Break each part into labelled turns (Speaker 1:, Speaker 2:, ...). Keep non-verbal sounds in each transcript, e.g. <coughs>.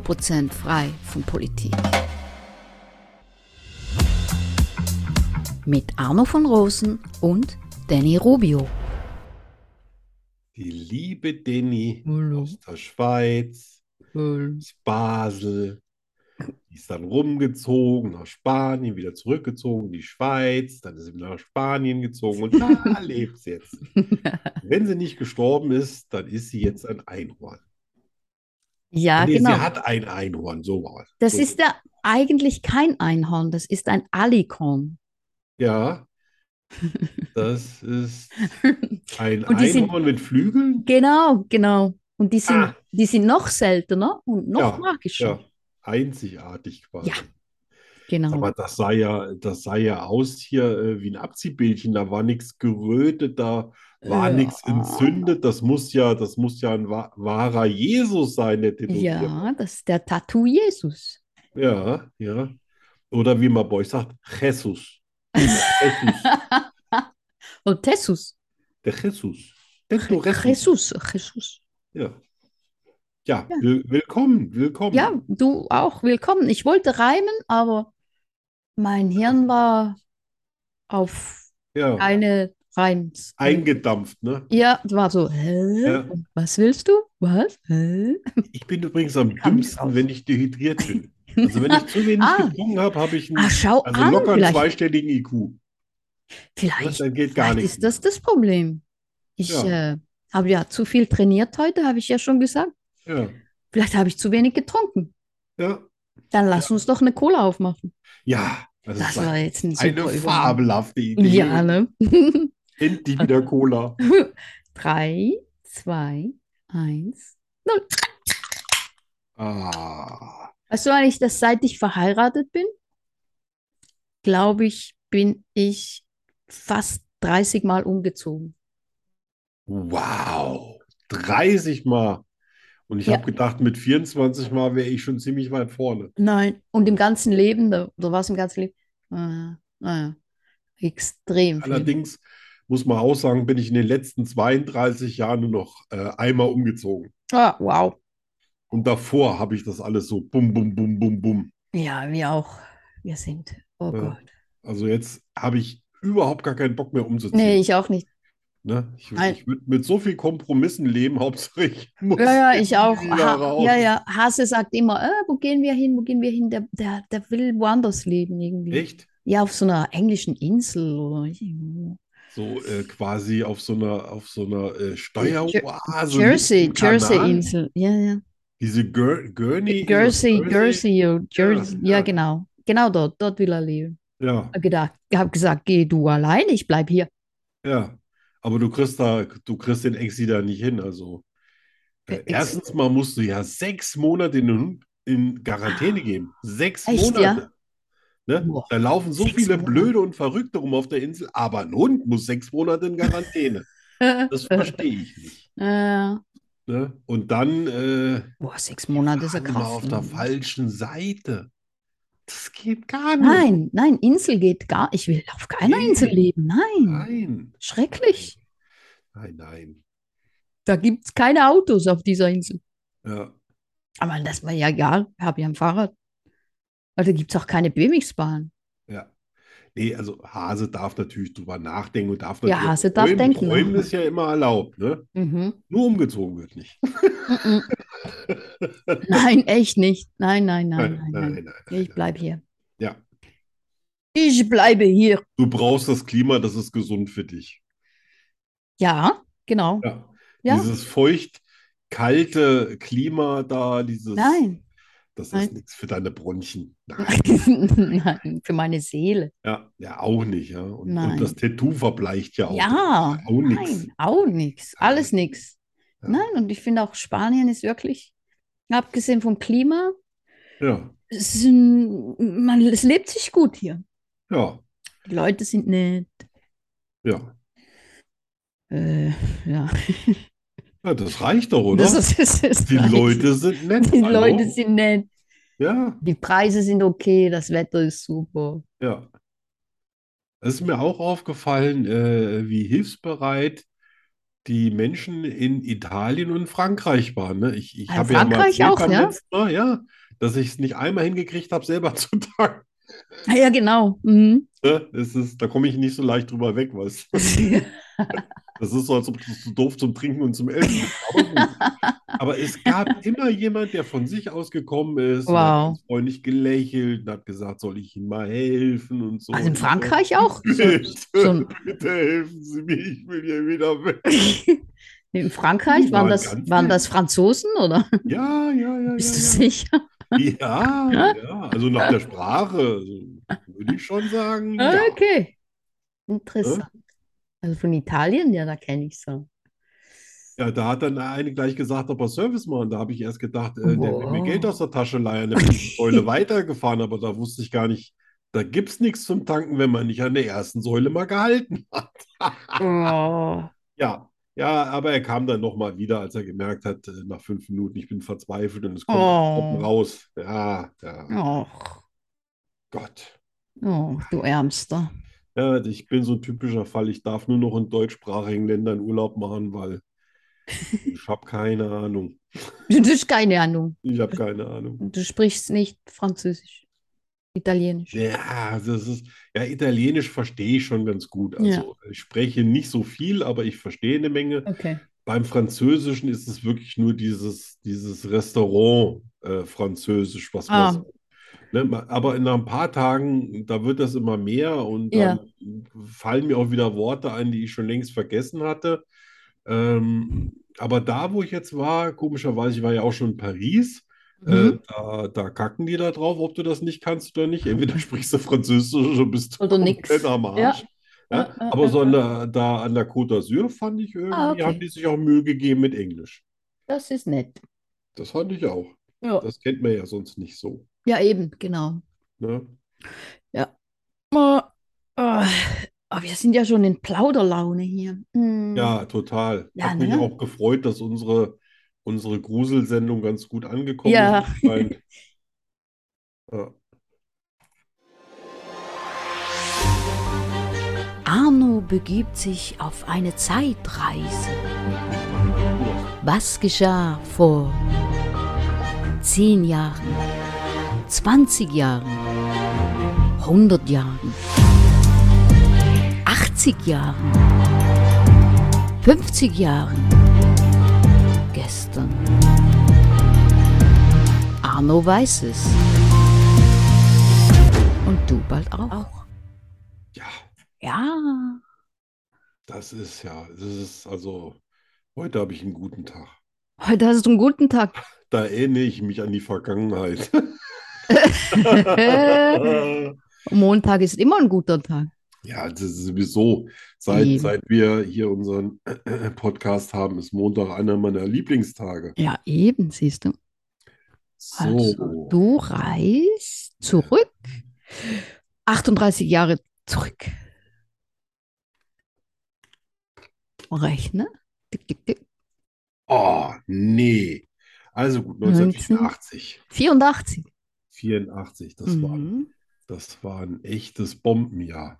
Speaker 1: Prozent frei von Politik. Mit Arno von Rosen und Danny Rubio.
Speaker 2: Die liebe Denny
Speaker 3: Hallo.
Speaker 2: aus der Schweiz, aus Basel. Die ist dann rumgezogen nach Spanien, wieder zurückgezogen in die Schweiz, dann ist sie wieder nach Spanien gezogen und
Speaker 1: <laughs>
Speaker 2: da lebt sie jetzt. Wenn sie nicht gestorben ist, dann ist sie jetzt ein Einhorn.
Speaker 1: Ja,
Speaker 2: nee,
Speaker 1: genau.
Speaker 2: sie hat ein Einhorn, so war es.
Speaker 1: Das
Speaker 2: so.
Speaker 1: ist ja eigentlich kein Einhorn, das ist ein Alikorn. <laughs>
Speaker 2: Ja, das ist ein
Speaker 1: Und die sind-
Speaker 2: Einhorn mit Flügeln.
Speaker 1: Genau, genau. Und die sind,
Speaker 2: Ah.
Speaker 1: die sind noch seltener und noch
Speaker 2: Ja,
Speaker 1: magischer.
Speaker 2: Ja, einzigartig quasi.
Speaker 1: Ja.
Speaker 2: Sag
Speaker 1: Genau.
Speaker 2: mal, das sah ja, das sah ja aus hier äh, wie ein Abziehbildchen. Da war nichts gerötet, da war
Speaker 1: Ja.
Speaker 2: nichts entzündet. Das muss ja, das muss ja ein wa wahrer Jesus sein, der tätowiert.
Speaker 1: Ja, das ist der Tattoo Jesus.
Speaker 2: Ja, ja. Oder wie man bei euch sagt, Jesus. Der
Speaker 1: <laughs>
Speaker 2: Jesus.
Speaker 1: Und Jesus.
Speaker 2: Der Jesus. Der Jesus.
Speaker 1: Jesus, Jesus.
Speaker 2: Ja. Ja, will- willkommen, willkommen.
Speaker 1: Ja, du auch. Willkommen. Ich wollte reimen, aber mein Hirn war auf
Speaker 2: Ja,
Speaker 1: eine Reims.
Speaker 2: eingedampft, ne?
Speaker 1: Ja, es war so, hä?
Speaker 2: Ja.
Speaker 1: Was willst du? Was? Hä?
Speaker 2: Ich bin übrigens am
Speaker 1: Kam nicht
Speaker 2: dümmsten,
Speaker 1: raus.
Speaker 2: wenn ich dehydriert bin. Also wenn
Speaker 1: <laughs>
Speaker 2: ich zu wenig
Speaker 1: Ah.
Speaker 2: getrunken habe, habe ich einen,
Speaker 1: Ah, schau
Speaker 2: also
Speaker 1: an,
Speaker 2: locker einen
Speaker 1: vielleicht,
Speaker 2: zweistelligen IQ. Das,
Speaker 1: vielleicht,
Speaker 2: dann geht gar
Speaker 1: vielleicht
Speaker 2: nichts.
Speaker 1: ist das das Problem. Ich
Speaker 2: Ja.
Speaker 1: äh, habe ja zu viel trainiert heute, habe ich ja schon gesagt.
Speaker 2: Ja,
Speaker 1: Vielleicht habe ich zu wenig getrunken.
Speaker 2: ja.
Speaker 1: Dann lass uns doch eine Cola aufmachen.
Speaker 2: ja das
Speaker 1: Das
Speaker 2: ist
Speaker 1: war
Speaker 2: eine,
Speaker 1: jetzt ein
Speaker 2: eine
Speaker 1: super Übergang.
Speaker 2: fabelhafte Idee.
Speaker 1: Ja, ne? <laughs>
Speaker 2: Endlich wieder Cola.
Speaker 1: Drei, zwei, eins.
Speaker 2: Ah,
Speaker 1: Weißt du eigentlich, dass seit ich verheiratet bin, glaube ich, bin ich fast 30 Mal umgezogen.
Speaker 2: wow. 30 Mal. Und ich
Speaker 1: Ja.
Speaker 2: habe gedacht, mit 24 Mal wäre ich schon ziemlich weit
Speaker 1: Mhm.
Speaker 2: vorne.
Speaker 1: Nein. Und im ganzen Leben, da, da war es im ganzen Leben, Ah, naja, naja, extrem viel.
Speaker 2: Allerdings muss man auch sagen, bin ich in den letzten 32 Jahren nur noch äh, einmal umgezogen.
Speaker 1: Ah, wow.
Speaker 2: Und davor habe ich das alles so bum, bum, bum, bum, bum.
Speaker 1: Ja, wir auch. Wir sind. Oh
Speaker 2: Ja.
Speaker 1: Gott.
Speaker 2: Also jetzt habe ich überhaupt gar keinen Bock mehr umzuziehen.
Speaker 1: Nee, ich auch nicht.
Speaker 2: Ne? Ich,
Speaker 1: Nein.
Speaker 2: ich würde mit so viel Kompromissen leben, <laughs> Hauptsache ich muss
Speaker 1: Ja, ja,
Speaker 2: jetzt
Speaker 1: ich auch.
Speaker 2: wieder
Speaker 1: Ha
Speaker 2: raus.
Speaker 1: ja, ja. Hase sagt immer, äh, wo gehen wir hin, wo gehen wir hin? Der, der, der will woanders leben irgendwie.
Speaker 2: Echt?
Speaker 1: Ja, auf so einer englischen Insel oder irgendwo.
Speaker 2: So äh, quasi auf so einer, auf so einer äh,
Speaker 1: Also
Speaker 2: Steueroase mitten
Speaker 1: Jersey,
Speaker 2: im Kanal.
Speaker 1: Jersey-Insel. Ja, ja.
Speaker 2: Diese Ger Gurney,
Speaker 1: Jersey,
Speaker 2: Jersey.
Speaker 1: Jersey, oh, Jersey.
Speaker 2: ja.
Speaker 1: Ja, genau. Genau dort, dort will er leben.
Speaker 2: Ja,
Speaker 1: Hab gedacht, hab gesagt, geh du alleine, ich bleib hier.
Speaker 2: ja. Aber du kriegst da, du kriegst den Exi da nicht hin. Also äh,
Speaker 1: Exi.
Speaker 2: erstens mal musst du ja sechs Monate in, den Hund- in Quarantäne geben. Sechs
Speaker 1: Echt,
Speaker 2: Monate. Ne?
Speaker 1: Boah,
Speaker 2: Da laufen so
Speaker 1: sechs
Speaker 2: viele
Speaker 1: Monate.
Speaker 2: Blöde und Verrückte rum auf der Insel, aber ein Hund muss sechs Monate in
Speaker 1: <laughs>
Speaker 2: Quarantäne. Das verstehe ich nicht.
Speaker 1: Äh,
Speaker 2: Ne? Und dann äh,
Speaker 1: boah, sechs Monate ist ja
Speaker 2: waren wir
Speaker 1: krass.
Speaker 2: auf der
Speaker 1: ne?
Speaker 2: falschen Seite. Das geht gar nicht.
Speaker 1: Nein, nein, Insel geht gar. Ich will auf keiner
Speaker 2: Nee.
Speaker 1: Insel leben. Nein,
Speaker 2: Nein.
Speaker 1: schrecklich.
Speaker 2: Nein, nein.
Speaker 1: Da gibt es keine Autos auf dieser Insel.
Speaker 2: Ja.
Speaker 1: Aber das war ja egal, habe ja ein Fahrrad. Aber da gibt es auch keine BMX-Bahn.
Speaker 2: Ja. Nee, also Hase darf natürlich drüber nachdenken und darf
Speaker 1: Ja,
Speaker 2: natürlich
Speaker 1: Hase darf
Speaker 2: träumen.
Speaker 1: denken.
Speaker 2: Träumen ist ja immer erlaubt, ne?
Speaker 1: Mhm.
Speaker 2: Nur umgezogen wird nicht.
Speaker 1: Mhm. Nein, echt nicht. Nein, nein, nein, nein, nein.
Speaker 2: nein, nein.
Speaker 1: Ich bleibe hier.
Speaker 2: Ja.
Speaker 1: Ich bleibe hier.
Speaker 2: Du brauchst das Klima, das ist gesund für dich.
Speaker 1: Ja, genau. <laughs>
Speaker 2: Ja.
Speaker 1: Ja.
Speaker 2: Dieses feucht, kalte Klima da, dieses,
Speaker 1: Nein.
Speaker 2: das ist
Speaker 1: Nein.
Speaker 2: nichts für deine Bronchien. Nein.
Speaker 1: Nein, für meine Seele.
Speaker 2: Ja, ja, auch nicht, ja. Und, und
Speaker 1: Nein.
Speaker 2: das Tattoo verbleicht ja auch.
Speaker 1: Ja,
Speaker 2: Auch nix.
Speaker 1: nein, auch nichts. Alles nichts.
Speaker 2: Ja.
Speaker 3: Nein, und ich finde auch Spanien ist wirklich, abgesehen vom Klima,
Speaker 2: Ja,
Speaker 3: es, ist ein, man, es lebt sich gut hier.
Speaker 2: ja,
Speaker 3: Die Leute sind nett.
Speaker 2: ja.
Speaker 3: Äh, ja, <laughs>
Speaker 2: Ja, das reicht doch, oder?
Speaker 3: das ist, es ist
Speaker 1: <laughs>
Speaker 2: Die
Speaker 3: reicht.
Speaker 2: Leute sind nett.
Speaker 3: <laughs> Die
Speaker 2: Hallo?
Speaker 3: Leute sind nett.
Speaker 2: Ja,
Speaker 3: Die Preise sind okay, das Wetter ist super.
Speaker 2: ja. Es ist mir auch aufgefallen, äh, wie hilfsbereit die Menschen in Italien und Frankreich waren. Ne? Ich, ich
Speaker 3: Ah, in
Speaker 2: habe ja mal
Speaker 3: Frankreich
Speaker 2: erzählt
Speaker 3: auch, ne?
Speaker 2: beim
Speaker 3: ja?
Speaker 2: letzten Mal, ja, dass ich es nicht einmal hingekriegt habe, selber <laughs> zu tanken.
Speaker 3: Ah, ja, genau. Mhm. <laughs>
Speaker 2: Ne? Das ist, da komme ich nicht so leicht drüber weg, weißt du? Das ist so, als ob du zu doof zum Trinken und zum Essen bist. Aber, gut. Aber es
Speaker 3: <laughs>
Speaker 2: gab immer jemand, der von sich aus gekommen ist ne? und hat
Speaker 3: Wow.
Speaker 2: ganz freundlich gelächelt und hat gesagt, soll ich Ihnen mal helfen und so.
Speaker 3: Also in
Speaker 2: Und <laughs>
Speaker 3: Frankreich auch. So,
Speaker 2: Bitte,
Speaker 3: so ein-
Speaker 2: bitte helfen Sie mir, ich will hier wieder weg.
Speaker 3: in Frankreich
Speaker 2: Die
Speaker 3: waren
Speaker 2: waren
Speaker 3: das,
Speaker 2: ganz
Speaker 3: waren
Speaker 2: nett.
Speaker 3: das Franzosen, oder?
Speaker 2: Ja, ja, ja,
Speaker 3: Bist du
Speaker 2: ja,
Speaker 3: sicher?
Speaker 2: ja. Ja, ja, also nach der Sprache also, würde ich schon sagen, ja.
Speaker 3: Ah, Okay. Interessant. Also von Italien, ja, da kenne ich so.
Speaker 2: Ja, da hat dann eine gleich gesagt, ob er Service machen. Da habe ich erst gedacht, äh, der will mir
Speaker 3: Wow.
Speaker 2: Geld aus der Tasche leihen. Dann bin ich die Säule weitergefahren, aber da wusste ich gar nicht, da gibt es nichts zum Tanken, wenn man nicht an der ersten Säule mal gehalten hat.
Speaker 3: Oh.
Speaker 2: Ja, ja, aber er kam dann nochmal wieder, als er gemerkt hat, äh, nach fünf Minuten, ich bin verzweifelt und es kommt
Speaker 3: Oh.
Speaker 2: Tropfen raus. Ja, ja,
Speaker 3: Och.
Speaker 2: Gott.
Speaker 3: Oh, du Ärmster.
Speaker 2: Ja, ich bin so ein typischer Fall. Ich darf nur noch in deutschsprachigen Ländern Urlaub machen, weil ich habe keine Ahnung.
Speaker 3: Du hast keine Ahnung.
Speaker 2: Ich habe keine Ahnung.
Speaker 3: Du sprichst nicht Französisch, Italienisch.
Speaker 2: Ja, das ist, ja, Italienisch verstehe ich schon ganz gut. Also ich spreche nicht so viel, aber ich verstehe eine Menge.
Speaker 3: Okay.
Speaker 2: Beim Französischen ist es wirklich nur dieses, dieses Restaurant äh, Französisch, was man
Speaker 3: Ah.
Speaker 2: so, ne, ma- aber nach ein paar Tagen, da wird das immer mehr und
Speaker 3: Ja.
Speaker 2: dann fallen mir auch wieder Worte ein, die ich schon längst vergessen hatte. Ähm, aber da, wo ich jetzt war, komischerweise, ich war ja auch schon in Paris. Äh,
Speaker 3: Mhm.
Speaker 2: da, da kacken die da drauf, ob du das nicht kannst oder nicht. Entweder <laughs> sprichst du Französisch oder bist du
Speaker 3: Oder nix.
Speaker 2: komplett am
Speaker 3: Ja.
Speaker 2: Arsch. Ja,
Speaker 3: Ja, ja,
Speaker 2: aber so
Speaker 3: ja,
Speaker 2: an der, da an der Côte d'Azur fand ich irgendwie,
Speaker 3: Ah, okay.
Speaker 2: haben die sich auch Mühe gegeben mit Englisch.
Speaker 3: Das ist nett.
Speaker 2: Das fand ich auch.
Speaker 3: Ja,
Speaker 2: Das kennt man ja sonst nicht so.
Speaker 3: ja eben, genau.
Speaker 2: Ne?
Speaker 3: Oh, oh. Aber wir sind ja schon in Plauderlaune hier. Hm.
Speaker 2: Ja, total.
Speaker 3: Ja,
Speaker 2: Hat mich
Speaker 3: ne?
Speaker 2: auch gefreut, dass unsere, unsere Gruselsendung ganz gut angekommen
Speaker 3: Ja.
Speaker 2: ist
Speaker 3: <laughs>
Speaker 2: anscheinend. Ja.
Speaker 4: Arno begibt sich auf eine Zeitreise. Was geschah vor 10 Jahren, 20 Jahren, 100 Jahren, 80 Jahren, 50 Jahren, gestern? Arno weiß es. Und du bald auch.
Speaker 2: Ja,
Speaker 4: Ja.
Speaker 2: das ist ja, das ist also, heute habe ich einen guten Tag.
Speaker 3: Heute hast du einen guten Tag.
Speaker 2: Da erinnere ich mich an
Speaker 3: <laughs>
Speaker 2: die Vergangenheit.
Speaker 3: Montag ist immer ein guter Tag.
Speaker 2: Ja, das ist sowieso, seit,
Speaker 3: Eben.
Speaker 2: seit wir hier unseren <clears throat> Podcast haben, ist Montag einer meiner Lieblingstage.
Speaker 3: Ja, eben, siehst du. Also,
Speaker 2: So,
Speaker 3: du reist zurück. 38 Jahre zurück. Rechne. Tick, tick, tick.
Speaker 2: oh, nee. Also gut, 1984,
Speaker 3: 84.
Speaker 2: 84, das war,
Speaker 3: Mhm.
Speaker 2: das war ein echtes Bombenjahr.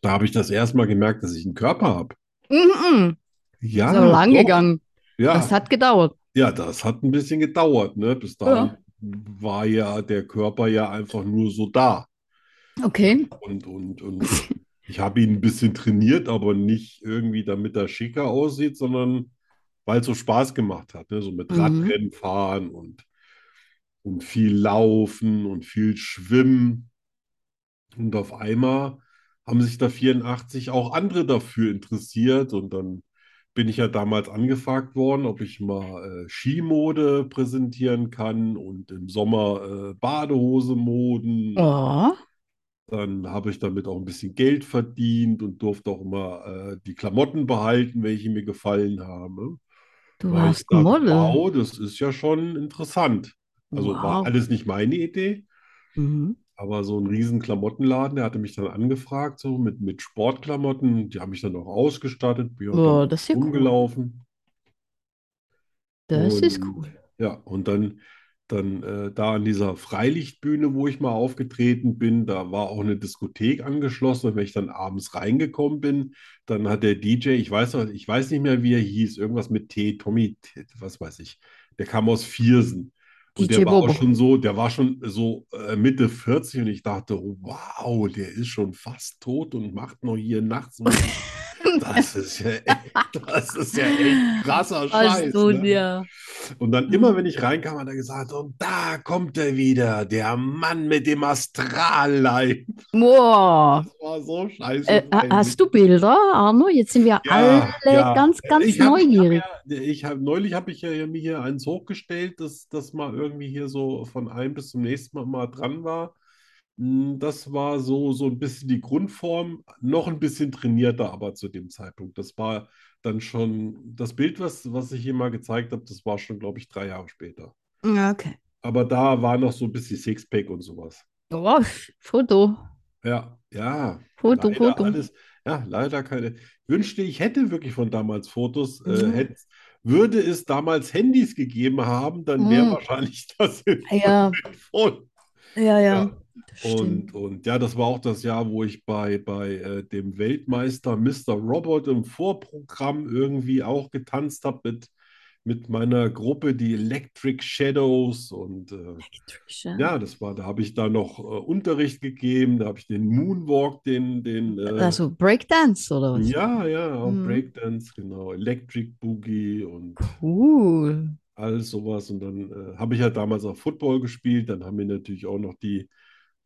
Speaker 2: Da habe ich das erste Mal gemerkt, dass ich einen Körper habe.
Speaker 3: Mhm.
Speaker 2: Ja,
Speaker 3: so lang
Speaker 2: Ah, doch, Ah.
Speaker 3: gegangen.
Speaker 2: ja.
Speaker 3: Das hat gedauert.
Speaker 2: Ja, das hat ein bisschen gedauert, ne? Bis dahin war ja der Körper ja einfach nur so da.
Speaker 3: Okay.
Speaker 2: Und, und, und ich habe ihn ein bisschen trainiert, aber nicht irgendwie, damit er schicker aussieht, sondern weil es so Spaß gemacht hat, ne? So mit
Speaker 3: Mhm.
Speaker 2: Radrennen fahren und, und viel Laufen und viel Schwimmen. Und auf einmal haben sich da 84 auch andere dafür interessiert. Und dann bin ich ja damals angefragt worden, ob ich mal äh, Skimode präsentieren kann und im Sommer äh, Badehosemoden.
Speaker 3: Oh.
Speaker 2: Dann habe ich damit auch ein bisschen Geld verdient und durfte auch immer äh, die Klamotten behalten, welche mir gefallen haben.
Speaker 3: Du
Speaker 2: Weil ich
Speaker 3: warst
Speaker 2: dachte,
Speaker 3: Model.
Speaker 2: Wow, das ist ja schon interessant. Also war
Speaker 3: Wow.
Speaker 2: alles nicht meine Idee,
Speaker 3: Mhm.
Speaker 2: aber so ein riesen Klamottenladen, der hatte mich dann angefragt, so mit, mit Sportklamotten. Die haben mich dann auch ausgestattet, bin auch
Speaker 3: Oh,
Speaker 2: damit
Speaker 3: das ist ja cool.
Speaker 2: rumgelaufen.
Speaker 3: Das ist
Speaker 2: Und
Speaker 3: cool.
Speaker 2: ja, und dann, dann äh, da an dieser Freilichtbühne, wo ich mal aufgetreten bin, da war auch eine Diskothek angeschlossen. Und wenn ich dann abends reingekommen bin, dann hat der DJ, ich weiß, noch- ich weiß nicht mehr, wie er hieß, irgendwas mit T, Tommy, T, was weiß ich, der kam aus Viersen. Und der
Speaker 3: DJ
Speaker 2: war auch
Speaker 3: Bobo.
Speaker 2: schon so, der war schon so äh, Mitte 40 und ich dachte, wow, der ist schon fast tot und macht noch hier nachts.
Speaker 3: <laughs>
Speaker 2: Das ist ja echt, das ist ja echt krasser Scheiß.
Speaker 3: Also,
Speaker 2: ne?
Speaker 3: ja. Mhm.
Speaker 2: Und dann immer, wenn ich reinkam, hat er gesagt, und da kommt er wieder, der Mann mit dem Astralleib.
Speaker 3: Wow.
Speaker 2: Das war so scheiße
Speaker 3: Äh, ha-
Speaker 2: peinlich.
Speaker 3: hast du Bilder, Arno? Jetzt sind wir
Speaker 2: Ja,
Speaker 3: alle
Speaker 2: ja.
Speaker 3: ganz, ganz
Speaker 2: Ich hab-
Speaker 3: neugierig.
Speaker 2: Ich hab, neulich habe ich ja, ja mir hier eins hochgestellt, dass das mal irgendwie hier so von einem bis zum nächsten Mal mal dran war. Hm, Das war so, so ein bisschen die Grundform, noch ein bisschen trainierter, aber zu dem Zeitpunkt. Das war dann schon, das Bild, was, was ich hier mal gezeigt habe, das war schon, glaube ich, drei Jahre später.
Speaker 3: Ja, okay.
Speaker 2: Aber da war noch so ein bisschen Sixpack und sowas.
Speaker 3: Wow, Oh, Foto,
Speaker 2: Ja, ja.
Speaker 3: Foto,
Speaker 2: Leider
Speaker 3: Foto.
Speaker 2: alles, ja, leider keine. Wünschte, ich hätte wirklich von damals Fotos. Äh,
Speaker 3: Ja.
Speaker 2: hätte, würde es damals Handys gegeben haben, dann wäre
Speaker 3: Mhm.
Speaker 2: wahrscheinlich <laughs> das Bild
Speaker 3: Ja,
Speaker 2: voll.
Speaker 3: ja, ja.
Speaker 2: Ja.
Speaker 3: Das stimmt.
Speaker 2: Und, und ja, das war auch das Jahr, wo ich bei, bei äh, dem Weltmeister Mr. Robot im Vorprogramm irgendwie auch getanzt habe mit, mit meiner Gruppe, die Electric Shadows und äh, Ja, das war, da habe ich da noch äh, Unterricht gegeben, da habe ich den Moonwalk, den, den, äh,
Speaker 3: Also Breakdance oder was?
Speaker 2: ja, ja, auch
Speaker 3: Mhm.
Speaker 2: Breakdance, genau, Electric Boogie und
Speaker 3: Cool.
Speaker 2: all sowas. Und dann äh, habe ich ja damals auch Football gespielt, dann haben wir natürlich auch noch die,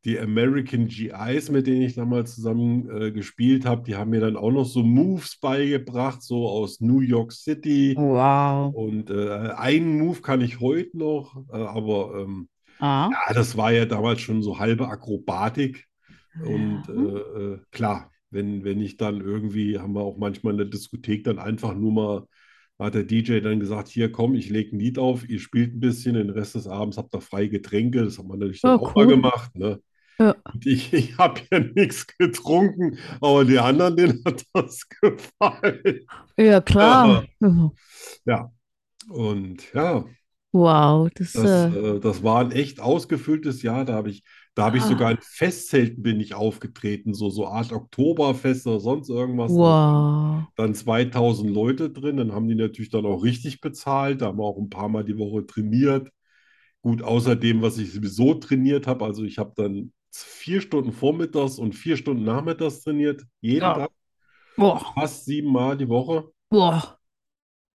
Speaker 2: die American GIs, mit denen ich damals zusammen äh, gespielt habe, die haben mir dann auch noch so Moves beigebracht, so aus New York
Speaker 3: Oh.
Speaker 2: City.
Speaker 3: Wow.
Speaker 2: Und äh, einen Move kann ich heute noch, äh, aber ähm,
Speaker 3: Ah.
Speaker 2: ja, das war ja damals schon so halbe Akrobatik. Und
Speaker 3: Ja.
Speaker 2: äh, äh, klar, wenn, wenn ich dann irgendwie, haben wir auch manchmal in der Diskothek dann einfach nur mal, hat der DJ dann gesagt, hier komm, ich lege ein Lied auf, ihr spielt ein bisschen, den Rest des Abends habt ihr freie Getränke, das haben wir natürlich dann
Speaker 3: Ja,
Speaker 2: auch mal
Speaker 3: Oh, cool.
Speaker 2: gemacht. Ne?
Speaker 3: Ja.
Speaker 2: Und ich <laughs> ich habe ja nichts getrunken, aber die anderen, denen <laughs> hat das gefallen.
Speaker 3: Ja, klar.
Speaker 2: Ja, und ja.
Speaker 3: Wow, das,
Speaker 2: Das,
Speaker 3: äh,
Speaker 2: äh, das war ein echt ausgefülltes Jahr. Da habe ich, da habe ich
Speaker 3: Ah.
Speaker 2: sogar in Festzelten bin ich aufgetreten, so, so Art Oktoberfest oder sonst irgendwas. ne? Da waren
Speaker 3: wow.
Speaker 2: dann 2000 Leute drin, dann haben die natürlich dann auch richtig bezahlt, da haben wir auch ein paar Mal die Woche trainiert. Gut, außer dem, was ich sowieso trainiert habe. Also ich habe dann vier Stunden vormittags und vier Stunden nachmittags trainiert, jeden
Speaker 3: Ja.
Speaker 2: Tag,
Speaker 3: Wow.
Speaker 2: fast sieben Mal die Woche.
Speaker 3: Wow.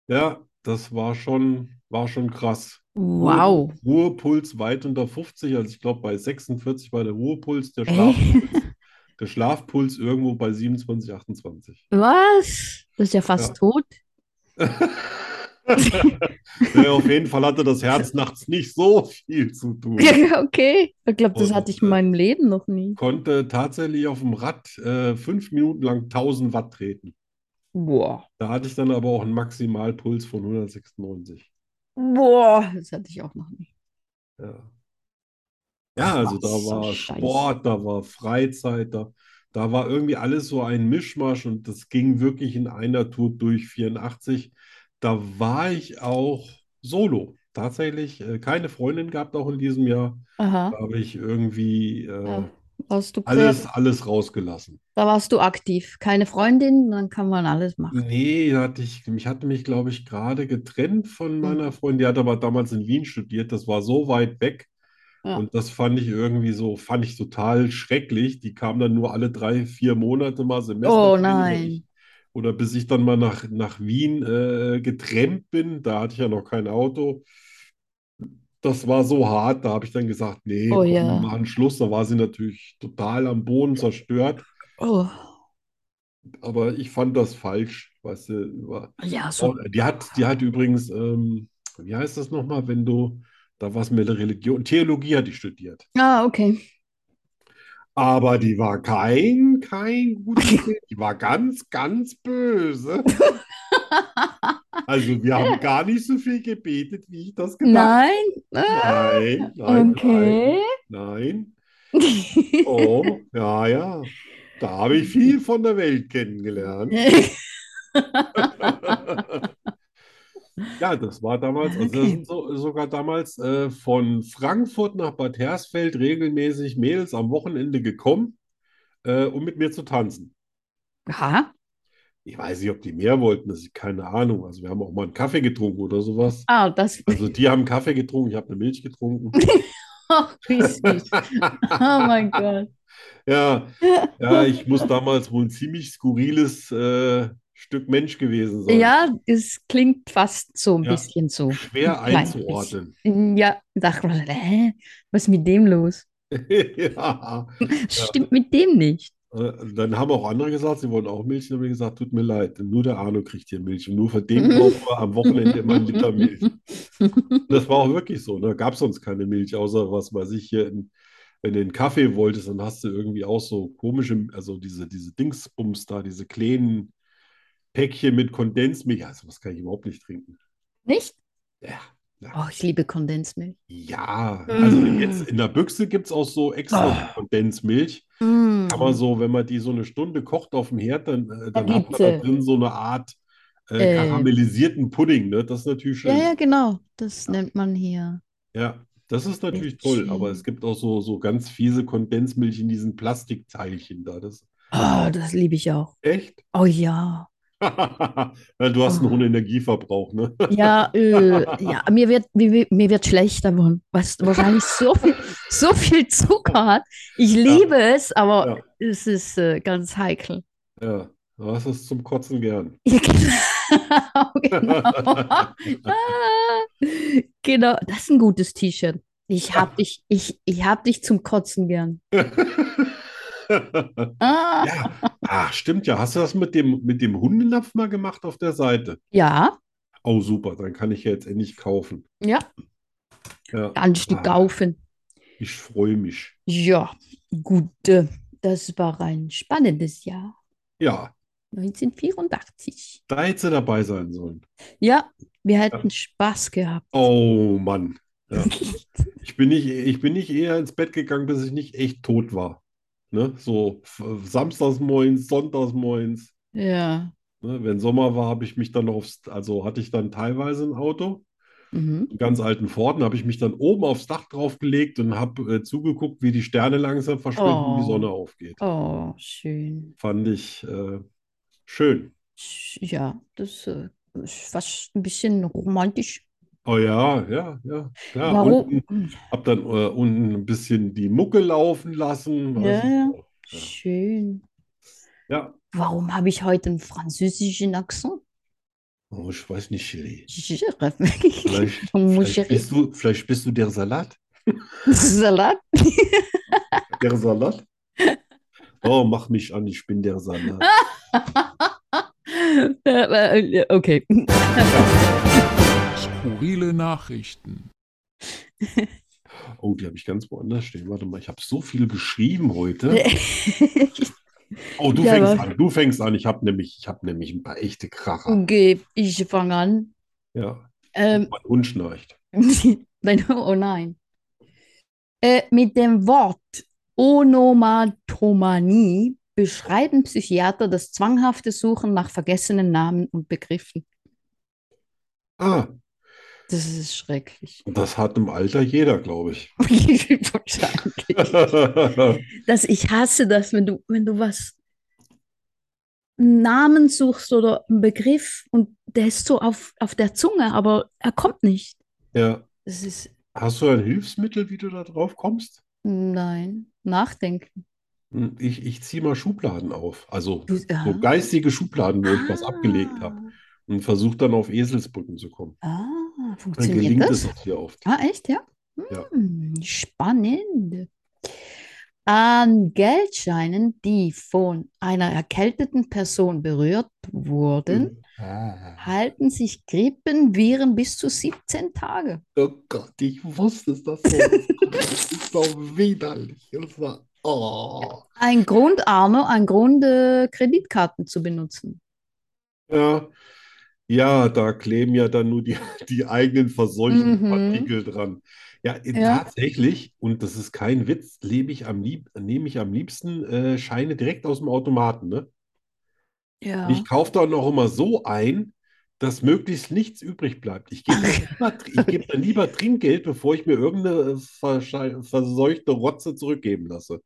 Speaker 2: Ja, das war schon, war schon krass.
Speaker 3: Wow.
Speaker 2: Ruhepuls weit unter 50, also ich glaube bei 46 war der Ruhepuls, der
Speaker 3: Ey.
Speaker 2: Schlafpuls, der Schlafpuls irgendwo bei 27, 28.
Speaker 3: Was? Das ist ja fast
Speaker 2: Ja.
Speaker 3: tot.
Speaker 2: Naja, auf jeden Fall hatte das
Speaker 3: <laughs>
Speaker 2: Herz nachts nicht so viel zu tun.
Speaker 3: <laughs> Ja, okay. Ich glaube, das
Speaker 2: Und,
Speaker 3: hatte ich
Speaker 2: äh,
Speaker 3: in meinem Leben noch nie.
Speaker 2: Konnte tatsächlich auf dem Rad äh, fünf Minuten lang 1000 Watt treten.
Speaker 3: Boah.
Speaker 2: Da hatte ich dann aber auch einen Maximalpuls von 196.
Speaker 3: Boah, das hatte ich auch noch nie.
Speaker 2: Ja, ja also da
Speaker 3: Krasser
Speaker 2: war
Speaker 3: Scheiß.
Speaker 2: Sport, da war Freizeit, da, da war irgendwie alles so ein Mischmasch und das ging wirklich in einer Tour durch 84. Da war ich auch solo. Tatsächlich äh, keine Freundin gehabt auch in diesem Jahr.
Speaker 3: Aha.
Speaker 2: Da habe ich irgendwie äh,
Speaker 3: Ja, Warst du
Speaker 2: alles, alles rausgelassen.
Speaker 3: Da warst du aktiv. Keine Freundin, dann kann man alles machen.
Speaker 2: Nee, da hatte ich, ich hatte mich, glaube ich, gerade getrennt von
Speaker 3: Hm.
Speaker 2: meiner Freundin. Die hat aber damals in Wien studiert. Das war so weit weg.
Speaker 3: Ja.
Speaker 2: Und das fand ich irgendwie so, fand ich total schrecklich. Die kam dann nur alle drei, vier Monate mal
Speaker 3: Oh
Speaker 2: Semesterferien. Oder ich,
Speaker 3: nein.
Speaker 2: oder bis ich dann mal nach, nach Wien äh, getrennt bin. Da hatte ich ja noch kein Auto. Das war so hart. Da habe ich dann gesagt, nee,
Speaker 3: Oh
Speaker 2: komm, wir
Speaker 3: ja.
Speaker 2: machen Schluss. Da war sie natürlich total am Boden zerstört.
Speaker 3: Oh.
Speaker 2: Aber ich fand das falsch, weißt du, über.
Speaker 3: Ja, so.
Speaker 2: Oh, Die hat, die hat übrigens, ähm, wie heißt das nochmal, wenn du da was mit der Religion, Theologie hat die studiert.
Speaker 3: Ah, okay.
Speaker 2: Aber die war kein, kein gutes Kind. Die war ganz, ganz böse. Also wir haben gar nicht so viel gebetet, wie ich das gedacht
Speaker 1: Nein.
Speaker 2: Nein, nein,
Speaker 3: Okay.
Speaker 2: nein,
Speaker 1: <laughs>
Speaker 2: nein. Oh, ja, ja. Da habe ich viel von der Welt
Speaker 1: <laughs>
Speaker 2: kennengelernt. Ja, das war damals, also das
Speaker 1: Okay.
Speaker 2: sind so, sogar damals äh, von Frankfurt nach Bad Hersfeld regelmäßig Mädels am Wochenende gekommen, äh, um mit mir zu tanzen.
Speaker 1: Aha.
Speaker 2: Ich weiß nicht, ob die mehr wollten, das ist keine Ahnung. Also wir haben auch mal einen Kaffee getrunken oder sowas.
Speaker 1: Ah, das. <laughs>
Speaker 2: Also die haben Kaffee getrunken, ich habe eine Milch getrunken.
Speaker 1: Ach, wie süß. Oh mein Gott.
Speaker 2: Ja, ja, ich muss damals wohl ein ziemlich skurriles äh, Stück Mensch gewesen sein.
Speaker 1: Ja, es klingt fast so ein
Speaker 2: Ja.
Speaker 1: bisschen so.
Speaker 2: Schwer
Speaker 1: Ein klein
Speaker 2: einzuordnen. <laughs>
Speaker 1: Ja, sag mal, hä? Was ist mit dem los?
Speaker 2: Ja.
Speaker 1: Stimmt mit dem nicht.
Speaker 2: Äh, Dann haben auch andere gesagt, sie wollen auch Milch. Dann haben wir gesagt, tut mir leid, nur der Arno kriegt hier Milch. Und nur für den brauchen wir am Wochenende immer einen Liter
Speaker 1: <laughs>
Speaker 2: Milch. Das war auch wirklich so. Da gab es sonst keine Milch, außer was weiß ich hier. In, wenn du einen Kaffee wolltest, dann hast du irgendwie auch so komische, also diese, diese Dingsbums da, diese kleinen Päckchen mit Kondensmilch. Also, was kann ich überhaupt nicht trinken?
Speaker 1: Nicht?
Speaker 2: Ja, ja.
Speaker 1: Oh, ich liebe Kondensmilch.
Speaker 2: Ja, also
Speaker 1: Mhm.
Speaker 2: jetzt in der Büchse gibt es auch so
Speaker 1: Ah.
Speaker 2: extra Kondensmilch.
Speaker 1: Mm.
Speaker 2: Kann
Speaker 3: Hm.
Speaker 2: man so, wenn man die so eine Stunde kocht auf dem Herd, dann, äh, dann
Speaker 1: Ja,
Speaker 2: hat man da
Speaker 1: bitte.
Speaker 2: drin so eine Art äh,
Speaker 1: Äh.
Speaker 2: karamellisierten Pudding. Ne? Das ist natürlich
Speaker 1: Ja,
Speaker 2: schön.
Speaker 1: ja, genau. Das nennt man hier.
Speaker 2: Ja, das ist natürlich
Speaker 1: Sehr
Speaker 2: toll, aber
Speaker 1: schön.
Speaker 2: es gibt auch so, so ganz fiese Kondensmilch in diesen Plastikteilchen da. Das
Speaker 1: Oh, das liebe ich auch.
Speaker 2: echt? <laughs>
Speaker 1: Oh ja.
Speaker 2: Ja, du hast einen
Speaker 1: Oh.
Speaker 2: hohen Energieverbrauch, ne? <laughs>
Speaker 1: Ja, äh, ja, mir wird, mir, mir wird schlecht davon, weil es wahrscheinlich so viel, so viel Zucker hat. Ich liebe es, aber es ist äh, ganz heikel.
Speaker 2: Ja, du hast es zum Kotzen gern. <laughs>
Speaker 1: Ja, genau. <laughs> genau. Ah, genau, das ist ein gutes T-Shirt. Ich hab dich, ich, ich hab dich zum Kotzen gern. Ah,
Speaker 2: Ja, ach, stimmt ja. Hast du das mit dem, mit dem Hundenapf mal gemacht auf der Seite?
Speaker 1: ja,
Speaker 2: Oh, super, dann kann ich ja jetzt endlich kaufen.
Speaker 1: ja,
Speaker 2: Ja,
Speaker 1: ein Stück
Speaker 2: Ah.
Speaker 1: kaufen.
Speaker 2: ich freue mich.
Speaker 1: Ja, gut, äh, das war ein spannendes Jahr.
Speaker 2: Ja,
Speaker 1: 1984.
Speaker 2: da hätte sie dabei sein sollen.
Speaker 1: Ja, wir hätten Spaß gehabt.
Speaker 2: Oh Mann.
Speaker 1: <laughs>
Speaker 2: Ja. Ich bin nicht, ich bin nicht eher ins Bett gegangen, bis ich nicht echt tot war. Ne? So f- samstags morgens, sonntags morgens.
Speaker 1: Ja.
Speaker 2: Ne? Wenn Sommer war, habe ich mich dann aufs, also hatte ich dann teilweise ein Auto,
Speaker 1: Mhm.
Speaker 2: einen ganz alten Ford, und habe ich mich dann oben aufs Dach draufgelegt und habe äh, zugeguckt, wie die Sterne langsam verschwinden und die
Speaker 1: Oh.
Speaker 2: Sonne aufgeht.
Speaker 1: Oh, schön.
Speaker 2: Fand ich äh, schön.
Speaker 1: Sch- Ja, das äh, ist fast ein
Speaker 3: <laughs>
Speaker 1: bisschen romantisch.
Speaker 2: Oh ja, ja, ja, klar.
Speaker 1: Warum?
Speaker 2: Unten, hab dann äh, unten ein bisschen die Mucke laufen lassen.
Speaker 1: Ja,
Speaker 2: weiß ich
Speaker 1: ja.
Speaker 2: auch.
Speaker 1: Schön.
Speaker 2: Ja.
Speaker 1: Warum habe ich heute einen französischen Akzent?
Speaker 2: Oh, ich weiß nicht, Chili. <laughs> Vielleicht, vielleicht
Speaker 1: Vielleicht.
Speaker 2: bist du, vielleicht bist du der Salat.
Speaker 1: <laughs> Salat?
Speaker 2: Der
Speaker 1: <laughs>
Speaker 2: Salat? Oh, mach mich an, ich bin der Salat.
Speaker 1: Äh, äh, Okay.
Speaker 5: Skurrile Nachrichten.
Speaker 2: Oh, die habe ich ganz woanders stehen. Warte mal, ich habe so viel geschrieben heute. Oh, du
Speaker 1: Ja,
Speaker 2: fängst
Speaker 1: aber-
Speaker 2: an, du fängst an. Ich habe nämlich, ich habe nämlich ein paar echte Kracher.
Speaker 1: Okay, ich fange an.
Speaker 2: Ja,
Speaker 1: Ähm, <laughs>
Speaker 2: mein Hund schnarcht.
Speaker 1: Wenn, oh nein. Äh, mit dem Wort Onomatomanie beschreiben Psychiater das zwanghafte Suchen nach vergessenen Namen und Begriffen.
Speaker 2: Ah,
Speaker 1: Das ist schrecklich. <laughs>
Speaker 2: das hat im Alter jeder, glaube ich.
Speaker 1: Wahrscheinlich. Das, ich hasse das, wenn du, wenn du was einen Namen suchst oder einen Begriff und der ist so auf, auf der Zunge, aber er kommt nicht.
Speaker 2: Ja.
Speaker 1: Das ist,
Speaker 2: Hast du ein Hilfsmittel, wie du da drauf kommst?
Speaker 1: nein, nachdenken.
Speaker 2: Hm, Ich, ich ziehe mal Schubladen auf. Also
Speaker 1: Du,
Speaker 2: so geistige Schubladen, wo ich
Speaker 1: Ah.
Speaker 2: was abgelegt habe. Und versuche dann auf Eselsbrücken zu kommen.
Speaker 1: Ah,
Speaker 2: Dann
Speaker 1: funktioniert
Speaker 2: gelingt
Speaker 1: das?
Speaker 2: es auch sehr oft.
Speaker 1: Ah, echt, ja?
Speaker 2: Ja.
Speaker 1: Hm, spannend. An Geldscheinen, die von einer erkälteten Person berührt
Speaker 2: Mhm.
Speaker 1: wurden,
Speaker 2: Ah.
Speaker 1: halten sich Grippenviren bis zu 17 Tage. <laughs>
Speaker 2: Oh Gott, ich wusste es, das war, das ist so widerlich. Das war Oh.
Speaker 1: Ein Grund, Arno, ein Grund, äh, Kreditkarten zu benutzen.
Speaker 2: Ja. Ja, da kleben ja dann nur die, <laughs> die eigenen verseuchten
Speaker 1: Mhm.
Speaker 2: Partikel dran. Ja, eh,
Speaker 1: Ja.
Speaker 2: tatsächlich, und das ist kein Witz, lebe ich am lieb, nehme ich am liebsten äh, Scheine direkt aus dem Automaten, ne?
Speaker 1: Ja.
Speaker 2: Ich kaufe dann auch immer so ein, dass möglichst nichts übrig bleibt. Ich gebe
Speaker 1: <laughs>
Speaker 2: dann lieber, ich gebe dann lieber Trinkgeld, bevor ich mir irgendeine äh, verschei- verseuchte Rotze zurückgeben lasse.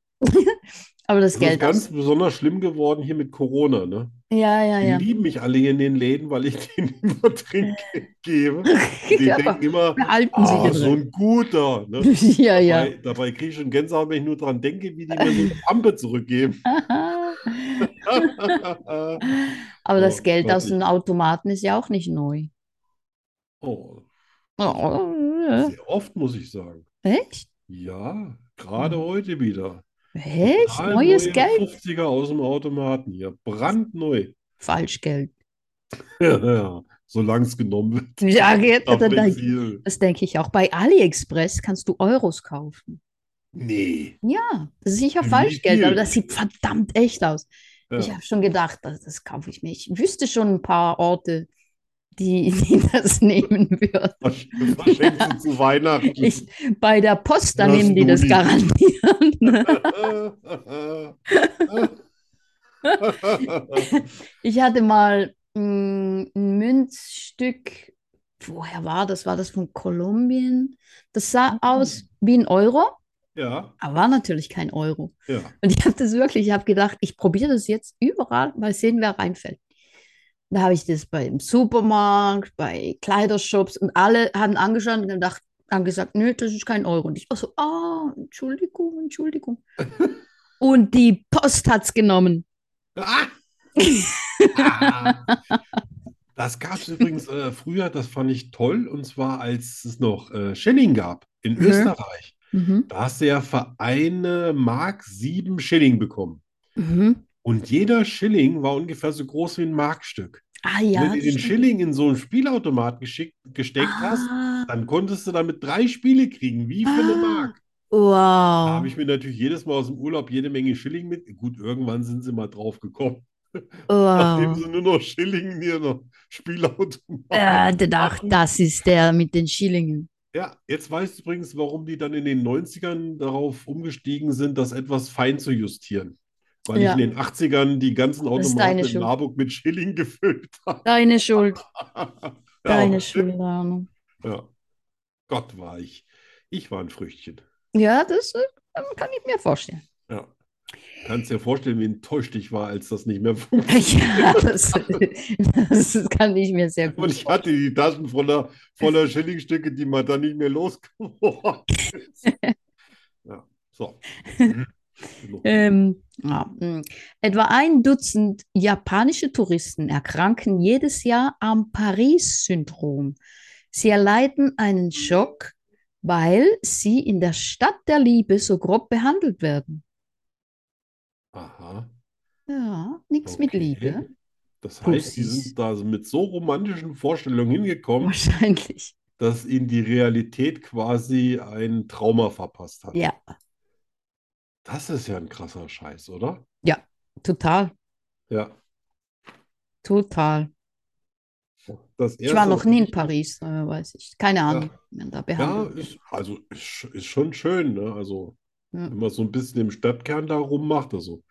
Speaker 1: Aber das
Speaker 2: Das ist
Speaker 1: Geld
Speaker 2: ganz
Speaker 1: aus.
Speaker 2: besonders schlimm geworden hier mit Corona, ne?
Speaker 1: Ja, ja,
Speaker 2: Die
Speaker 1: Ah, ja.
Speaker 2: lieben mich alle hier in den Läden, weil ich <laughs> denen immer Trinkgeld
Speaker 1: <laughs>
Speaker 2: gebe. Die
Speaker 1: Ja,
Speaker 2: denken immer,
Speaker 1: Behalten Sie
Speaker 2: ah,
Speaker 1: das.
Speaker 2: so ein guter. Ne?
Speaker 1: <laughs> Ja, ja.
Speaker 2: Dabei, dabei kriege ich schon Gänsehaut, wenn ich nur dran denke, wie die mir so eine Pampe zurückgeben. <laughs>
Speaker 1: <laughs> Aber das
Speaker 2: Oh,
Speaker 1: Geld aus
Speaker 2: wirklich.
Speaker 1: dem Automaten ist ja auch nicht neu.
Speaker 2: Oh,
Speaker 1: Oh, ja.
Speaker 2: sehr oft, muss ich sagen.
Speaker 1: Echt?
Speaker 2: Ja, gerade heute wieder.
Speaker 1: Hm. Echt?
Speaker 2: Total
Speaker 1: Neues
Speaker 2: neue
Speaker 1: Geld?
Speaker 2: 50er aus dem Automaten hier. Brandneu. <laughs>
Speaker 1: Falschgeld.
Speaker 2: Ja, solange es genommen wird.
Speaker 1: Ja, geht.
Speaker 2: Nach
Speaker 1: Da- da-
Speaker 2: Benzin.
Speaker 1: Das denke ich auch. Bei AliExpress kannst du Euros kaufen.
Speaker 2: Nee.
Speaker 1: Ja, das ist sicher
Speaker 2: Wie
Speaker 1: Falschgeld,
Speaker 2: viel?
Speaker 1: aber das sieht verdammt echt aus.
Speaker 2: Ja.
Speaker 1: Ich habe schon gedacht, das, das kaufe ich mir. Ich wüsste schon ein paar Orte, die, <laughs> die das nehmen würden.
Speaker 2: Was, was schenkst du zu Weihnachten?
Speaker 1: <laughs> Ich, bei der Post, da
Speaker 2: Das
Speaker 1: nehmen die das
Speaker 2: Nudi.
Speaker 1: garantiert. Ich hatte mal mh, ein Münzstück, woher war das? War das von Kolumbien? Das sah
Speaker 2: Ah.
Speaker 1: aus wie ein Euro,
Speaker 2: <laughs> ja,
Speaker 1: aber war natürlich kein Euro.
Speaker 2: ja.
Speaker 1: Und ich habe das wirklich, ich habe gedacht, ich probiere das jetzt überall, mal sehen, wer reinfällt. Da habe ich das beim Supermarkt, bei Kleidershops und alle haben angeschaut und gedacht, haben gesagt, nö, das ist kein Euro. Und ich auch so, ah, Entschuldigung,
Speaker 2: <laughs>
Speaker 1: Entschuldigung. Und die Post hat's genommen.
Speaker 2: Ah! Ah! Das gab es übrigens äh, früher, das fand ich toll, und zwar als es noch äh, Schilling gab in
Speaker 1: Mhm.
Speaker 2: Österreich.
Speaker 1: Mhm.
Speaker 2: Da hast du ja für eine Mark sieben Schilling bekommen.
Speaker 1: Mhm.
Speaker 2: Und jeder Schilling war ungefähr so groß wie ein Markstück.
Speaker 1: Ah
Speaker 2: Und
Speaker 1: ja,
Speaker 2: Wenn du
Speaker 1: das
Speaker 2: den
Speaker 1: stimmt.
Speaker 2: Schilling in so einen Spielautomat geschickt, gesteckt hast,
Speaker 1: Ah,
Speaker 2: dann konntest du damit drei Spiele kriegen, wie für eine
Speaker 1: Ah.
Speaker 2: Mark. Da
Speaker 1: wow.
Speaker 2: habe ich mir natürlich jedes Mal aus dem Urlaub jede Menge Schilling mit. Gut, irgendwann sind sie mal drauf gekommen,
Speaker 1: Oh.
Speaker 2: nachdem
Speaker 1: wow.
Speaker 2: sie nur noch Schilling hier noch Spielautomaten.
Speaker 1: Äh, gedacht, das ist der mit den Schillingen.
Speaker 2: Ja, jetzt weißt du übrigens, warum die dann in den 90ern darauf umgestiegen sind, das etwas fein zu justieren. Weil
Speaker 1: Ja.
Speaker 2: ich in den 80ern die ganzen
Speaker 1: ist
Speaker 2: Automaten
Speaker 1: deine
Speaker 2: in
Speaker 1: Schuld.
Speaker 2: Marburg mit Schilling <laughs> gefüllt habe.
Speaker 1: Deine Schuld,
Speaker 2: Ja,
Speaker 1: deine
Speaker 2: aber-
Speaker 1: Schuld, Arno.
Speaker 2: Ja. Gott war ich. Ich war ein Früchtchen.
Speaker 1: Ja, das äh, kann ich mir vorstellen.
Speaker 2: Ja. Kannst dir vorstellen, wie enttäuscht ich war, als das nicht mehr funktioniert.
Speaker 1: <laughs> Ja, das, das kann ich mir sehr
Speaker 2: Und
Speaker 1: gut
Speaker 2: ich hatte die Taschen voller,
Speaker 1: <laughs>
Speaker 2: voller Schillingstücke, die man dann nicht mehr losgeworden
Speaker 1: <laughs>
Speaker 2: ist. Ja, so. Genug.
Speaker 1: Ähm, ja, mh. etwa ein Dutzend japanische Touristen erkranken jedes Jahr am Paris-Syndrom. Sie erleiden einen Schock, weil sie in der Stadt der Liebe so grob behandelt werden.
Speaker 2: Aha.
Speaker 1: Ja, nichts mit
Speaker 2: okay.
Speaker 1: Liebe,
Speaker 2: Das heißt, die
Speaker 1: Pussys.
Speaker 2: sind da mit so romantischen Vorstellungen hingekommen,
Speaker 1: wahrscheinlich.
Speaker 2: dass ihnen die Realität quasi ein Trauma verpasst hat.
Speaker 1: Ja,
Speaker 2: Das ist ja ein krasser Scheiß, oder?
Speaker 1: total,
Speaker 2: Ja.
Speaker 1: total.
Speaker 2: Das
Speaker 1: Ich war
Speaker 2: Erste,
Speaker 1: noch
Speaker 2: was
Speaker 1: nie in
Speaker 2: ich-
Speaker 1: Paris, äh, weiß ich. Keine Ahnung, wie man da
Speaker 2: Ja,
Speaker 1: behandelt wird.
Speaker 2: ist, also ist, sch- ist schon schön, ne? Also,
Speaker 1: Ja.
Speaker 2: wenn man so ein bisschen im Stadtkern da rummacht, also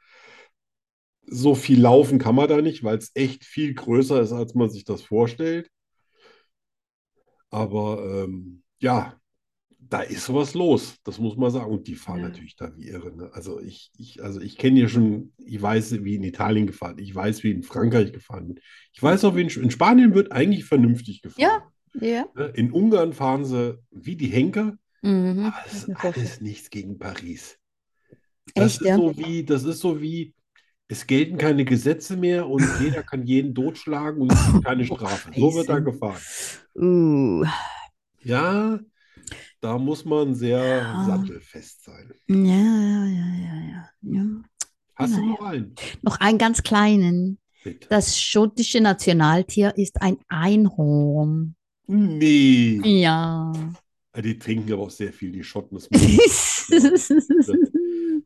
Speaker 2: so viel laufen kann man da nicht, weil es echt viel größer ist, als man sich das vorstellt. Aber ähm, ja, da ist was los, das muss man sagen. Und die fahren
Speaker 1: Ja.
Speaker 2: natürlich da wie irre, ne? Also ich, ich, also ich kenne ja schon, ich weiß, wie in Italien gefahren, ich weiß, wie in Frankreich gefahren wird. Ich weiß auch, wie in, Sp- in Spanien wird eigentlich vernünftig gefahren.
Speaker 1: Ja.
Speaker 2: Ne? In Ungarn fahren sie wie die Henker. Aber
Speaker 1: Mhm. kann
Speaker 2: Das
Speaker 1: ich
Speaker 2: ist
Speaker 1: mir vorstellen.
Speaker 2: alles nichts gegen Paris. Das
Speaker 1: Echt,
Speaker 2: ist
Speaker 1: ja?
Speaker 2: so wie, das ist so wie, es gelten keine Gesetze mehr
Speaker 1: <laughs>
Speaker 2: und jeder kann jeden totschlagen und es gibt keine Strafe. So wird da
Speaker 1: Oh, Scheiße.
Speaker 2: gefahren.
Speaker 1: Uh,
Speaker 2: Ja, da muss man sehr sattelfest sein.
Speaker 1: ja, ja, ja, ja, ja, ja.
Speaker 2: Hast du noch einen?
Speaker 1: Noch einen ganz kleinen.
Speaker 2: Bitte.
Speaker 1: Das schottische Nationaltier ist ein Einhorn.
Speaker 2: Nee.
Speaker 1: Ja.
Speaker 2: Ah,
Speaker 1: <laughs>
Speaker 2: Die trinken aber auch sehr viel, die Schotten. Das muss man-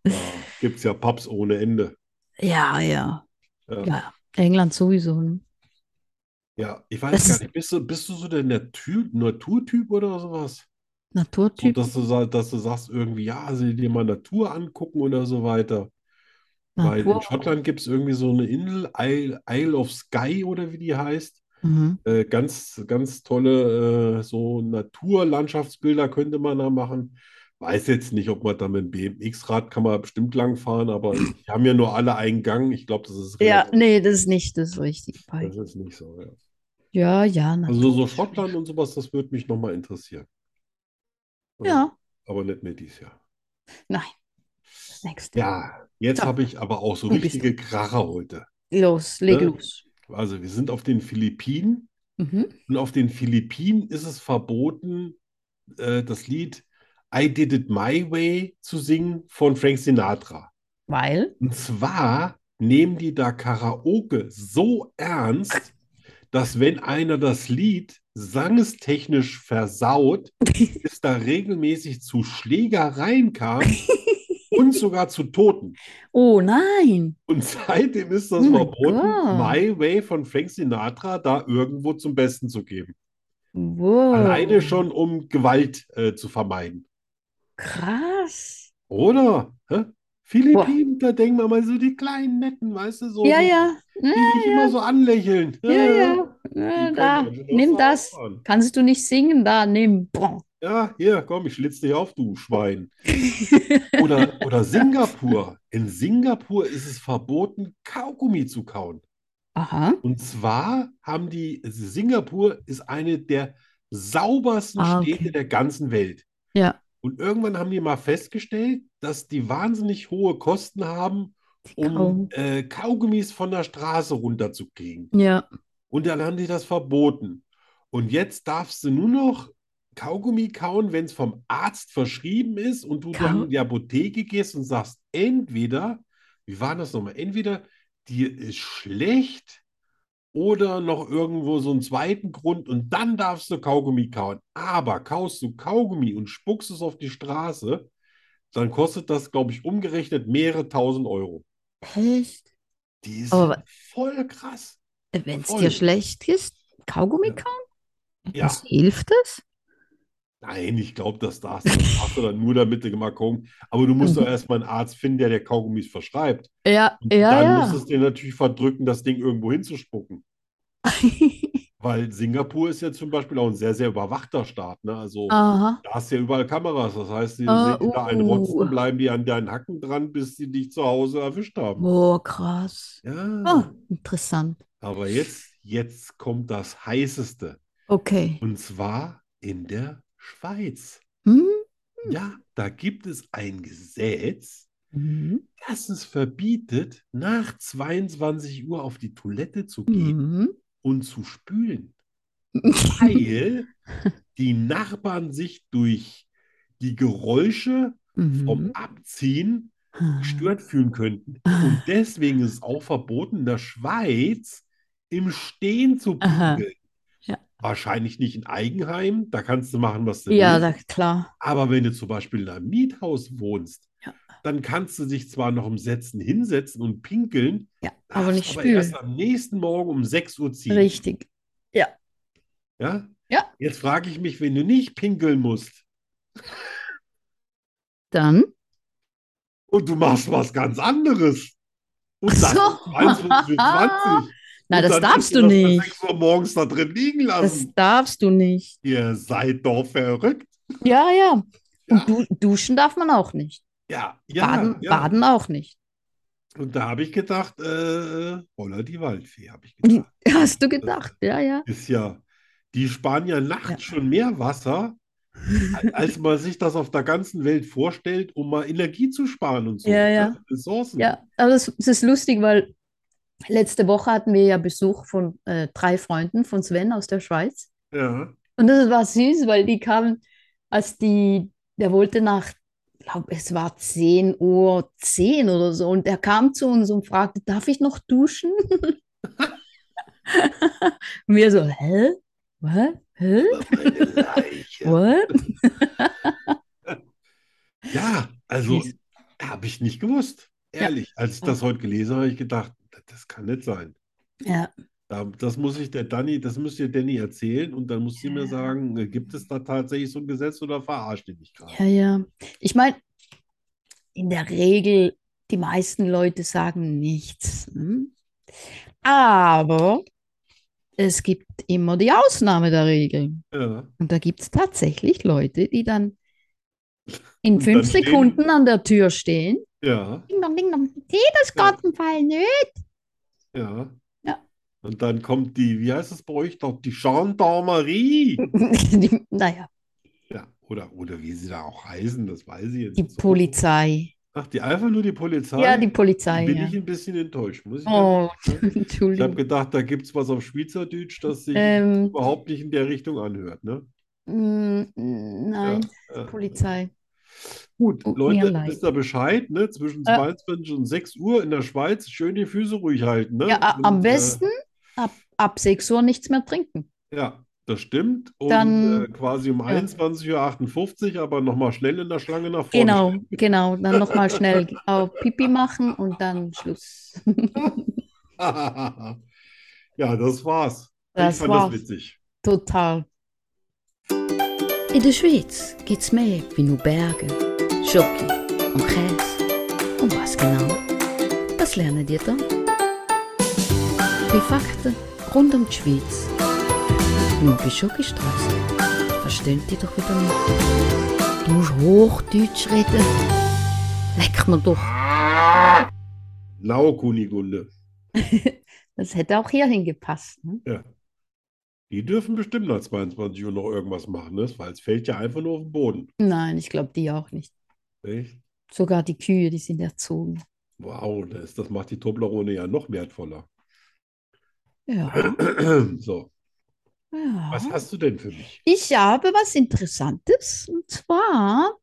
Speaker 1: Das
Speaker 2: Ja, gibt's ja Pubs ohne Ende.
Speaker 3: Ja, ja.
Speaker 2: Ja, ja.
Speaker 3: Ja. <laughs> England sowieso. Ne?
Speaker 2: ich weiß
Speaker 3: Das-
Speaker 2: gar nicht, bist du, bist du so der Natur, Naturtyp oder sowas? So,
Speaker 3: Naturtyp.
Speaker 2: dass du, sa- dass du sagst irgendwie, ja, sie dir mal Natur angucken oder so weiter. Weil in
Speaker 3: Natur.
Speaker 2: Schottland gibt es irgendwie so eine Insel, Isle, Isle of Skye oder wie die heißt.
Speaker 3: Mhm.
Speaker 2: Äh, ganz, ganz tolle äh, so Naturlandschaftsbilder könnte man da machen. Weiß jetzt nicht, ob man da mit dem BMX-Rad kann man bestimmt langfahren,
Speaker 3: <clears throat>
Speaker 2: aber die haben ja nur alle einen Gang. Ich glaube, das ist
Speaker 3: Ja,
Speaker 2: relativ-
Speaker 3: nee, das ist nicht das richtige Bike.
Speaker 2: Das ist nicht so, ja.
Speaker 3: Ja, ja,
Speaker 2: Also so
Speaker 3: Natur.
Speaker 2: Schottland und sowas, das würde mich nochmal interessieren.
Speaker 3: Ja,
Speaker 2: Aber nicht mehr dieses Jahr.
Speaker 3: nein. Das nächste.
Speaker 2: Ja, jetzt
Speaker 3: So.
Speaker 2: habe ich aber auch so
Speaker 3: Wo bist
Speaker 2: richtige Kracher heute.
Speaker 3: Los, leg
Speaker 2: Ne?
Speaker 3: los.
Speaker 2: Also wir sind auf den Philippinen
Speaker 3: Mhm.
Speaker 2: und auf den Philippinen ist es verboten, äh, das Lied I Did It My Way zu singen von Frank Sinatra.
Speaker 3: Weil?
Speaker 2: Und zwar nehmen die da Karaoke so ernst, dass wenn einer das Lied sangestechnisch
Speaker 3: <laughs>
Speaker 2: versaut, es da regelmäßig zu Schlägereien kam und sogar zu Toten.
Speaker 3: Oh nein.
Speaker 2: Und seitdem ist das
Speaker 3: Oh mein
Speaker 2: verboten,
Speaker 3: Gott.
Speaker 2: My Way von Frank Sinatra da irgendwo zum Besten zu geben.
Speaker 3: Wow.
Speaker 2: Alleine schon, um Gewalt äh, zu vermeiden.
Speaker 3: Krass.
Speaker 2: Oder? Hä? Philippinen, da denken wir mal so die kleinen Netten, weißt du, so,
Speaker 3: Ja,
Speaker 2: so,
Speaker 3: ja.
Speaker 2: die dich immer so anlächeln.
Speaker 3: Ja,
Speaker 2: Äh,
Speaker 3: ja.
Speaker 2: <laughs> die
Speaker 3: ja
Speaker 2: können
Speaker 3: da,
Speaker 2: ganz schön aufs
Speaker 3: nimm
Speaker 2: Maul
Speaker 3: das.
Speaker 2: fahren.
Speaker 3: Kannst du nicht singen? Da, nimm. Boah.
Speaker 2: Ja, hier, komm, ich schlitz dich auf,
Speaker 3: <laughs>
Speaker 2: du Schwein. Oder, oder Singapur. In Singapur ist es verboten, Kaugummi zu kauen.
Speaker 3: Aha.
Speaker 2: Und zwar haben die, also Singapur ist eine der saubersten
Speaker 3: Ah, okay.
Speaker 2: Städte der ganzen Welt.
Speaker 3: Ja.
Speaker 2: Und irgendwann haben die mal festgestellt, dass die wahnsinnig hohe Kosten haben, um
Speaker 3: Kaugummi.
Speaker 2: äh, Kaugummis von der Straße runterzukriegen.
Speaker 3: Ja.
Speaker 2: Und dann haben die das verboten. Und jetzt darfst du nur noch Kaugummi kauen, wenn es vom Arzt verschrieben ist und du
Speaker 3: Kau-
Speaker 2: dann in die Apotheke gehst und sagst, entweder, wie war das nochmal, entweder dir ist schlecht oder noch irgendwo so einen zweiten Grund und dann darfst du Kaugummi kauen. Aber kaust du Kaugummi und spuckst es auf die Straße, dann kostet das, glaube ich, umgerechnet mehrere tausend Euro.
Speaker 3: Echt?
Speaker 2: Die ist
Speaker 3: Aber-
Speaker 2: voll krass.
Speaker 4: Wenn es
Speaker 2: Voll.
Speaker 4: Äh, dir schlecht ist, Kaugummi
Speaker 2: Ja.
Speaker 4: kauen?
Speaker 2: Ja.
Speaker 4: Was hilft das?
Speaker 2: Nein, ich glaube, das darfst du. Das darfst du dann nur damit du mal gucken. Aber du
Speaker 3: Mhm.
Speaker 2: musst doch erstmal einen Arzt finden, der der Kaugummis verschreibt.
Speaker 3: Ja,
Speaker 2: Und
Speaker 3: ja,
Speaker 2: dann
Speaker 3: ja.
Speaker 2: musst du es dir natürlich verdrücken, das Ding irgendwo
Speaker 3: <laughs>
Speaker 2: hinzuspucken. Weil Singapur ist ja zum Beispiel auch ein sehr, sehr überwachter Staat. Ne? Also
Speaker 3: Aha.
Speaker 2: da hast du ja überall Kameras. Das heißt, die
Speaker 3: Ah,
Speaker 2: sehen die da einen
Speaker 3: uh.
Speaker 2: Rotzen, bleiben die an deinen Hacken dran, bis sie dich zu Hause erwischt haben.
Speaker 3: Boah, krass. Oh,
Speaker 2: Ja,
Speaker 3: interessant.
Speaker 2: aber jetzt, jetzt kommt das Heißeste.
Speaker 3: Okay.
Speaker 2: Und zwar in der Schweiz.
Speaker 3: Hm?
Speaker 2: Ja, da gibt es ein Gesetz.
Speaker 3: Mhm.
Speaker 2: dass es verbietet, nach 22 Uhr auf die Toilette zu gehen
Speaker 3: Mhm.
Speaker 2: und
Speaker 3: <laughs>
Speaker 2: zu spülen, weil die Nachbarn sich durch die Geräusche vom
Speaker 3: Mhm. Hm.
Speaker 2: Abziehen gestört fühlen könnten. Und deswegen ist es auch verboten, in der Schweiz im Stehen zu
Speaker 3: Aha.
Speaker 2: pinkeln.
Speaker 3: Ja.
Speaker 2: Wahrscheinlich nicht in Eigenheim, da kannst du machen, was du
Speaker 3: Ja,
Speaker 2: willst.
Speaker 3: da, klar.
Speaker 2: Aber wenn du zum Beispiel in einem Miethaus wohnst,
Speaker 3: Ja.
Speaker 2: dann kannst du dich zwar noch im Setzen hinsetzen und pinkeln,
Speaker 3: Ja, aber
Speaker 2: darfst
Speaker 3: nicht
Speaker 2: aber erst
Speaker 3: spülen.
Speaker 2: am nächsten Morgen um 6 Uhr ziehen.
Speaker 3: Richtig.
Speaker 2: Ja?
Speaker 3: Ja.
Speaker 2: Jetzt frage ich mich, wenn du nicht pinkeln musst
Speaker 4: Dann?
Speaker 2: und du machst was ganz anderes. Und
Speaker 3: Ach
Speaker 2: dann um
Speaker 3: so.
Speaker 2: 22 20.
Speaker 3: Nein, das
Speaker 2: Und dann
Speaker 3: darfst
Speaker 2: willst
Speaker 3: du
Speaker 2: das bis
Speaker 3: nicht.
Speaker 2: 6 Uhr morgens da drin liegen
Speaker 3: Das
Speaker 2: lassen.
Speaker 3: darfst du nicht.
Speaker 2: Ihr seid doch verrückt.
Speaker 3: Ja, ja.
Speaker 2: Ja.
Speaker 3: Und du, duschen darf man auch nicht.
Speaker 2: Ja, ja,
Speaker 3: Baden,
Speaker 2: ja.
Speaker 3: Baden auch nicht. <laughs>
Speaker 2: Und da habe ich gedacht, äh, Holla die Waldfee, habe ich gedacht.
Speaker 3: Hast du gedacht? Ja, ja.
Speaker 2: ist ja, die Spanier nachts
Speaker 3: Ja.
Speaker 2: schon
Speaker 3: <laughs>
Speaker 2: mehr Wasser, a- als man sich das auf der ganzen Welt vorstellt, um mal Energie zu sparen und so.
Speaker 3: Ja,
Speaker 2: ne?
Speaker 3: ja.
Speaker 2: Ressourcen.
Speaker 3: Ja, aber es es ist lustig, weil letzte Woche hatten wir ja Besuch von äh, drei Freunden von Sven aus der Schweiz.
Speaker 2: Ja.
Speaker 3: Und das war süß, weil die kamen, als die, der wollte nach, glaube es war 10 Uhr 10 oder so, und er kam zu uns und fragte, darf ich noch
Speaker 2: <laughs>
Speaker 3: duschen? <laughs> Und wir so, hä? What? Hä?
Speaker 2: Meine Leiche.
Speaker 3: What?
Speaker 2: Ja, also
Speaker 3: Süß.
Speaker 2: Habe ich nicht gewusst. Ehrlich, als ich das heute gelesen habe, habe ich gedacht, das- das kann nicht sein.
Speaker 1: Ja.
Speaker 2: Da- Das muss ich der Danny, das müsst ihr Danny erzählen und dann muss sie mir
Speaker 1: Ja.
Speaker 2: sagen, äh, gibt es da tatsächlich so ein Gesetz oder verarscht ihr mich
Speaker 1: Ja,
Speaker 2: gerade?
Speaker 1: ja. Ich meine, in der Regel, die meisten Leute sagen nichts. Hm? Aber es gibt immer die Ausnahme der Regel.
Speaker 2: Ja.
Speaker 1: Und da gibt es tatsächlich Leute, die dann in
Speaker 2: Und dann
Speaker 1: fünf
Speaker 2: stehen-
Speaker 1: Sekunden an der Tür stehen.
Speaker 2: Ja,
Speaker 1: Ding dong, ding dong. Tedesgartenfall, nö. <laughs>
Speaker 2: ja.
Speaker 1: Ja.
Speaker 2: Und dann kommt die, wie heißt es bei euch doch, die Gendarmerie.
Speaker 1: Die, naja,
Speaker 2: Ja, oder, oder wie sie da auch heißen, das weiß ich jetzt
Speaker 1: die
Speaker 2: nicht so.
Speaker 1: Polizei.
Speaker 2: Ach, die einfach nur die Polizei?
Speaker 1: Ja, die Polizei,
Speaker 2: Bin
Speaker 1: ja.
Speaker 2: ich ein bisschen enttäuscht, muss ich
Speaker 1: Oh,
Speaker 2: ehrlich
Speaker 1: <laughs>
Speaker 2: sagen. Ich habe
Speaker 1: Entschuldigung.
Speaker 2: gedacht, da gibt es was auf Schweizerdeutsch, das sich
Speaker 1: Ähm,
Speaker 2: überhaupt nicht in der Richtung anhört. Ne?
Speaker 1: mm, nein,
Speaker 2: Ja. äh.
Speaker 1: Polizei.
Speaker 2: Gut,
Speaker 1: Tut Oh, mir
Speaker 2: Leute,
Speaker 1: leid. Äh.
Speaker 2: wisst ihr Bescheid, ne? Zwischen
Speaker 1: Ja.
Speaker 2: 22 und 6 Uhr in der Schweiz schön die Füße ruhig halten, ne?
Speaker 1: Ja, a- am
Speaker 2: Und, äh,
Speaker 1: besten ab, ab 6 Uhr nichts mehr trinken.
Speaker 2: ja, das stimmt. Und
Speaker 1: Dann-
Speaker 2: äh, quasi um 21.58 Uhr, aber nochmal schnell in der Schlange nach vorne
Speaker 1: Genau,
Speaker 2: stellen.
Speaker 1: genau. Dann <laughs> nochmal schnell auf Pipi machen und dann Schluss.
Speaker 2: <laughs> Ja, das war's. Ich
Speaker 1: Das
Speaker 2: fand
Speaker 1: war's.
Speaker 2: das witzig.
Speaker 1: Total.
Speaker 6: In der Schweiz gibt's mehr wie nur Berge, Schoki und Käse. Und was genau? Das lernen die dann. Die Fakten rund um die Schweiz. Nur bei Schokistraße verstehen die doch wieder nicht. Du musst Hochdeutsch reden. Leck mir doch.
Speaker 2: Lau, Kunigunde.
Speaker 1: Das hätte auch hierhin gepasst. Ne?
Speaker 2: Die dürfen bestimmt nach 22 Uhr noch irgendwas machen, ne? Weil es fällt ja einfach nur auf den Boden.
Speaker 1: Nein, ich glaube, die auch nicht.
Speaker 2: Echt?
Speaker 1: Sogar die Kühe, die sind erzogen.
Speaker 2: Wow, das, das macht die Toblerone ja noch wertvoller.
Speaker 1: <clears throat> Ja,
Speaker 2: So,
Speaker 1: ja.
Speaker 2: was hast du denn für mich?
Speaker 1: Ich habe was Interessantes und zwar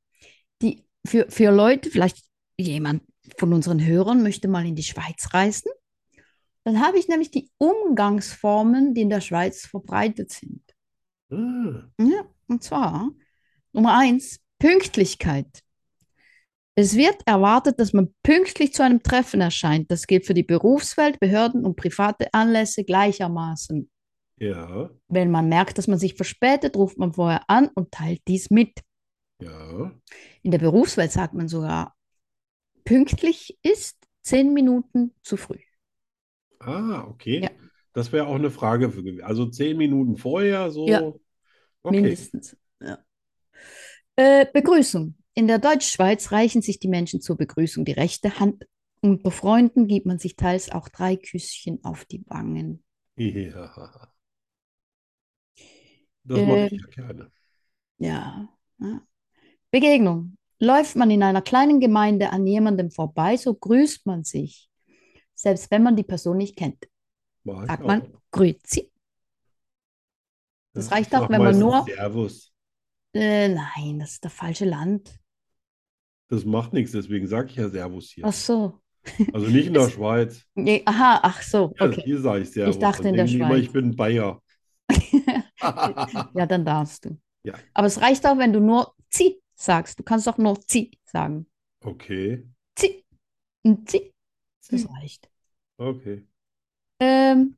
Speaker 1: die, für, für Leute, vielleicht jemand von unseren Hörern möchte mal in die Schweiz reisen. Dann habe ich nämlich die Umgangsformen, die in der Schweiz verbreitet sind.
Speaker 2: Ah,
Speaker 1: Ja, und zwar Nummer eins, Pünktlichkeit. Es wird erwartet, dass man pünktlich zu einem Treffen erscheint. Das gilt für die Berufswelt, Behörden und private Anlässe gleichermaßen.
Speaker 2: ja,
Speaker 1: Wenn man merkt, dass man sich verspätet, ruft man vorher an und teilt dies mit.
Speaker 2: ja,
Speaker 1: In der Berufswelt sagt man sogar, pünktlich ist zehn Minuten zu früh.
Speaker 2: ah, okay.
Speaker 1: Ja.
Speaker 2: Das wäre auch eine Frage für gewesen. Also zehn Minuten vorher, so.
Speaker 1: Ja.
Speaker 2: Okay.
Speaker 1: Mindestens. Ja. Äh, Begrüßung. In der Deutschschweiz reichen sich die Menschen zur Begrüßung die rechte Hand. Unter Freunden gibt man sich teils auch drei Küsschen auf die Wangen.
Speaker 2: <laughs> Ja. Das
Speaker 1: Äh,
Speaker 2: mache ich ja gerne.
Speaker 1: Ja. ja. Begegnung. Läuft man in einer kleinen Gemeinde an jemandem vorbei, so grüßt man sich. Selbst wenn man die Person nicht kennt.
Speaker 2: Mach ich
Speaker 1: Sagt
Speaker 2: auch.
Speaker 1: man Grüezi? das
Speaker 2: Ja,
Speaker 1: reicht
Speaker 2: ich
Speaker 1: auch,
Speaker 2: sag
Speaker 1: wenn man
Speaker 2: meistens
Speaker 1: nur-
Speaker 2: Servus.
Speaker 1: Äh, nein, das ist das falsche Land.
Speaker 2: Das macht nichts, deswegen sage ich ja Servus hier.
Speaker 1: Ach so.
Speaker 2: Also nicht in der Schweiz.
Speaker 1: Nee, aha, ach so.
Speaker 2: Ja,
Speaker 1: Okay.
Speaker 2: hier sage ich Servus.
Speaker 1: dachte
Speaker 2: Dann
Speaker 1: in der
Speaker 2: denken die immer, ich
Speaker 1: Schweiz.
Speaker 2: bin
Speaker 1: <laughs>
Speaker 2: Bayer. <laughs>
Speaker 1: Ja, dann darfst du.
Speaker 2: Ja.
Speaker 1: Aber es reicht auch, wenn du nur Zi sagst. Du kannst auch nur Zi sagen.
Speaker 2: Okay,
Speaker 1: Zi. Ein Zi. Das reicht.
Speaker 2: okay.
Speaker 1: Ähm,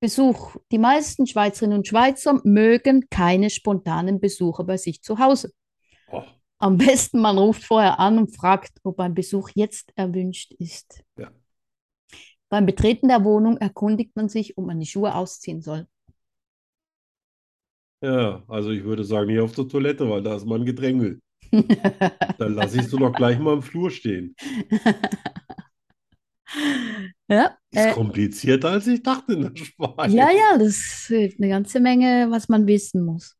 Speaker 1: Besuch. Die meisten Schweizerinnen und Schweizer mögen keine spontanen Besuche bei sich zu Hause.
Speaker 2: Oh,
Speaker 1: Am besten, man ruft vorher an und fragt, ob ein Besuch jetzt erwünscht ist.
Speaker 2: Ja.
Speaker 1: Beim Betreten der Wohnung erkundigt man sich, ob man die Schuhe ausziehen soll. <laughs>
Speaker 2: ja, also ich würde sagen, hier auf der Toilette, weil da ist mein Gedrängel. Dann lasse ich sie doch gleich mal im Flur stehen.
Speaker 1: Ja,
Speaker 2: Ist
Speaker 1: äh,
Speaker 2: komplizierter, als ich dachte in der Schweiz.
Speaker 1: Ja, ja, das hilft eine ganze Menge, was man wissen muss.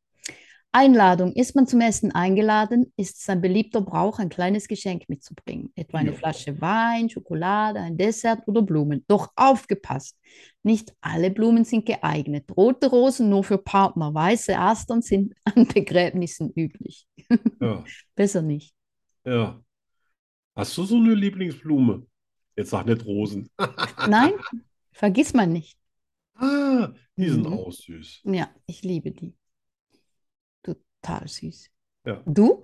Speaker 1: Einladung. Ist man zum Essen eingeladen, ist es ein beliebter Brauch, ein kleines Geschenk mitzubringen. Etwa eine
Speaker 2: Ja.
Speaker 1: Flasche Wein, Schokolade, ein Dessert oder Blumen. Doch aufgepasst, nicht alle Blumen sind geeignet. Rote Rosen nur für Partner, weiße Astern sind <laughs> an Begräbnissen üblich.
Speaker 2: Ja,
Speaker 1: Besser nicht.
Speaker 2: ja. Hast du so eine Lieblingsblume? Jetzt sag nicht Rosen.
Speaker 1: Nein, vergiss man nicht.
Speaker 2: Ah, die sind
Speaker 1: Mhm.
Speaker 2: auch süß.
Speaker 1: Ja, ich liebe die. Total süß.
Speaker 2: Ja.
Speaker 1: Du?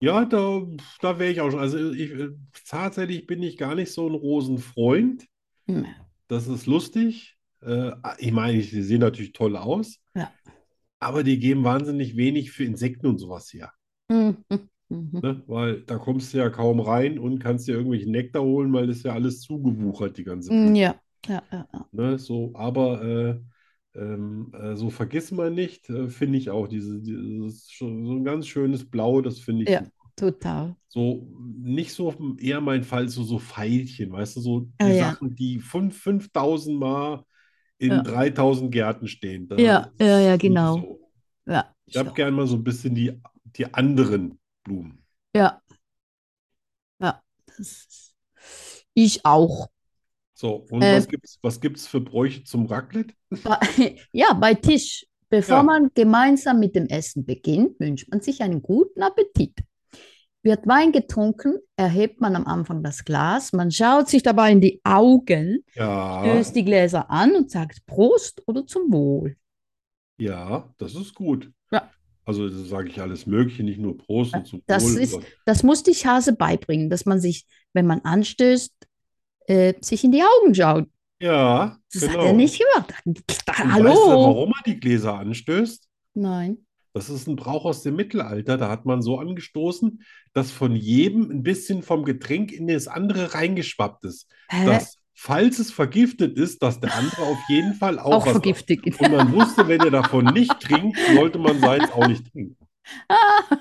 Speaker 2: Ja, da, da wäre ich auch schon. Also ich, äh, tatsächlich bin ich gar nicht so ein Rosenfreund.
Speaker 3: Ja.
Speaker 2: Das ist lustig. Äh, ich meine, ich- die sehen natürlich toll aus.
Speaker 3: Ja.
Speaker 2: Aber die geben wahnsinnig wenig für Insekten und sowas her.
Speaker 1: Mm,
Speaker 3: Mhm. Mhm.
Speaker 2: Ne? Weil da kommst du ja kaum rein und kannst dir irgendwelchen Nektar holen, weil das ist ja alles zugewuchert, die ganze
Speaker 1: mm,
Speaker 2: Blüte.
Speaker 3: Ja, ja, ja, ja.
Speaker 2: Ne? So, aber äh, ähm, äh, so vergiss mal nicht, äh, finde ich auch. Diese, dieses, so ein ganz schönes Blau, das finde ich
Speaker 3: Ja.
Speaker 2: super.
Speaker 3: total.
Speaker 2: So, nicht so eher mein Fall, so, so Veilchen, weißt du, so
Speaker 3: Ah,
Speaker 2: die
Speaker 3: ja.
Speaker 2: Sachen, die fünf- 5000 Mal in
Speaker 3: Ja.
Speaker 2: 3000 Gärten stehen. Da
Speaker 3: Ja,
Speaker 2: ist
Speaker 3: ja, ja,
Speaker 2: nicht
Speaker 3: genau.
Speaker 2: so.
Speaker 3: Ja,
Speaker 2: Ich habe gern mal so ein bisschen die, die anderen Blumen.
Speaker 3: ja. Ja, das ist ich auch.
Speaker 2: So, und
Speaker 3: Äh,
Speaker 2: was gibt's, was gibt's für Bräuche zum Raclette?
Speaker 1: Bei, <laughs> ja, bei Tisch. Bevor
Speaker 2: Ja.
Speaker 1: man gemeinsam mit dem Essen beginnt, wünscht man sich einen guten Appetit. Wird Wein getrunken, erhebt man am Anfang das Glas, man schaut sich dabei in die Augen,
Speaker 2: Ja,
Speaker 1: stößt die Gläser an und sagt Prost oder zum Wohl.
Speaker 2: ja, das ist gut.
Speaker 1: Ja.
Speaker 2: Also sage ich alles Mögliche, nicht nur Prost und zum
Speaker 1: Das
Speaker 2: Wohl,
Speaker 1: ist-
Speaker 2: aber-
Speaker 1: Das muss die Hase beibringen, dass man sich, wenn man anstößt, äh, sich in die Augen schaut.
Speaker 2: Ja,
Speaker 1: Das hat
Speaker 2: genau.
Speaker 1: er nicht gemacht. Da,
Speaker 2: Und
Speaker 1: hallo?
Speaker 2: weißt du, warum er die Gläser anstößt?
Speaker 1: Nein.
Speaker 2: Das ist ein Brauch aus dem Mittelalter. Da hat man so angestoßen, dass von jedem ein bisschen vom Getränk in das andere reingeschwappt ist.
Speaker 1: Hä?
Speaker 2: Dass, falls es vergiftet ist, dass der andere auf jeden Fall auch
Speaker 1: Auch
Speaker 2: was
Speaker 1: vergiftet.
Speaker 2: hat. Und man wusste, wenn er davon nicht trinkt, sollte man seins auch nicht trinken.
Speaker 1: <laughs>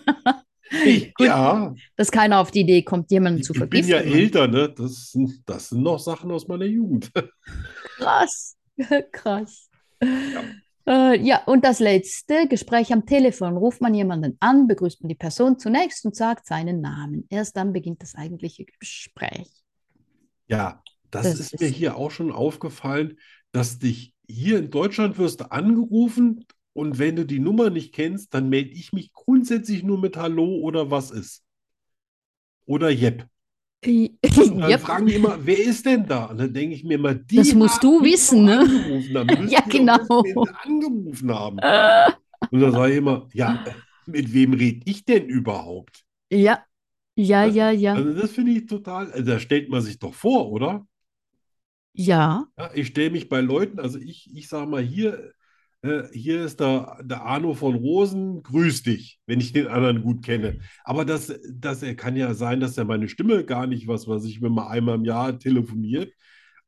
Speaker 1: Gut.
Speaker 2: Ja,
Speaker 1: <laughs> Dass keiner auf die Idee kommt, jemanden
Speaker 2: ich,
Speaker 1: zu
Speaker 2: ich bin ja
Speaker 1: vergiften.
Speaker 2: älter, ne? Das sind, das sind noch Sachen aus meiner Jugend.
Speaker 1: Krass, <laughs> krass. Äh, ja, und das letzte Gespräch am Telefon. Ruft man jemanden an, begrüßt man die Person zunächst und sagt seinen Namen. Erst dann beginnt das eigentliche Gespräch.
Speaker 2: Ja, das
Speaker 1: Das
Speaker 2: ist mir
Speaker 1: ist-
Speaker 2: hier auch schon aufgefallen, dass dich hier in Deutschland wirst du angerufen und wenn du die Nummer nicht kennst, dann melde ich mich grundsätzlich nur mit Hallo oder was ist. Oder Jep.
Speaker 1: <laughs>
Speaker 2: Und dann
Speaker 1: Yep.
Speaker 2: fragen die immer, wer ist denn da? Und dann denke ich mir immer, die
Speaker 1: Das musst
Speaker 2: haben
Speaker 1: du
Speaker 2: mich
Speaker 1: wissen,
Speaker 2: doch
Speaker 1: ne?
Speaker 2: angerufen. Dann müssen
Speaker 1: <laughs> Ja,
Speaker 2: die doch wissen,
Speaker 1: genau.
Speaker 2: wen sie angerufen haben.
Speaker 1: Äh,
Speaker 2: Und dann sage ich immer, ja, äh, mit wem rede ich denn überhaupt?
Speaker 1: ja, ja, ja, ja,
Speaker 2: Also das finde ich total, also da stellt man sich doch vor, oder?
Speaker 1: ja.
Speaker 2: Ja, ich stelle mich bei Leuten, also ich, ich sage mal hier, äh, hier ist der, der Arno von Rosen, grüß dich, wenn ich den anderen gut kenne. Aber das, das äh, kann ja sein, dass er meine Stimme gar nicht was, was ich, wenn man einmal im Jahr telefoniert,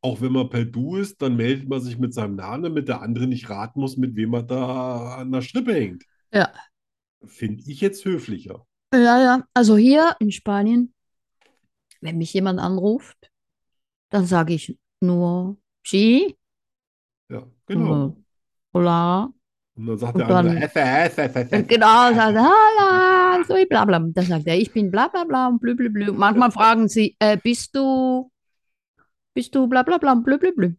Speaker 2: auch wenn man per Du ist, dann meldet man sich mit seinem Namen, damit der andere nicht raten muss, mit wem er da an der Strippe hängt.
Speaker 1: Ja.
Speaker 2: Finde ich jetzt höflicher.
Speaker 1: Ja, ja. Also hier in Spanien, wenn mich jemand anruft, dann sage ich nur Sie,
Speaker 2: Ja, genau.
Speaker 1: äh, hola.
Speaker 2: Und dann sagt
Speaker 1: Und
Speaker 2: der andere,
Speaker 1: dann-
Speaker 2: "Effe, effe, effe, effe, effe."
Speaker 1: Genau, sagt er, hallo, so bla bla. Dann sagt er, ich bin bla bla bla und blü blü blü. Manchmal fragen sie, äh, bist du, bist du bla bla bla und blü blü blü.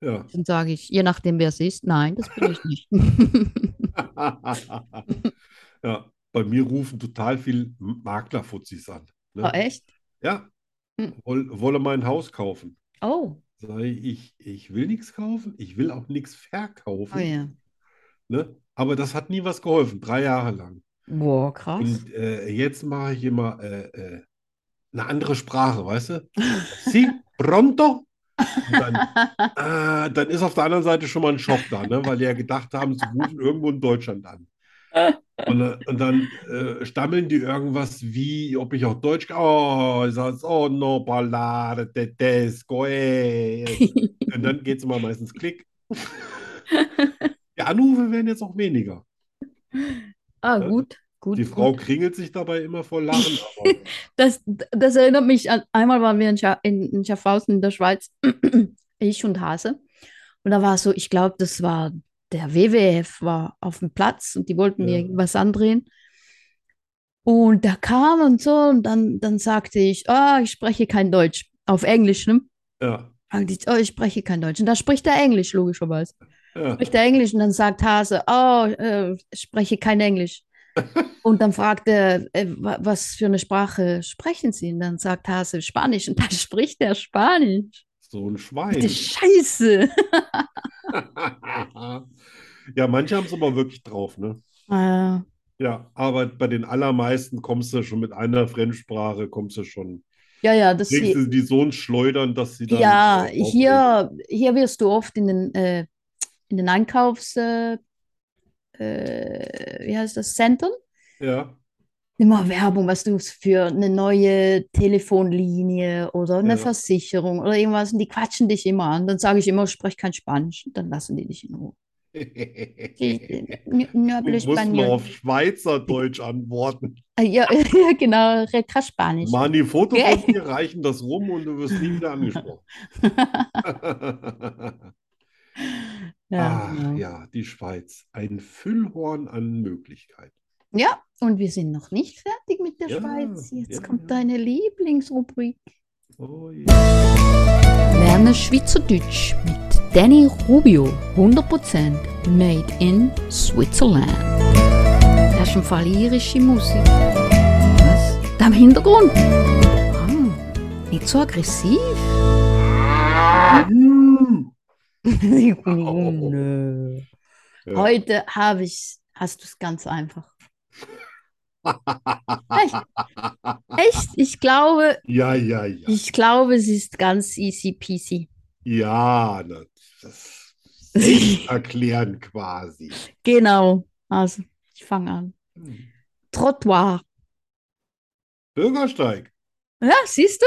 Speaker 2: Ja.
Speaker 1: Dann sage ich, je nachdem wer es ist, nein, das bin
Speaker 2: <laughs>
Speaker 1: ich nicht.
Speaker 2: Ja, bei mir rufen total viel Maklerfuzzis an. Ne?
Speaker 1: Oh, echt?
Speaker 2: Ja,
Speaker 1: Hm.
Speaker 2: Woll, wolle mein Haus kaufen.
Speaker 1: Oh,
Speaker 2: Sei ich, ich will nichts kaufen, ich will auch nichts verkaufen.
Speaker 1: oh ja.
Speaker 2: Ne? Aber das hat nie was geholfen, drei Jahre lang.
Speaker 1: Boah, krass.
Speaker 2: Und äh, jetzt mache ich immer äh, äh, eine andere Sprache, weißt du? Sie, pronto. Und dann, ah, dann ist auf der anderen Seite schon mal ein Schock da, ne? weil die ja gedacht haben, sie rufen irgendwo in Deutschland an. Und, dann- und dann äh, stammeln die irgendwas wie, ob ich auch Deutsch kann. Oh, ich sag's, oh no, parlare tedesco, eh. Und dann geht's immer meistens klick. Die Anrufe werden jetzt auch weniger.
Speaker 1: Ah, gut, gut,
Speaker 2: Äh, Die Frau
Speaker 1: gut.
Speaker 2: kringelt sich dabei immer vor Lachen.
Speaker 1: <laughs>
Speaker 2: Aber
Speaker 1: Das, das erinnert mich an, einmal waren wir in, Scha in, in Schaffhausen in der Schweiz, <clears throat> ich und Hase. Und da war so, ich glaube, das war der WWF war auf dem Platz und die wollten
Speaker 2: Ja.
Speaker 1: irgendwas andrehen. Und da kam und so, und dann, dann sagte ich, ah, ich spreche kein Deutsch. Auf Englisch, ne?
Speaker 2: ja,
Speaker 1: Sagte ich, oh, ich spreche kein Deutsch. Und da spricht er Englisch, logischerweise.
Speaker 2: ja.
Speaker 1: Spricht er Englisch und dann sagt Hase, oh, äh, ich spreche
Speaker 2: <laughs>
Speaker 1: kein Englisch. Und dann fragt er, äh, wa- was für eine Sprache sprechen Sie? Und dann sagt Hase Spanisch und dann <laughs> spricht er Spanisch.
Speaker 2: So ein Schwein. <laughs>
Speaker 1: Bitte Scheiße.
Speaker 2: Ja, manche haben es aber wirklich drauf, ne?
Speaker 1: Äh,
Speaker 2: Ja, aber bei den allermeisten kommst du schon mit einer Fremdsprache, kommst du schon.
Speaker 1: Ja, ja, das
Speaker 2: Kriegst du die so ins Schleudern, dass sie dann.
Speaker 1: Ja,
Speaker 2: auch- auch-
Speaker 1: hier, hier wirst du oft in den, äh, in den Einkaufs, äh, äh, wie heißt das, Zentren?
Speaker 2: Ja,
Speaker 1: Immer Werbung, was du für eine neue Telefonlinie oder eine
Speaker 2: Ja.
Speaker 1: Versicherung oder irgendwas und die quatschen dich immer an. Dann sage ich immer, sprech kein Spanisch, dann lassen die dich in Ruhe. <laughs>
Speaker 2: Du
Speaker 1: Nördlich
Speaker 2: musst mal
Speaker 1: Spanien.
Speaker 2: auf Schweizerdeutsch
Speaker 1: <laughs>
Speaker 2: antworten.
Speaker 1: Ah, Ja, ja, genau, reca Spanisch.
Speaker 2: Mann, die Fotos
Speaker 1: Gell?
Speaker 2: von dir reichen das rum und du wirst nie wieder angesprochen.
Speaker 1: <laughs>
Speaker 2: <laughs>
Speaker 1: Ja,
Speaker 2: Ach
Speaker 1: genau.
Speaker 2: ja, die Schweiz. Ein Füllhorn an Möglichkeiten.
Speaker 1: Ja, und wir sind noch nicht fertig mit der
Speaker 2: Ja,
Speaker 1: Schweiz. Jetzt
Speaker 2: ja,
Speaker 1: kommt
Speaker 2: ja.
Speaker 1: deine Lieblingsrubrik.
Speaker 2: Oh, je.
Speaker 4: Lerne Schweizerdeutsch mit Danny Rubio. 100% made in Switzerland. Das ist im Fall irische Musik. Was? Da im Hintergrund? Ah, nicht so aggressiv.
Speaker 2: <laughs>
Speaker 3: Oh,
Speaker 1: Nö. Heute habe ich, hast du es ganz einfach. Echt? Echt? Ich glaube,
Speaker 2: Ja, ja, ja.
Speaker 1: ich glaube, es ist ganz easy peasy.
Speaker 2: Ja, na, das erklären quasi.
Speaker 1: Genau. Also, ich fange an. Trottoir.
Speaker 2: Bürgersteig.
Speaker 1: Ja, siehst du?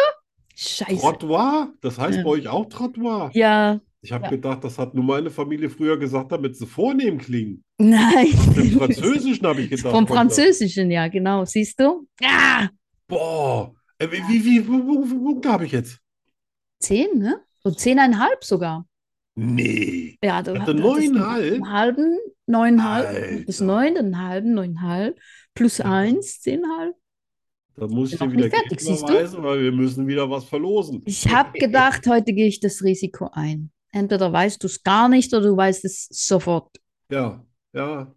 Speaker 1: Scheiße.
Speaker 2: Trottoir? Das heißt
Speaker 1: Ja.
Speaker 2: bei euch auch Trottoir?
Speaker 1: Ja, <laughs>
Speaker 2: Ich habe
Speaker 1: Ja.
Speaker 2: gedacht, das hat nur meine Familie früher gesagt, damit sie vornehm klingen. Im
Speaker 1: nein.
Speaker 2: Französischen habe ich gedacht.
Speaker 1: Vom
Speaker 2: kommt das.
Speaker 1: Französischen, ja, genau. Siehst du? Ah,
Speaker 2: Boah, äh, wie, wie, wie, wie, wie, wie Punkte habe ich jetzt?
Speaker 1: zehn, ne? So zehneinhalb sogar.
Speaker 2: Nee.
Speaker 1: Ja, du
Speaker 2: Ich
Speaker 1: hast
Speaker 2: hatte neuneinhalb.
Speaker 1: einen halben, neuneinhalb,
Speaker 2: Alter.
Speaker 1: bis neun, dann einen halben, neuneinhalb, plus eins, zehnhalb.
Speaker 2: Da muss ich
Speaker 1: Bin
Speaker 2: dir
Speaker 1: noch
Speaker 2: wieder
Speaker 1: nicht fertig,
Speaker 2: Geld
Speaker 1: siehst du?
Speaker 2: überweisen, weil wir müssen wieder was verlosen.
Speaker 1: Ich habe gedacht, heute gehe ich das Risiko ein. Entweder weißt du es gar nicht oder du weißt es sofort.
Speaker 2: Ja, ja,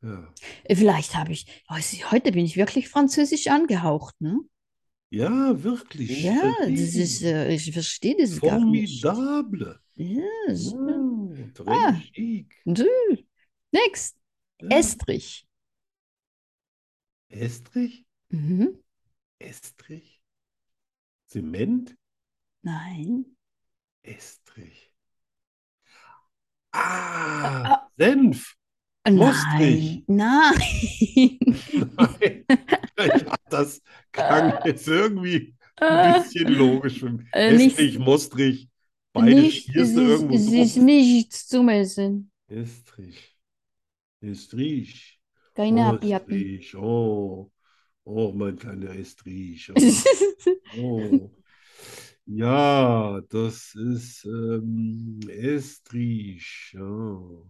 Speaker 2: ja.
Speaker 1: Äh, Vielleicht habe ich, weiß- heute bin ich wirklich französisch angehaucht, ne?
Speaker 2: Ja, wirklich.
Speaker 1: Ja, das ist, äh, ich verstehe das gar nicht.
Speaker 2: Formidable.
Speaker 1: Yes.
Speaker 2: Mm, très
Speaker 1: Ah.
Speaker 2: chic.
Speaker 1: Du. Next,
Speaker 2: Ja.
Speaker 1: Estrich.
Speaker 2: Estrich?
Speaker 1: Mhm.
Speaker 2: Estrich? Zement?
Speaker 1: Nein.
Speaker 2: Estrich. Ah,
Speaker 1: Ah.
Speaker 2: Senf.
Speaker 1: Nein.
Speaker 2: Mustrig. <laughs>
Speaker 1: Nein.
Speaker 2: Nein. Ja, das klang jetzt irgendwie
Speaker 1: Äh,
Speaker 2: ein bisschen logisch. für mich.
Speaker 1: äh, nicht-
Speaker 2: Estrig, mostrig, beide
Speaker 1: nicht, es
Speaker 2: schmierst du
Speaker 1: ist,
Speaker 2: irgendwo
Speaker 1: es
Speaker 2: drauf.
Speaker 1: ist nichts zum Essen.
Speaker 2: Estrich. Estrich.
Speaker 1: Keine
Speaker 2: Oh,
Speaker 1: Abiappen.
Speaker 2: Estrich. Oh. Oh, mein kleiner Estrich.
Speaker 1: <laughs>
Speaker 2: Oh. Oh. Ja, das ist ähm, Estrich. Oh.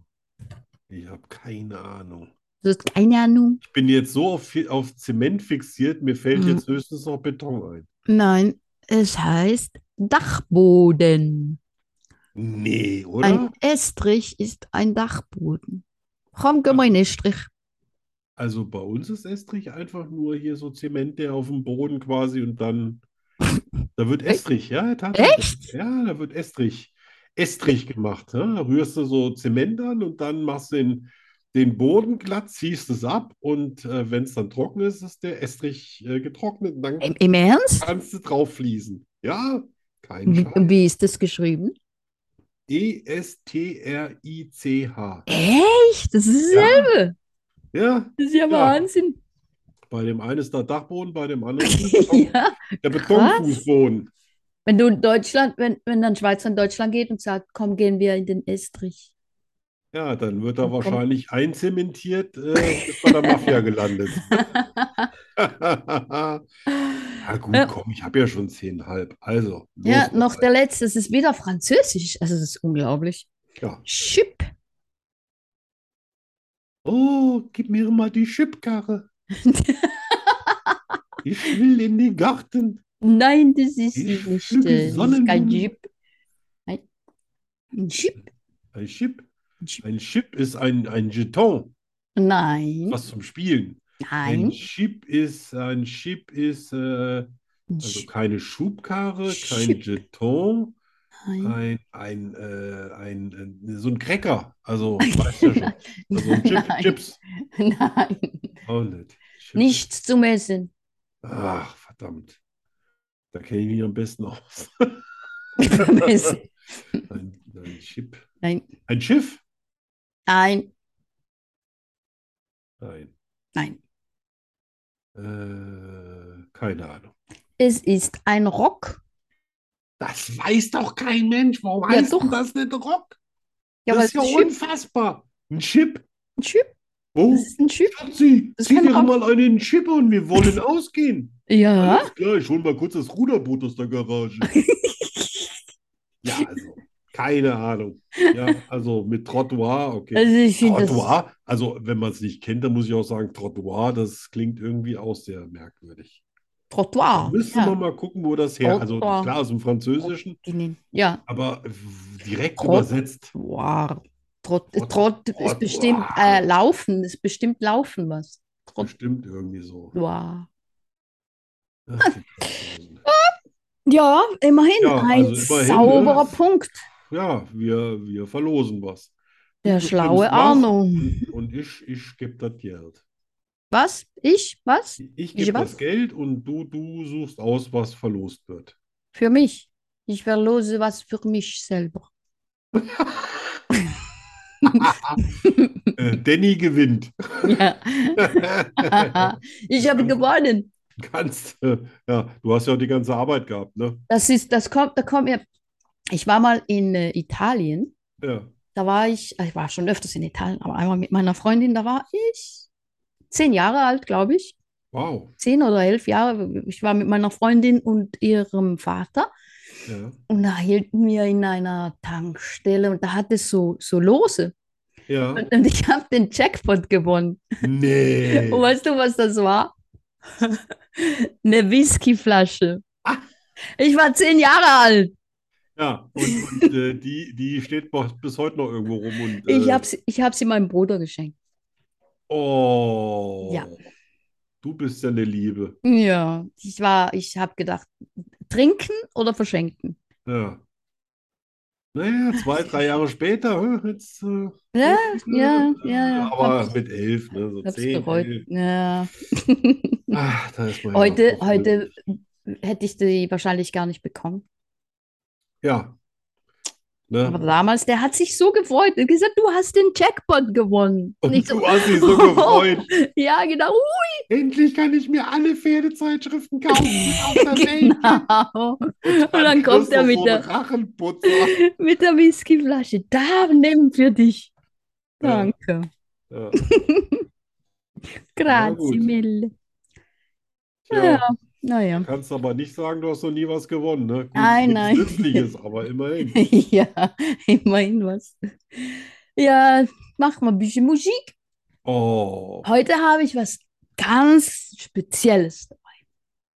Speaker 2: Ich habe keine Ahnung.
Speaker 1: Du hast keine Ahnung.
Speaker 2: Ich bin jetzt so auf, auf Zement fixiert, mir fällt
Speaker 1: Mhm.
Speaker 2: jetzt höchstens noch Beton ein.
Speaker 1: Nein, es heißt Dachboden.
Speaker 2: Nee, oder?
Speaker 1: Ein Estrich ist ein Dachboden. Komm, gib mal einen Estrich.
Speaker 2: Also bei uns ist Estrich einfach nur hier so Zement, der auf dem Boden quasi und dann. Da wird Estrich, ja, tatsächlich. Ja, da wird Estrich. Estrich gemacht. Ne? Da rührst du so Zement an und dann machst du den, den Boden glatt, ziehst es ab und äh, wenn es dann trocken ist, ist der Estrich äh, getrocknet und dann
Speaker 1: Im, im Ernst?
Speaker 2: kannst du drauf fließen. Ja, kein
Speaker 1: Wie,
Speaker 2: Scheiß.
Speaker 1: wie ist das geschrieben?
Speaker 2: E E-S-T-R-I-C-H.
Speaker 1: Echt? Das ist
Speaker 2: Ja.
Speaker 1: dasselbe.
Speaker 2: Ja,
Speaker 1: Das ist ja
Speaker 2: Ja. <laughs>
Speaker 1: Wahnsinn.
Speaker 2: bei dem einen ist der Dachboden, bei dem
Speaker 1: <laughs>
Speaker 2: anderen ist der Beton,
Speaker 1: Ja.
Speaker 2: der Betonfußboden.
Speaker 1: Wenn du in Deutschland, wenn, wenn dann Schweizer in Deutschland geht und sagt, komm, gehen wir in den Estrich.
Speaker 2: Ja, dann wird er
Speaker 1: Kommt.
Speaker 2: wahrscheinlich einzementiert, äh, ist bei der
Speaker 1: <laughs>
Speaker 2: Mafia gelandet. Ja, gut,
Speaker 1: Ja.
Speaker 2: komm, ich habe ja schon zehnhalb. Also, los
Speaker 1: Ja, noch
Speaker 2: dabei.
Speaker 1: der letzte, es ist wieder Französisch. Also, das ist unglaublich.
Speaker 2: Ja.
Speaker 1: Chip.
Speaker 2: Oh, gib mir mal die
Speaker 1: <laughs>
Speaker 2: Chipkarre. Ich will in den Garten.
Speaker 1: Nein, das ist
Speaker 2: Ich
Speaker 1: nicht.
Speaker 2: pflücke
Speaker 1: äh, Das ist kein
Speaker 2: Sonnenblumen.
Speaker 1: Jeep. Nein. Ein Jeep?
Speaker 2: Ein Chip?
Speaker 1: Ein Chip.
Speaker 2: Ein Chip ist ein, ein Jeton,
Speaker 1: Nein.
Speaker 2: was zum Spielen. Ein
Speaker 1: Nein.
Speaker 2: Chip ist, ein Chip ist, äh,
Speaker 1: Ein
Speaker 2: also
Speaker 1: Chip.
Speaker 2: keine Schubkarre, kein
Speaker 1: Chip. Mhm.
Speaker 2: Jeton.
Speaker 1: Nein.
Speaker 2: Ein, ein, äh,
Speaker 1: <laughs>
Speaker 2: ein, äh, so ein Cracker, also weißt du schon, also ein Chip,
Speaker 1: Nein.
Speaker 2: Chips,
Speaker 1: <laughs> Nein.
Speaker 2: Auch nicht. Schön.
Speaker 1: Nichts zum Essen.
Speaker 2: Ach, verdammt. Da kenne ich mich am besten
Speaker 1: <laughs>
Speaker 2: aus.
Speaker 1: Beim Essen.
Speaker 2: Ein, ein Schiff.
Speaker 1: Nein.
Speaker 2: Ein Schiff?
Speaker 1: Nein,
Speaker 2: Nein.
Speaker 1: nein.
Speaker 2: Äh, keine Ahnung.
Speaker 1: Es ist ein Rock.
Speaker 2: Das weiß doch kein Mensch. Warum
Speaker 1: Ja,
Speaker 2: heißt
Speaker 1: doch.
Speaker 2: denn das nicht Rock?
Speaker 1: Ja,
Speaker 2: das ist ja
Speaker 1: aber es ist ein
Speaker 2: unfassbar. Ein Chip.
Speaker 1: Ein Chip.
Speaker 2: Oh,
Speaker 1: Es ist ein Chip.
Speaker 2: Schatzi,
Speaker 1: Das
Speaker 2: zieh
Speaker 1: kann
Speaker 2: dir
Speaker 1: Rock-
Speaker 2: mal einen Chip und wir
Speaker 1: <laughs>
Speaker 2: wollen ausgehen.
Speaker 1: Ja.
Speaker 2: Alles klar, ich hol mal kurz das Ruderboot aus der
Speaker 1: <laughs>
Speaker 2: Garage. ja, also, keine Ahnung. Ja, also mit Trottoir, okay.
Speaker 1: Also ich finde das.
Speaker 2: Trottoir, also wenn man es nicht kennt, dann muss ich auch sagen, Trottoir, das klingt irgendwie auch sehr merkwürdig. Da
Speaker 1: Trottoir.
Speaker 2: müsste
Speaker 1: Ja.
Speaker 2: man mal gucken, wo das her. Also
Speaker 1: Trottoir.
Speaker 2: klar aus dem Französischen,
Speaker 1: Die nehmen- ja.
Speaker 2: aber w- direkt
Speaker 1: Trott-
Speaker 2: übersetzt.
Speaker 1: Wow. Trott,
Speaker 2: Trott-
Speaker 1: Trott
Speaker 2: Trottoir.
Speaker 1: ist bestimmt äh, Laufen, ist bestimmt Laufen was.
Speaker 2: Bestimmt irgendwie
Speaker 1: <laughs>
Speaker 2: so.
Speaker 1: Wow.
Speaker 2: Ach, die Franzosen.
Speaker 1: Ja, immerhin
Speaker 2: Ja,
Speaker 1: ein
Speaker 2: also immerhin,
Speaker 1: sauberer
Speaker 2: ne?
Speaker 1: Punkt.
Speaker 2: Ja, wir, wir verlosen was.
Speaker 1: Der
Speaker 2: Du
Speaker 1: schlaue
Speaker 2: bestimmst was
Speaker 1: Arno.
Speaker 2: Und, und ich, ich gebe das Geld.
Speaker 1: Was? Ich? Was?
Speaker 2: Ich
Speaker 1: Ich
Speaker 2: gebe das
Speaker 1: was?
Speaker 2: Geld und du, du suchst aus, was verlost
Speaker 1: <laughs>
Speaker 2: wird.
Speaker 1: Für mich. Ich verlose was für mich selber. <laughs>
Speaker 2: Äh, Danny gewinnt.
Speaker 1: Ja. Ich habe gewonnen.
Speaker 2: <laughs> Kannst, äh, ja, du hast ja auch die ganze Arbeit gehabt, ne?
Speaker 1: Das ist, das kommt, da kommt ja. Ich war mal in äh, Italien.
Speaker 2: Ja.
Speaker 1: Da war ich, ich war schon öfters in Italien, aber einmal mit meiner Freundin, da war ich zehn Jahre alt, glaube ich.
Speaker 2: Wow.
Speaker 1: Zehn oder elf Jahre. Ich war mit meiner Freundin und ihrem Vater.
Speaker 2: Ja.
Speaker 1: Und da hielten wir in einer Tankstelle und da hatte es so, so Lose.
Speaker 2: Ja.
Speaker 1: Und, und ich habe den Jackpot gewonnen.
Speaker 2: Nee.
Speaker 1: Und weißt du, <laughs> was das war? <laughs> Eine Whiskyflasche.
Speaker 2: Ah.
Speaker 1: Ich war zehn Jahre alt.
Speaker 2: Ja, und, und äh, die, die steht bo- bis heute noch irgendwo rum und
Speaker 1: Ich
Speaker 2: äh,
Speaker 1: habe sie, ich hab sie meinem Bruder geschenkt.
Speaker 2: oh,
Speaker 1: Ja.
Speaker 2: du bist ja eine Liebe.
Speaker 1: Ja, ich war, ich habe gedacht, trinken oder verschenken?
Speaker 2: Ja. Naja,
Speaker 1: <laughs>
Speaker 2: zwei, drei Jahre später, hm, jetzt, äh,
Speaker 1: Ja, ja, ja, ja.
Speaker 2: ne, aber
Speaker 1: Hab-
Speaker 2: mit elf, ne, so
Speaker 1: hab's
Speaker 2: zehn,
Speaker 1: bereut.
Speaker 2: elf.
Speaker 1: Ja.
Speaker 2: Ach, da ist man ja
Speaker 1: Heute,
Speaker 2: noch so
Speaker 1: heute
Speaker 2: früh.
Speaker 1: hätte ich die wahrscheinlich gar nicht bekommen.
Speaker 2: Ja. Ne?
Speaker 1: Aber damals, der hat sich so gefreut und gesagt, du hast den Jackpot gewonnen. Und ich
Speaker 2: Und
Speaker 1: so,
Speaker 2: du hast dich so
Speaker 1: <laughs>
Speaker 2: gefreut.
Speaker 1: ja, genau, <laughs>
Speaker 2: Endlich kann ich mir alle Pferdezeitschriften kaufen auf der Welt.
Speaker 1: <laughs> genau.
Speaker 2: Und
Speaker 1: dann kommt
Speaker 2: kriegst du
Speaker 1: er mit
Speaker 2: so
Speaker 1: der-
Speaker 2: einen
Speaker 1: <laughs>
Speaker 2: Rachenputzer.
Speaker 1: Mit der Whiskyflasche. Da, nimm für dich.
Speaker 2: Ja,
Speaker 1: Danke.
Speaker 2: ja. Na gut.
Speaker 1: Grazie mille.
Speaker 2: Tja.
Speaker 1: Ja. <laughs> Naja.
Speaker 2: Kannst aber nicht sagen, du hast noch nie was gewonnen, ne? Gut,
Speaker 1: Nein, nein.
Speaker 2: nichts Nützliches, aber immerhin.
Speaker 1: <laughs> ja, immerhin was. Ja, mach mal ein bisschen Musik.
Speaker 2: Oh,
Speaker 1: Heute habe ich was ganz Spezielles,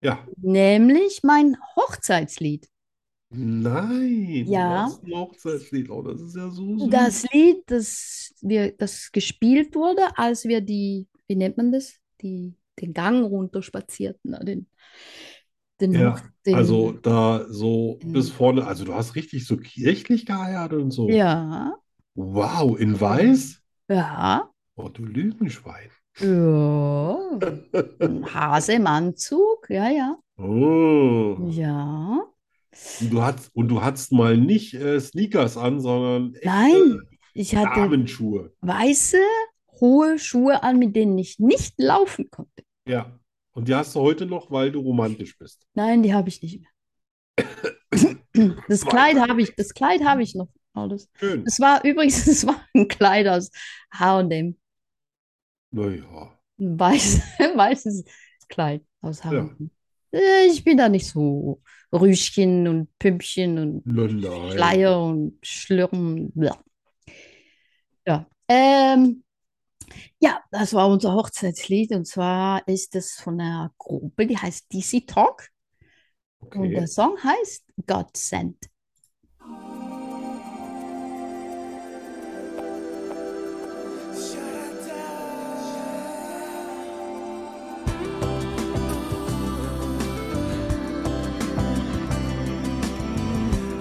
Speaker 2: ja.
Speaker 1: nämlich mein Hochzeitslied.
Speaker 2: Nein.
Speaker 1: Ja.
Speaker 2: Das ist ein Hochzeitslied. Oh, das ist ja so süß.
Speaker 1: Das Lied, das, wir, das gespielt wurde, als wir die, wie nennt man das? Die, den Gang runterspazierten. ne, Den, den
Speaker 2: Ja,
Speaker 1: Hoch, den,
Speaker 2: also da so
Speaker 1: in-
Speaker 2: bis vorne, also du hast richtig so kirchlich geheiratet und so.
Speaker 1: Ja,
Speaker 2: Wow, in Weiß?
Speaker 1: ja,
Speaker 2: Oh, du Lügenschwein.
Speaker 3: Oh.
Speaker 1: ja. Ein Hase im Anzug, ja, ja,
Speaker 2: Oh.
Speaker 1: ja.
Speaker 2: Und du hattest, und du hattest mal nicht äh, Sneakers an, sondern echte
Speaker 1: Nein, ich hatte
Speaker 2: Damenschuhe.
Speaker 1: weiße, hohe Schuhe an, mit denen ich nicht laufen konnte.
Speaker 2: Ja. Und die hast du heute noch, weil du romantisch bist.
Speaker 1: Nein, die habe ich nicht
Speaker 2: <coughs>
Speaker 1: mehr. Das Kleid habe ich, das Kleid habe ich noch. Oh, das,
Speaker 2: Schön.
Speaker 1: Es war übrigens, <laughs> es war ein Kleid aus H&M.
Speaker 2: Naja.
Speaker 1: Ein weiß, <laughs> weißes Kleid aus H&M. Äh, Ich bin da nicht so Rüschchen und Pümpchen und
Speaker 2: Nein.
Speaker 1: Schleier und Schlürren. bla. Ja. Ähm, ja, das war unser Hochzeitslied und zwar ist es von einer Gruppe, die heißt DC Talk und
Speaker 2: Okay.
Speaker 1: der Song heißt God Sent.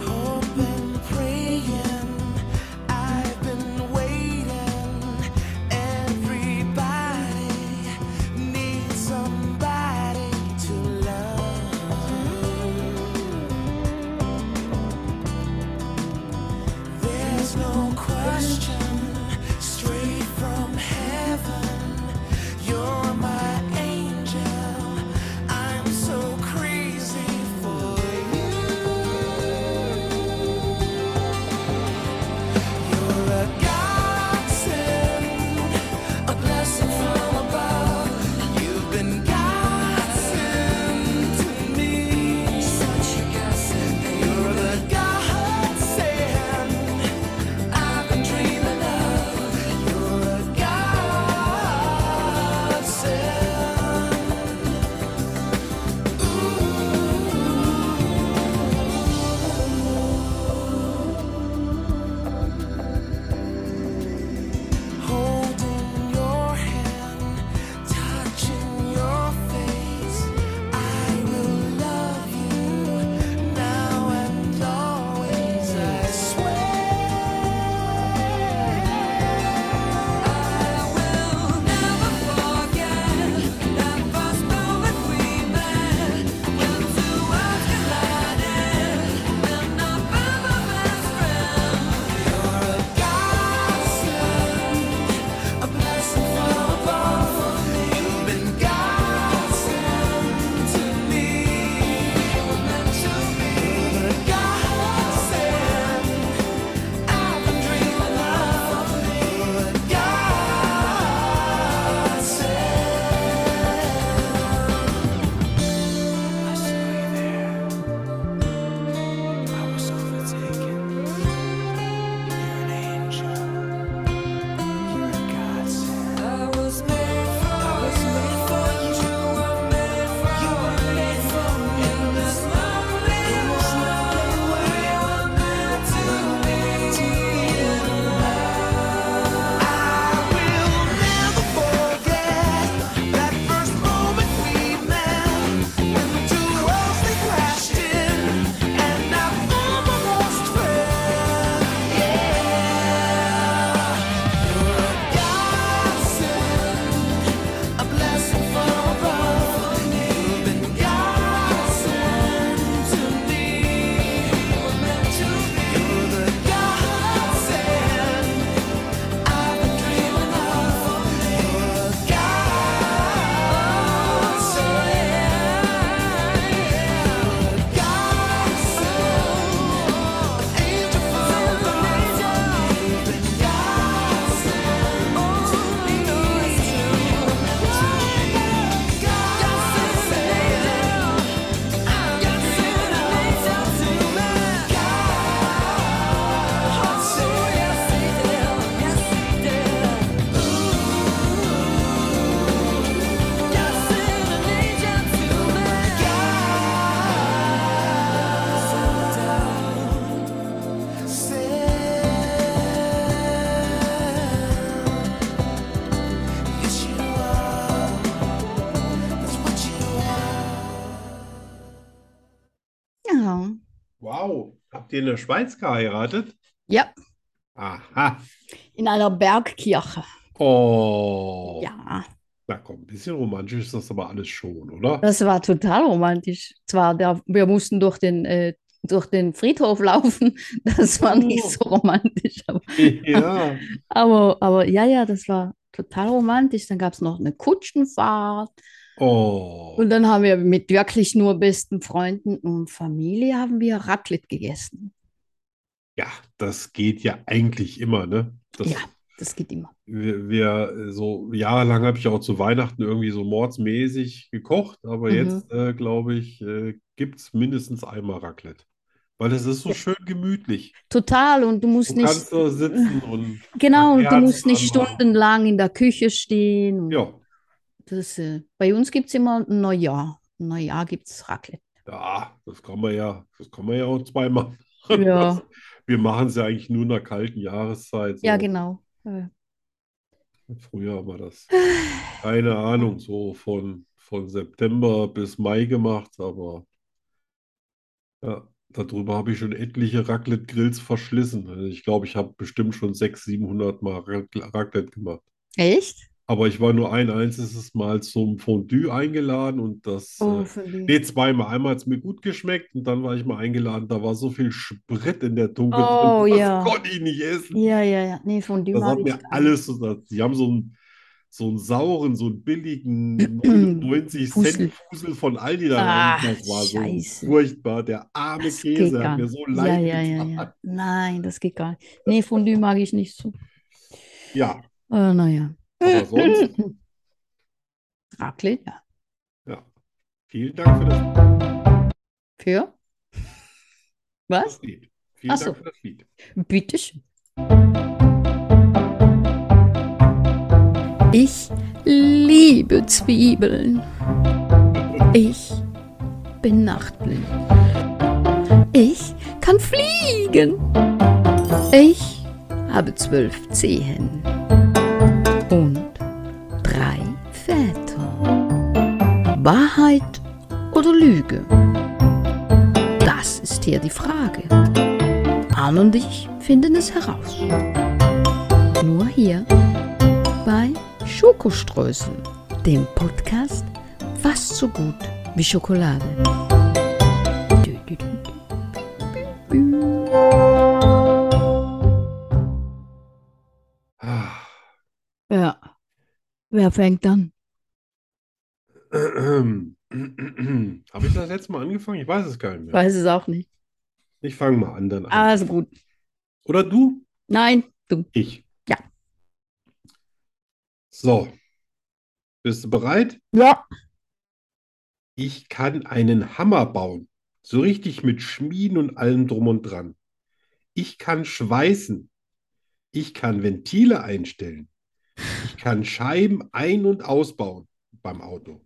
Speaker 7: Hope and praying, I've been waiting. Everybody
Speaker 2: Wow. Habt ihr in der Schweiz geheiratet?
Speaker 1: Ja,
Speaker 2: Aha.
Speaker 1: in einer Bergkirche.
Speaker 2: Oh.
Speaker 1: Ja,
Speaker 2: Na komm, ein bisschen romantisch ist das aber alles schon,
Speaker 1: <laughs>
Speaker 2: oder?
Speaker 1: das war total romantisch. Zwar, der, wir mussten durch den, äh, durch den Friedhof laufen, <laughs> das war nicht
Speaker 2: Oh.
Speaker 1: so romantisch, aber,
Speaker 2: <laughs> Ja.
Speaker 1: aber, aber ja, ja, das war total romantisch. Dann gab es noch eine Kutschenfahrt.
Speaker 2: Oh.
Speaker 1: Und dann haben wir mit wirklich nur besten Freunden und Familie haben wir Raclette gegessen.
Speaker 2: Ja, das geht ja eigentlich immer, ne? Das,
Speaker 1: Ja. Das geht immer.
Speaker 2: wir, wir äh, so jahrelang habe ich auch zu Weihnachten irgendwie so mordsmäßig gekocht, aber
Speaker 1: Mhm.
Speaker 2: jetzt äh, glaube ich, äh, gibt es mindestens einmal Raclette. Weil es ist so schön gemütlich.
Speaker 1: Total. Und du musst
Speaker 2: Du
Speaker 1: nicht,
Speaker 2: kannst da sitzen und
Speaker 1: genau, und du
Speaker 2: Kerzen
Speaker 1: musst nicht
Speaker 2: anmachen.
Speaker 1: stundenlang in der Küche stehen. Und
Speaker 2: ja,
Speaker 1: Das, äh, bei uns gibt es immer ein Neujahr. Ein Neujahr gibt es Raclette.
Speaker 2: ja, das kann man ja, das kann man ja auch zweimal <laughs> machen.
Speaker 1: Ja,
Speaker 2: Wir machen es ja eigentlich nur in der kalten Jahreszeit.
Speaker 1: ja,
Speaker 2: so.
Speaker 1: genau. Äh,
Speaker 2: Früher war das,
Speaker 1: <sighs>
Speaker 2: keine Ahnung, so von, von September bis Mai gemacht, aber ja, darüber habe ich schon etliche Raclette-Grills verschlissen. Also ich glaube, ich habe bestimmt schon 600, 700 Mal Rac- Raclette gemacht.
Speaker 1: Echt?
Speaker 2: Aber ich war nur ein einziges Mal zum Fondue eingeladen und das,
Speaker 1: Oh,
Speaker 2: äh,
Speaker 1: für die-
Speaker 2: nee, zweimal. Einmal hat es mir gut geschmeckt und dann war ich mal eingeladen, da war so viel Sprit in der Tunke drin,
Speaker 1: Oh,
Speaker 2: das
Speaker 1: ja.
Speaker 2: konnte ich nicht essen.
Speaker 1: Ja, ja, ja. Nee, von dem
Speaker 2: Das hat
Speaker 1: mag ich
Speaker 2: mir
Speaker 1: gar nicht.
Speaker 2: alles so gesagt. Die haben so einen, so einen sauren, so einen
Speaker 1: <clears throat>
Speaker 2: billigen 90
Speaker 1: Fussel.
Speaker 2: Cent Fusel von Aldi da
Speaker 1: Ah,
Speaker 2: rein. Das war so
Speaker 1: scheiße.
Speaker 2: furchtbar. Der arme
Speaker 1: Das geht
Speaker 2: Käse
Speaker 1: gar
Speaker 2: hat mir
Speaker 1: nicht.
Speaker 2: so
Speaker 1: Ja,
Speaker 2: leid
Speaker 1: ja, ja,
Speaker 2: getan.
Speaker 1: ja. Nein, das geht gar nicht. Nee, Fondue mag ich nicht so.
Speaker 2: Ja,
Speaker 1: Äh, naja.
Speaker 2: aber
Speaker 1: <laughs>
Speaker 2: sonst,
Speaker 1: Raclette, ja.
Speaker 2: ja. Vielen Dank für das
Speaker 1: Für? Was?
Speaker 2: Lied.
Speaker 1: Ach
Speaker 2: Vielen
Speaker 1: so.
Speaker 2: Dank für das Lied.
Speaker 1: Bitteschön.
Speaker 3: Ich liebe Zwiebeln. Ich bin nachtblind. Ich kann fliegen. Ich habe zwölf Zehen und drei Väter. Wahrheit oder Lüge? Das ist hier die Frage. Arne und ich finden es heraus. Nur hier bei Schokoströßen, dem Podcast fast so gut wie Schokolade. Dü, dü, dü.
Speaker 2: Ah. <clears throat>
Speaker 1: Ja. Wer fängt an?
Speaker 2: Habe ich das letzte Mal angefangen? Ich weiß es gar nicht
Speaker 1: Ich
Speaker 2: mehr.
Speaker 1: weiß es auch nicht.
Speaker 2: Ich fange mal an dann
Speaker 3: Ah,
Speaker 2: an.
Speaker 1: Also gut.
Speaker 2: Oder du?
Speaker 3: <laughs>
Speaker 1: Nein, du.
Speaker 2: Ich.
Speaker 1: Ja.
Speaker 2: So. Bist du bereit?
Speaker 1: Ja.
Speaker 2: Ich kann einen Hammer bauen, so richtig mit Schmieden und allem drum und dran. Ich kann schweißen. Ich kann Ventile einstellen. Ich kann Scheiben ein- und ausbauen beim Auto.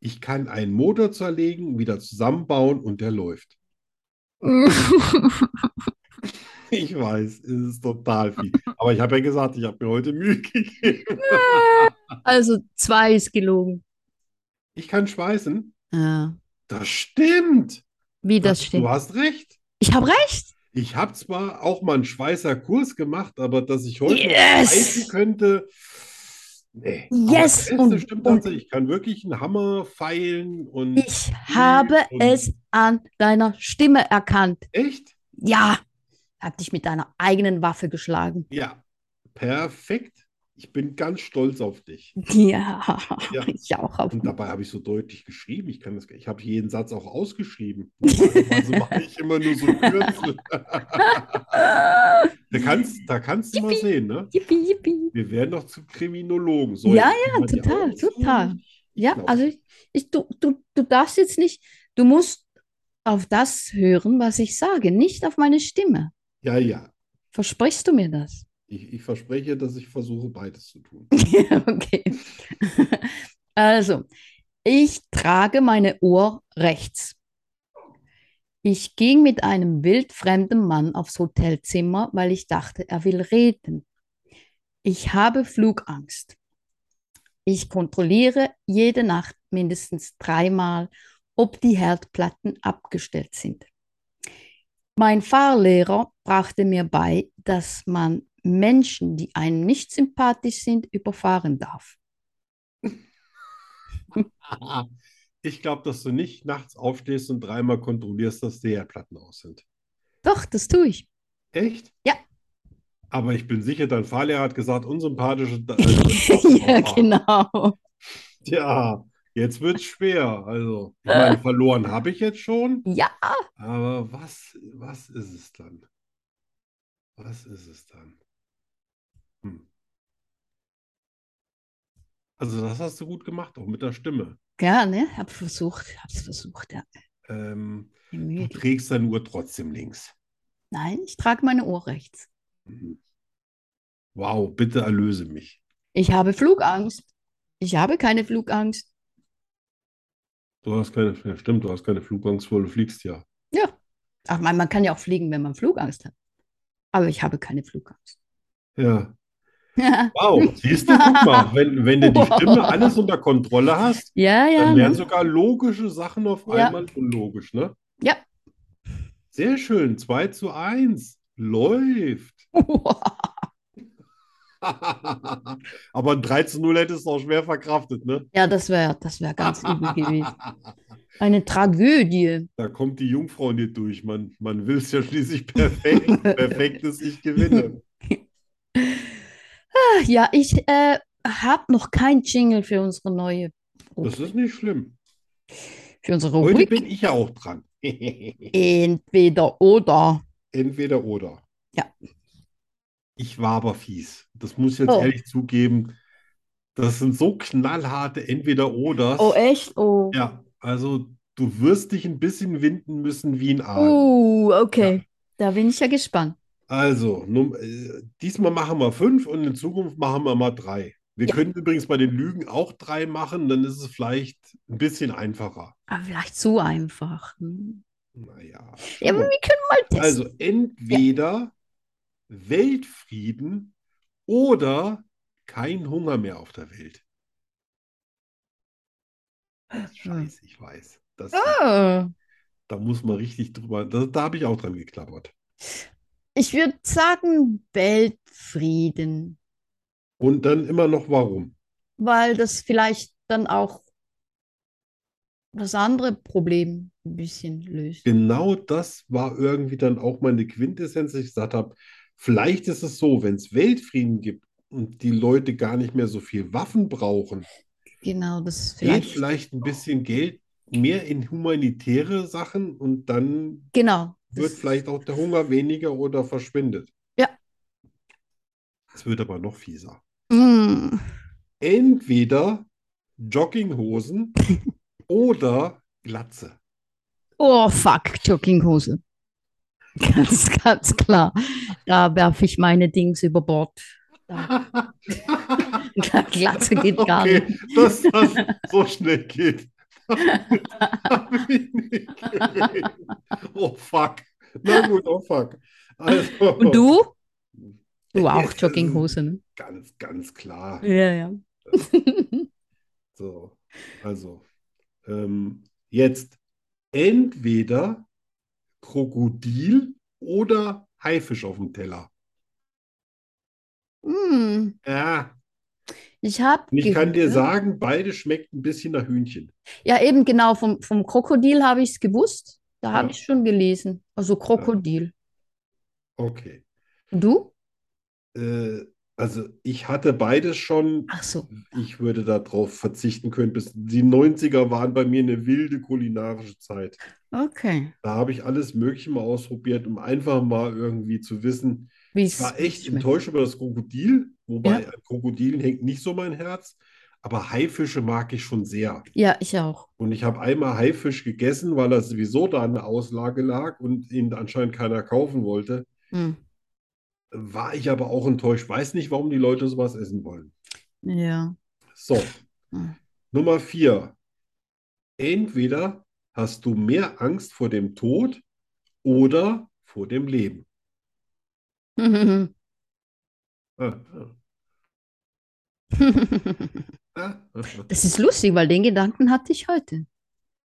Speaker 2: Ich kann einen Motor zerlegen, wieder zusammenbauen und der läuft. Ich weiß, es ist total viel. Aber ich habe ja gesagt, ich habe mir heute Mühe gegeben.
Speaker 1: Also zwei ist gelogen.
Speaker 2: Ich kann schweißen.
Speaker 1: Ja.
Speaker 2: Das stimmt.
Speaker 1: Wie das
Speaker 2: Du
Speaker 1: stimmt.
Speaker 2: hast recht.
Speaker 1: Ich habe recht.
Speaker 2: Ich habe zwar auch mal einen Schweißer Kurs gemacht, aber dass ich heute noch
Speaker 1: Yes!
Speaker 2: schweißen könnte, nee. Aber
Speaker 1: Yes,
Speaker 2: das Beste
Speaker 1: und-
Speaker 2: stimmt
Speaker 1: und-
Speaker 2: tatsächlich. Ich kann wirklich einen Hammer feilen und
Speaker 1: Ich habe
Speaker 2: und-
Speaker 1: es an deiner Stimme erkannt.
Speaker 2: echt,
Speaker 1: Ja. Hab dich mit deiner eigenen Waffe geschlagen. <laughs>
Speaker 2: ja, perfekt. Ich bin ganz stolz auf dich.
Speaker 1: Ja.
Speaker 2: Ja.
Speaker 1: Ich auch auf
Speaker 2: Und dabei habe ich so deutlich geschrieben. Ich kann das, ich habe jeden Satz auch ausgeschrieben. Also mache ich immer nur so
Speaker 1: <laughs>
Speaker 2: Kürzel.
Speaker 1: Ah,
Speaker 2: Da kannst, da kannst du mal sehen, ne?
Speaker 1: Yippie, yippie.
Speaker 2: Wir werden doch zu Kriminologen. So,
Speaker 1: Ja,
Speaker 2: jetzt
Speaker 1: ja,
Speaker 2: machen wir die
Speaker 1: total,
Speaker 2: Augen zu.
Speaker 1: total. Ja,
Speaker 2: glaub-
Speaker 1: also ich, ich, du, du, du darfst jetzt nicht, du musst auf das hören, was ich sage, nicht auf meine Stimme.
Speaker 2: Ja, ja.
Speaker 1: Versprichst du mir das?
Speaker 2: Ich, ich verspreche, dass ich versuche, beides zu
Speaker 1: <laughs>
Speaker 2: tun.
Speaker 1: Okay. Also, ich trage meine Uhr rechts. Ich ging mit einem wildfremden Mann aufs Hotelzimmer, weil ich dachte, er will reden. Ich habe Flugangst. Ich kontrolliere jede Nacht mindestens dreimal, ob die Herdplatten abgestellt sind. Mein Fahrlehrer brachte mir bei, dass man Menschen, die einem nicht sympathisch sind, überfahren darf.
Speaker 2: Ah, Ich glaube, dass du nicht nachts aufstehst und dreimal kontrollierst, dass die Herdplatten aus sind.
Speaker 1: Doch, das tue ich.
Speaker 2: Echt?
Speaker 1: Ja.
Speaker 2: Aber ich bin sicher, dein Fahrlehrer hat gesagt,
Speaker 1: <laughs>
Speaker 2: unsympathische.
Speaker 1: <laughs>
Speaker 2: Oh,
Speaker 1: Ja, genau.
Speaker 2: Tja, jetzt wird's schwer. Also, ich meine, verloren habe ich jetzt schon,
Speaker 1: Ja,
Speaker 2: aber was, was ist es dann? Was ist es dann? Hm. Also, das hast du gut gemacht, auch mit der Stimme.
Speaker 1: gerne. ne, Hab versucht, hab's versucht, ja.
Speaker 2: Ähm,
Speaker 1: Die
Speaker 2: du
Speaker 1: Mühe. <laughs>
Speaker 2: trägst deine Uhr trotzdem links.
Speaker 1: Nein, ich trage meine Uhr rechts.
Speaker 2: Mhm. Wow, bitte erlöse mich.
Speaker 1: Ich habe Flugangst. Ich habe keine Flugangst.
Speaker 2: Du hast keine, ja, stimmt, du hast keine Flugangst, weil du fliegst ja.
Speaker 1: Ach, man, man kann ja auch fliegen, wenn man Flugangst hat. Aber ich habe keine Flugangst. <laughs>
Speaker 2: Ja. Wow, siehst du, guck mal, wenn, wenn du die Stimme alles unter Kontrolle hast,
Speaker 1: Ja, ja.
Speaker 2: Dann werden
Speaker 1: ne?
Speaker 2: sogar logische Sachen auf
Speaker 1: Ja.
Speaker 2: einmal unlogisch, ne?
Speaker 1: Ja.
Speaker 2: Sehr schön, 2 zu 1. Läuft. <laughs>
Speaker 1: <laughs>
Speaker 2: Aber ein 3 zu 0 hättest du auch schwer verkraftet, ne?
Speaker 1: Ja, das wäre das wär ganz
Speaker 2: <laughs>
Speaker 1: übel gewesen. Eine Tragödie.
Speaker 2: Da kommt die Jungfrau in dir durch. Man, man will es ja schließlich perfekt.
Speaker 1: <laughs>
Speaker 2: perfekt ist, ich gewinne.
Speaker 1: Ach ja, ich äh, habe noch kein Jingle für unsere neue,
Speaker 2: Das ist nicht schlimm.
Speaker 1: für unsere
Speaker 2: Heute
Speaker 1: Rubrik.
Speaker 2: bin ich ja auch dran. <laughs>
Speaker 1: Entweder oder.
Speaker 2: Entweder oder.
Speaker 1: Ja.
Speaker 2: Ich war aber fies. Das muss ich jetzt
Speaker 1: Oh.
Speaker 2: ehrlich zugeben. Das sind so knallharte Entweder-Oders.
Speaker 1: Oh, echt? Oh.
Speaker 2: Ja, also du wirst dich ein bisschen winden müssen wie ein Aal.
Speaker 1: Oh, okay. Da bin ich ja gespannt.
Speaker 2: Also, num äh, diesmal machen wir fünf und in Zukunft machen wir mal drei. Wir
Speaker 1: Ja.
Speaker 2: können übrigens bei den Lügen auch drei machen, dann ist es vielleicht ein bisschen einfacher.
Speaker 1: Aber vielleicht zu einfach. Hm.
Speaker 2: Naja.
Speaker 1: Ja, aber wir können mal testen.
Speaker 2: Also entweder Weltfrieden oder kein Hunger mehr auf der Welt. Scheiße, ich weiß. Das,
Speaker 1: Ah.
Speaker 2: da muss man richtig drüber. Da, da habe ich auch dran geklappert.
Speaker 1: Ich würde sagen Weltfrieden,
Speaker 2: Und dann immer noch warum?
Speaker 1: weil das vielleicht dann auch das andere Problem ein bisschen löst.
Speaker 2: Genau das war irgendwie dann auch meine Quintessenz, dass ich gesagt habe, vielleicht ist es so, wenn es Weltfrieden gibt und die Leute gar nicht mehr so viel Waffen brauchen,
Speaker 1: Genau, das ist
Speaker 2: geht
Speaker 1: vielleicht.
Speaker 2: vielleicht ein bisschen Geld mehr in humanitäre Sachen und dann
Speaker 1: Genau.
Speaker 2: wird
Speaker 1: das-
Speaker 2: vielleicht auch der Hunger weniger oder verschwindet.
Speaker 1: Ja.
Speaker 2: Es wird aber noch fieser.
Speaker 1: Mm.
Speaker 2: Entweder Jogginghosen
Speaker 1: <laughs>
Speaker 2: oder Glatze.
Speaker 1: Oh, fuck, Jogginghose. <laughs> Ganz, ganz klar. Da werfe ich meine Dings über Bord.
Speaker 2: <laughs>
Speaker 1: <laughs> Da Glatze geht gar
Speaker 2: Okay, <laughs>
Speaker 1: nicht.
Speaker 2: dass das so schnell
Speaker 1: <laughs>
Speaker 2: geht. <laughs> Hab ich nicht gerechnet. Oh fuck. Na gut, oh fuck. Also,
Speaker 1: Und du?
Speaker 2: <laughs>
Speaker 1: Du
Speaker 2: Ja,
Speaker 1: auch
Speaker 2: das ist-
Speaker 1: Jogginghose, ne?
Speaker 2: Ganz, ganz klar.
Speaker 1: Ja, ja.
Speaker 2: So, also, ähm, jetzt entweder Krokodil oder Haifisch auf dem Teller.
Speaker 1: Mm.
Speaker 2: Ja,
Speaker 1: Ich habe
Speaker 2: und ich kann dir
Speaker 1: gehört.
Speaker 2: sagen, beide schmecken ein bisschen nach Hühnchen.
Speaker 1: Ja, eben genau, vom, vom Krokodil habe ich es gewusst. Da habe
Speaker 2: Ja.
Speaker 1: ich schon gelesen. Also Krokodil.
Speaker 2: Okay.
Speaker 1: Und Du?
Speaker 2: Äh, also, ich hatte beides schon.
Speaker 1: Ach so.
Speaker 2: Ich würde darauf verzichten können. Bis die 90er waren bei mir eine wilde kulinarische Zeit.
Speaker 1: Okay.
Speaker 2: Da habe ich alles Mögliche mal ausprobiert, um einfach mal irgendwie zu wissen.
Speaker 1: Wie
Speaker 2: Ich war
Speaker 1: es
Speaker 2: echt
Speaker 1: schmeckt.
Speaker 2: enttäuscht über das Krokodil, wobei an Krokodilen hängt nicht so mein Herz, aber Haifische mag ich schon sehr.
Speaker 1: Ja, ich auch. <laughs>
Speaker 2: Und ich habe einmal Haifisch gegessen, weil er sowieso da in der Auslage lag und ihn anscheinend keiner kaufen wollte.
Speaker 1: Hm.
Speaker 2: War ich aber auch enttäuscht. Weiß nicht, warum die Leute sowas essen wollen.
Speaker 1: Ja.
Speaker 2: So,
Speaker 1: Hm.
Speaker 2: Nummer vier. Entweder hast du mehr Angst vor dem Tod oder vor dem Leben. Ah, <laughs> ah, ah.
Speaker 1: Das ist lustig, weil den Gedanken hatte ich heute,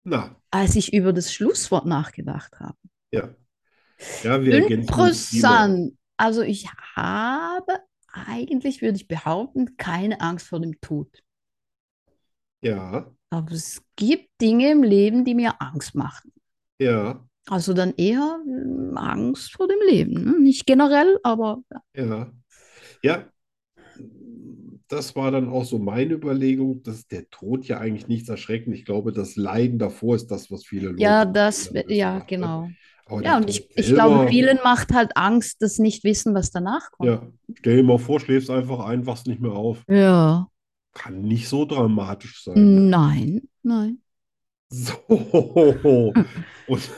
Speaker 2: Na,
Speaker 1: als ich über das Schlusswort nachgedacht habe.
Speaker 2: ja. Ja, wir ergänzen uns lieber.
Speaker 1: Interessant. Also ich habe eigentlich, würde ich behaupten, keine Angst vor dem Tod.
Speaker 2: Ja,
Speaker 1: Aber es gibt Dinge im Leben, die mir Angst machen.
Speaker 2: ja,
Speaker 1: Also dann eher mm, Angst vor dem Leben. ne? Nicht generell, aber
Speaker 2: ja. Ja, das war dann auch so meine Überlegung, dass der Tod ja eigentlich nichts erschreckend. Ich glaube, das Leiden davor ist das, was viele
Speaker 1: ja,
Speaker 2: Leute
Speaker 1: das,
Speaker 2: dann wissen,
Speaker 1: ja,
Speaker 2: ne?
Speaker 1: genau.
Speaker 2: Aber der
Speaker 1: Ja, und
Speaker 2: Tod
Speaker 1: ich, ich glaube,
Speaker 2: Also selber-
Speaker 1: vielen macht halt Angst, das nicht wissen, was danach kommt.
Speaker 2: Ja, stell dir mal vor, schläfst einfach ein, wachst nicht mehr auf.
Speaker 1: Ja,
Speaker 2: Kann nicht so dramatisch sein.
Speaker 1: Hm. nein, nein.
Speaker 2: So, <laughs> und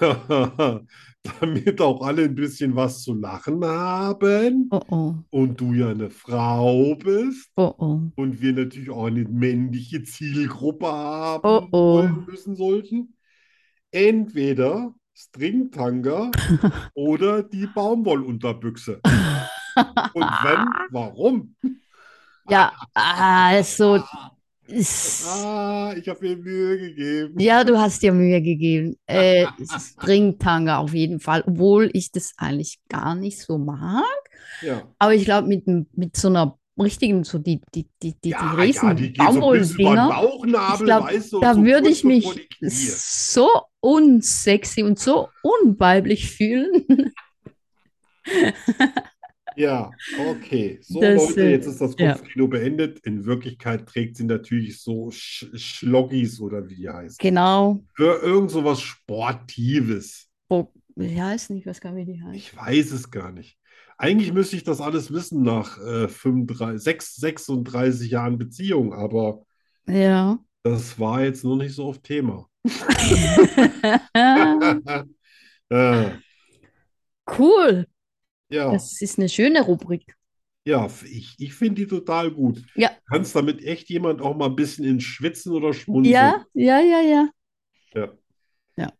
Speaker 2: <laughs> damit auch alle ein bisschen was zu lachen haben
Speaker 1: Oh oh,
Speaker 2: und du ja eine Frau bist
Speaker 1: oh oh.
Speaker 2: und wir natürlich auch eine männliche Zielgruppe haben
Speaker 1: Oh, oh.
Speaker 2: wollen müssen sollten, entweder
Speaker 1: <laughs>
Speaker 2: Stringtanga oder die Baumwollunterbüchse. Und wenn, warum?
Speaker 1: Ja, also, ist,
Speaker 2: Ah, ich habe mir Mühe gegeben.
Speaker 1: ja, du hast dir Mühe gegeben. Äh, Stringtanga auf jeden Fall, obwohl ich das eigentlich gar nicht so mag.
Speaker 2: Ja.
Speaker 1: Aber ich glaube, mit, n- mit so einer richtigen, so die, die, die, die, die
Speaker 2: Ja, ja,
Speaker 1: riesen
Speaker 2: die geht so bis über den
Speaker 1: Baumwolldinger,
Speaker 2: Bauchnabel,
Speaker 1: Ich glaub,
Speaker 2: weißt du, und
Speaker 1: da
Speaker 2: so
Speaker 1: würde
Speaker 2: kurz
Speaker 1: ich
Speaker 2: bevor
Speaker 1: mich
Speaker 2: die Knie.
Speaker 1: <laughs> so unsexy und so unweiblich fühlen. <laughs>
Speaker 2: Ja, okay. So,
Speaker 1: Das,
Speaker 2: Leute,
Speaker 1: äh,
Speaker 2: jetzt ist das
Speaker 1: ja.
Speaker 2: Kopfkino beendet. In Wirklichkeit trägt sie natürlich so Sch Schloggis oder wie die heißt.
Speaker 1: Genau.
Speaker 2: Für irgend so was Sportives.
Speaker 1: Bo ich weiß nicht, was kann wie die heißen?
Speaker 2: Ich weiß es gar nicht. Eigentlich müsste ich das alles wissen nach äh, 35, 6, 36 Jahren Beziehung, aber
Speaker 1: Ja.
Speaker 2: das war jetzt noch nicht so auf Thema. <laughs>
Speaker 1: Ah,
Speaker 2: Äh,
Speaker 1: cool.
Speaker 2: ja.
Speaker 1: Das ist eine schöne Rubrik.
Speaker 2: Ja, f- ich, ich finde die total gut.
Speaker 1: Ja.
Speaker 2: Kannst damit echt jemand auch mal ein bisschen ins Schwitzen oder Schmunzeln.
Speaker 1: Ja, ja, ja, ja.
Speaker 2: Ja.
Speaker 1: Ja.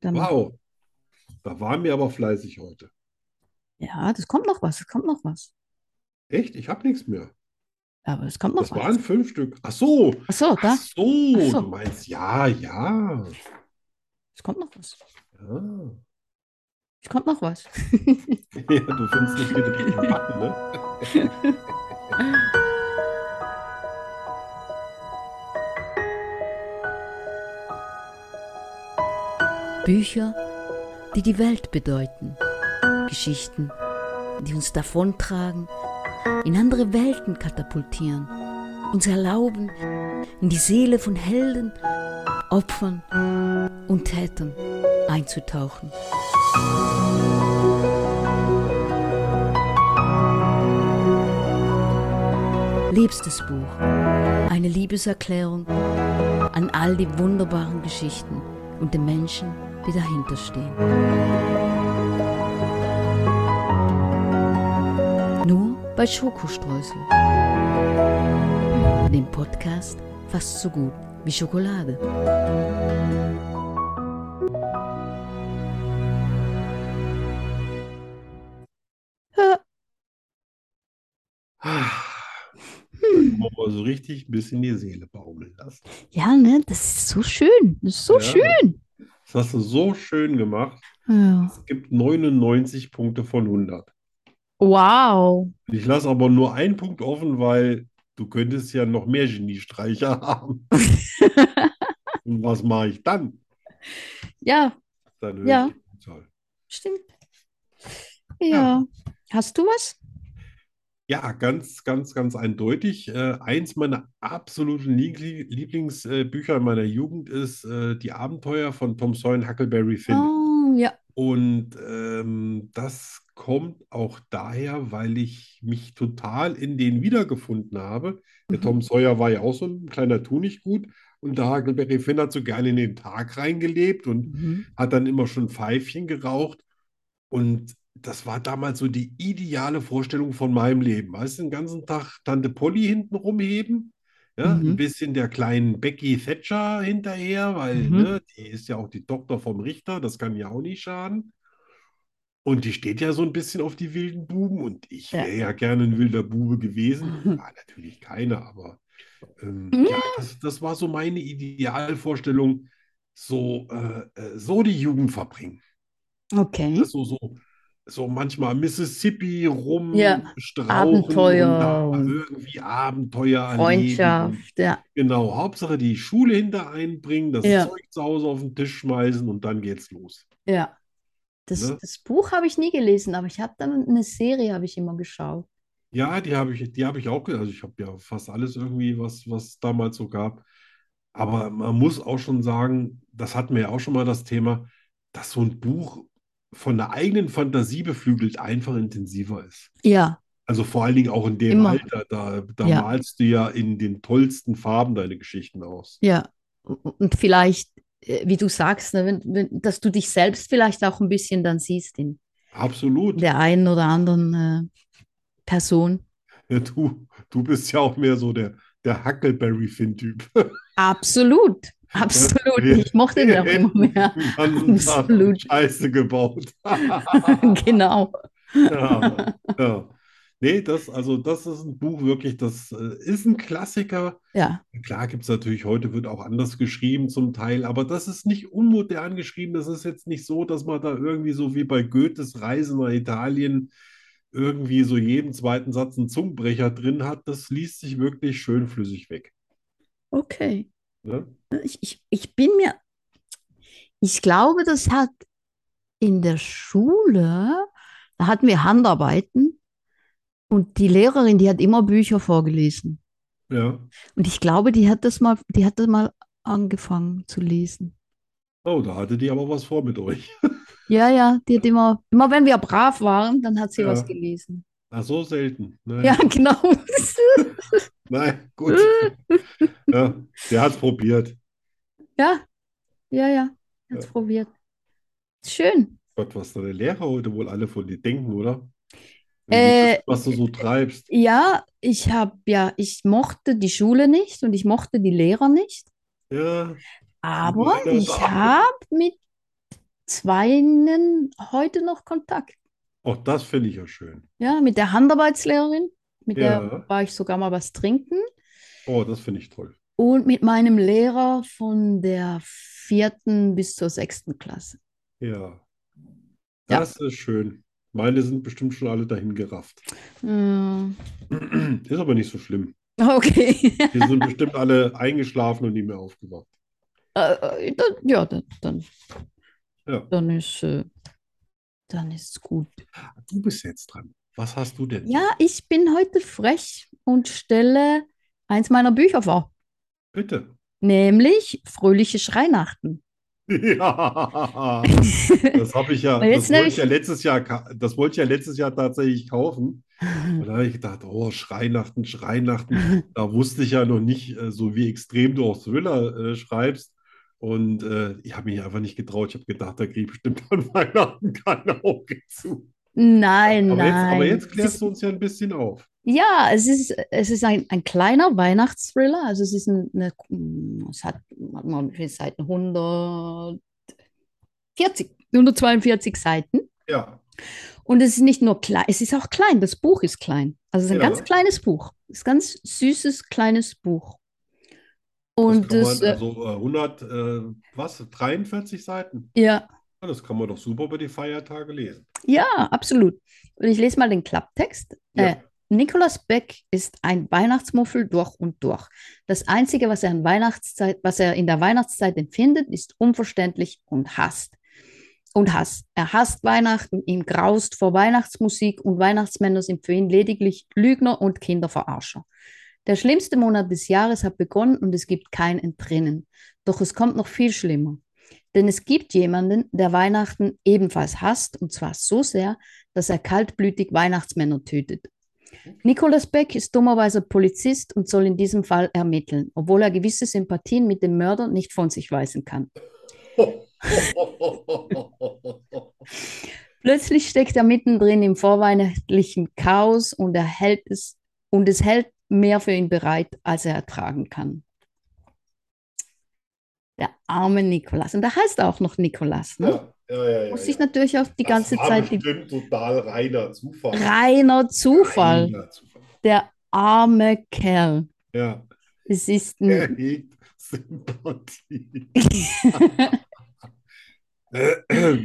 Speaker 1: Dann,
Speaker 2: Wow. Da waren wir aber fleißig heute.
Speaker 1: ja, das kommt noch was, es kommt noch was.
Speaker 2: Echt? Ich habe nichts mehr.
Speaker 1: Aber es kommt noch
Speaker 2: Das
Speaker 1: was.
Speaker 2: waren fünf Stück. Ach so.
Speaker 1: Ach so, da,
Speaker 2: Ach so.
Speaker 1: Ach so.
Speaker 2: Du meinst, ja, ja.
Speaker 1: es kommt noch was.
Speaker 2: Ja,
Speaker 1: Es kommt noch was.
Speaker 2: <laughs> ja du findest nicht den richtigen Button, ne?
Speaker 4: Bücher, die die Welt bedeuten. Geschichten, die uns davontragen, in andere Welten katapultieren, uns erlauben, in die Seele von Helden, Opfern und Tätern einzutauchen. Liebstes Buch. Eine Liebeserklärung an all die wunderbaren Geschichten und den Menschen, die dahinter stehen. Nur bei Schokostreusel. Dem Podcast fast so gut wie Schokolade.
Speaker 2: Wo Ah. wir so richtig ein bisschen die Seele baumeln lassen.
Speaker 1: Ja, ne, das ist so schön. Das ist so
Speaker 2: Ja.
Speaker 1: schön.
Speaker 2: Das hast du so schön gemacht.
Speaker 1: Ja.
Speaker 2: Es gibt 99 Punkte von 100.
Speaker 1: Wow.
Speaker 2: Ich lasse aber nur einen Punkt offen, weil du könntest ja noch mehr Geniestreicher <laughs> haben. Und was mache ich dann?
Speaker 1: Ja,
Speaker 2: Dann höre
Speaker 1: Ja.
Speaker 2: ich die halt. Punktzahl.
Speaker 1: stimmt.
Speaker 2: Ja.
Speaker 1: Ja. Hast du was?
Speaker 2: Ja, ganz, ganz, ganz eindeutig. Äh, eins meiner absoluten Liebli- Lieblingsbücher meiner Jugend ist äh, Die Abenteuer von Tom Sawyer und Huckleberry Finn.
Speaker 1: Oh, ja.
Speaker 2: Und ähm, das kommt auch daher, weil ich mich total in den wiedergefunden habe. Der
Speaker 1: Mhm.
Speaker 2: Tom Sawyer war ja auch so ein kleiner Tunichtgut und der Huckleberry Finn hat so gerne in den Tag reingelebt und hat dann immer schon Pfeifchen geraucht. Und das war damals so die ideale Vorstellung von meinem Leben. Weißt du, den ganzen Tag Tante Polly hinten rumheben, ja,
Speaker 1: Mhm.
Speaker 2: ein bisschen der kleinen Becky Thatcher hinterher, weil
Speaker 1: Mhm.
Speaker 2: ne, die ist ja auch die Tochter vom Richter, das kann ja auch nicht schaden. Und die steht ja so ein bisschen auf die wilden Buben und ich
Speaker 1: Ja.
Speaker 2: wäre ja gerne ein wilder Bube
Speaker 1: <laughs>
Speaker 2: gewesen. War natürlich keiner, aber ähm,
Speaker 1: Mhm.
Speaker 2: ja, das, das war so meine Idealvorstellung, so, äh, äh, so die Jugend verbringen.
Speaker 3: Mhm.
Speaker 1: Okay.
Speaker 2: So, so, so manchmal Mississippi
Speaker 3: Ja,
Speaker 2: rumstrauchen
Speaker 3: Abenteuer
Speaker 2: und
Speaker 3: und
Speaker 2: da irgendwie Abenteuer erleben.
Speaker 3: Freundschaft, ja.
Speaker 2: Genau, Hauptsache die Schule hinter einbringen, das
Speaker 3: Ja.
Speaker 2: Zeug zu Hause auf den Tisch schmeißen und dann geht's los.
Speaker 1: Ja. Das,
Speaker 2: Ne?
Speaker 1: das Buch habe ich nie gelesen, aber ich habe dann eine Serie habe ich immer geschaut.
Speaker 2: Ja, die habe ich, die habe ich auch, ge- also ich habe ja fast alles irgendwie, was, was es damals so gab. Aber man muss auch schon sagen, das hatten wir ja auch schon mal das Thema, dass so ein Buch von der eigenen Fantasie beflügelt einfach intensiver ist.
Speaker 1: Ja,
Speaker 2: Also vor allen Dingen auch in dem
Speaker 1: Immer.
Speaker 2: Alter, da, da
Speaker 1: Ja.
Speaker 2: malst du ja in den tollsten Farben deine Geschichten aus.
Speaker 1: ja. Und vielleicht, äh, wie du sagst, ne, wenn, wenn, dass du dich selbst vielleicht auch ein bisschen dann siehst in
Speaker 2: Absolut.
Speaker 1: der einen oder anderen äh, Person.
Speaker 2: Ja, du, du bist ja auch mehr so der, der Huckleberry-Finn-Typ.
Speaker 1: Absolut, absolut.
Speaker 2: Ja.
Speaker 1: Ich mochte den
Speaker 2: <laughs>
Speaker 1: auch immer mehr.
Speaker 2: Den ganzen Tag
Speaker 1: Absolut.
Speaker 2: Scheiße
Speaker 1: <laughs>
Speaker 2: gebaut.
Speaker 1: Genau.
Speaker 2: Ja, ja. Nee, das, also das ist ein Buch wirklich, das äh, ist ein Klassiker.
Speaker 1: Ja,
Speaker 2: Klar gibt es natürlich, heute wird auch anders geschrieben zum Teil, aber das ist nicht unmodern geschrieben. Das ist jetzt nicht so, dass man da irgendwie so wie bei Goethes Reisen nach Italien irgendwie so jeden zweiten Satz einen Zungenbrecher drin hat. Das liest sich wirklich schön flüssig weg.
Speaker 3: Okay.
Speaker 2: Ne?
Speaker 3: Ich, ich, ich bin mir.
Speaker 1: ich glaube, das hat in der Schule, da hatten wir Handarbeiten und die Lehrerin, die hat immer Bücher vorgelesen.
Speaker 2: Ja.
Speaker 1: Und ich glaube, die hat das mal, die hat das mal angefangen zu lesen.
Speaker 2: Oh, da hatte die aber was vor mit euch.
Speaker 1: Ja, ja, die hat immer, immer wenn wir brav waren, dann hat sie
Speaker 2: Ja.
Speaker 1: was gelesen.
Speaker 2: Ach, so selten.
Speaker 1: Ja, <laughs>
Speaker 2: Naja.
Speaker 1: genau.
Speaker 2: <laughs> Nein,
Speaker 1: <laughs>
Speaker 2: gut. Ja, der hat es probiert.
Speaker 1: Ja, ja, ja, hat's
Speaker 2: Ja.
Speaker 1: probiert. Schön.
Speaker 2: Gott, was deine Lehrer heute wohl alle von dir denken, oder? Wenn die
Speaker 1: Äh,
Speaker 2: wissen, was du so treibst.
Speaker 1: Ja, ich habe ja, ich mochte die Schule nicht und ich mochte die Lehrer nicht.
Speaker 2: Ja,
Speaker 1: Aber
Speaker 2: Leider
Speaker 1: ich
Speaker 2: nein.
Speaker 1: habe mit zweien heute noch Kontakt.
Speaker 2: auch Oh, das finde ich ja schön.
Speaker 1: Ja, mit der Handarbeitslehrerin, mit der
Speaker 2: Ja.
Speaker 1: war ich sogar mal was trinken.
Speaker 2: Oh, das finde ich toll.
Speaker 1: Und mit meinem Lehrer von der vierten bis zur sechsten Klasse.
Speaker 2: Ja.
Speaker 1: Ja.
Speaker 2: Das ist schön. Meine sind bestimmt schon alle dahin gerafft. <clears throat>
Speaker 1: Hm,
Speaker 2: Ist aber nicht so schlimm.
Speaker 1: Okay. <laughs>
Speaker 2: Die sind bestimmt alle eingeschlafen und nie mehr aufgewacht.
Speaker 1: Äh, äh, dann, ja, dann, dann,
Speaker 2: Ja.
Speaker 1: dann ist, äh, dann ist gut.
Speaker 2: Du bist jetzt dran. Was hast du denn?
Speaker 1: Ja, ich bin heute frech und stelle eins meiner Bücher vor,
Speaker 2: <laughs> Bitte.
Speaker 1: nämlich Fröhliche Schreinachten.
Speaker 2: Ja. Das habe ich ja,
Speaker 1: Und <laughs>
Speaker 2: das
Speaker 1: jetzt
Speaker 2: wollte ich
Speaker 1: nämlich-
Speaker 2: ja letztes Jahr, ka- das wollte ich ja letztes Jahr tatsächlich kaufen. Und da habe ich gedacht, oh, Schreinachten,
Speaker 1: <laughs>
Speaker 2: Schreinachten. Da wusste ich ja noch nicht, äh, so wie extrem du auch Thriller äh, schreibst. Und äh, ich habe mich einfach nicht getraut. Ich habe gedacht, da kriege ich bestimmt <laughs> an Weihnachten kein Auge zu.
Speaker 1: <laughs> Nein,
Speaker 2: Aber jetzt, aber
Speaker 1: nein.
Speaker 2: jetzt
Speaker 1: Es
Speaker 2: klärst
Speaker 1: ist,
Speaker 2: du uns ja ein bisschen auf.
Speaker 1: ja, es ist, es ist ein, ein kleiner Weihnachtsthriller. Also es ist ein- eine, es hat, hat man wie viele Seiten 140, 142 Seiten.
Speaker 2: Ja,
Speaker 1: Und es ist nicht nur klein, es ist auch klein. Das Buch ist klein. Also es ist ein
Speaker 2: Ja.
Speaker 1: ganz kleines Buch. Es ist ein ganz süßes, kleines Buch.
Speaker 2: das
Speaker 1: Und
Speaker 2: kann man,
Speaker 1: das, äh,
Speaker 2: also äh, 100, äh, was, 43 Seiten?
Speaker 1: äh, ja,
Speaker 2: Ja, das kann man doch super über die Feiertage lesen.
Speaker 1: ja, absolut. Und ich lese mal den Klapptext.
Speaker 2: Ja. <laughs>
Speaker 1: Äh, Nicolas Beck ist ein Weihnachtsmuffel durch und durch. Das Einzige, was er, in Weihnachtszeit, was er in der Weihnachtszeit empfindet, ist unverständlich und hasst. Und Hass. Er hasst Weihnachten, ihm graust vor Weihnachtsmusik und Weihnachtsmänner sind für ihn lediglich Lügner und Kinderverarscher. Der schlimmste Monat des Jahres hat begonnen und es gibt kein Entrinnen. Doch es kommt noch viel schlimmer. Denn es gibt jemanden, der Weihnachten ebenfalls hasst, und zwar so sehr, dass er kaltblütig Weihnachtsmänner tötet. Nicolas Beck ist dummerweise Polizist und soll in diesem Fall ermitteln, obwohl er gewisse Sympathien mit dem Mörder nicht von sich weisen kann. Plötzlich steckt er mittendrin im vorweihnachtlichen Chaos und er hält es und es hält mehr für ihn bereit, als er ertragen kann. Der arme Nikolas. Und da heißt er auch noch Nikolas. Ne?
Speaker 2: Ja, ja, ja, ja,
Speaker 1: Muss
Speaker 2: ja.
Speaker 1: ich natürlich auch die
Speaker 2: Das
Speaker 1: ganze
Speaker 2: war
Speaker 1: Zeit die
Speaker 2: bestimmt total reiner Zufall.
Speaker 1: reiner Zufall.
Speaker 2: Reiner Zufall.
Speaker 1: Der arme Kerl.
Speaker 2: Ja,
Speaker 1: Es ist
Speaker 2: er
Speaker 1: ein, <laughs>
Speaker 2: hegt Sympathie.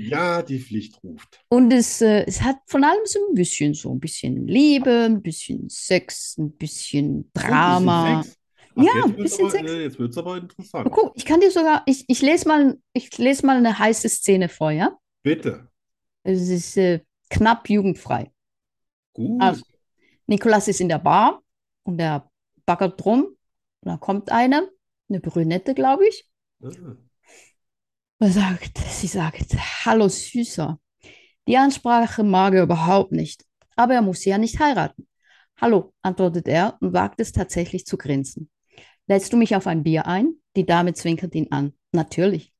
Speaker 2: Ja, die Pflicht ruft.
Speaker 1: Und es, äh, es hat von allem so ein bisschen so ein bisschen Liebe, ein bisschen Sex, ein bisschen Drama.
Speaker 2: Ein bisschen Sex. Ach,
Speaker 1: Ja,
Speaker 2: jetzt wird's
Speaker 1: ein bisschen
Speaker 2: aber,
Speaker 1: Sex.
Speaker 2: äh, Jetzt wird es aber
Speaker 1: Oh,
Speaker 2: interessant.
Speaker 1: Guck, ich kann dir sogar, ich, ich lese mal, ich lese mal eine heiße Szene vor, ja?
Speaker 2: Bitte.
Speaker 1: Es ist äh, knapp jugendfrei.
Speaker 2: Gut.
Speaker 1: Also, Nikolas ist in der Bar und er baggert drum. Und da kommt eine, eine Brünette, glaube ich.
Speaker 2: Ah.
Speaker 1: Und sagt, sie sagt, hallo Süßer. Die Ansprache mag er überhaupt nicht, aber er muss sie ja nicht heiraten. Hallo, antwortet er und wagt es tatsächlich zu grinsen. Lädst du mich auf ein Bier ein? Die Dame zwinkert ihn an. Natürlich.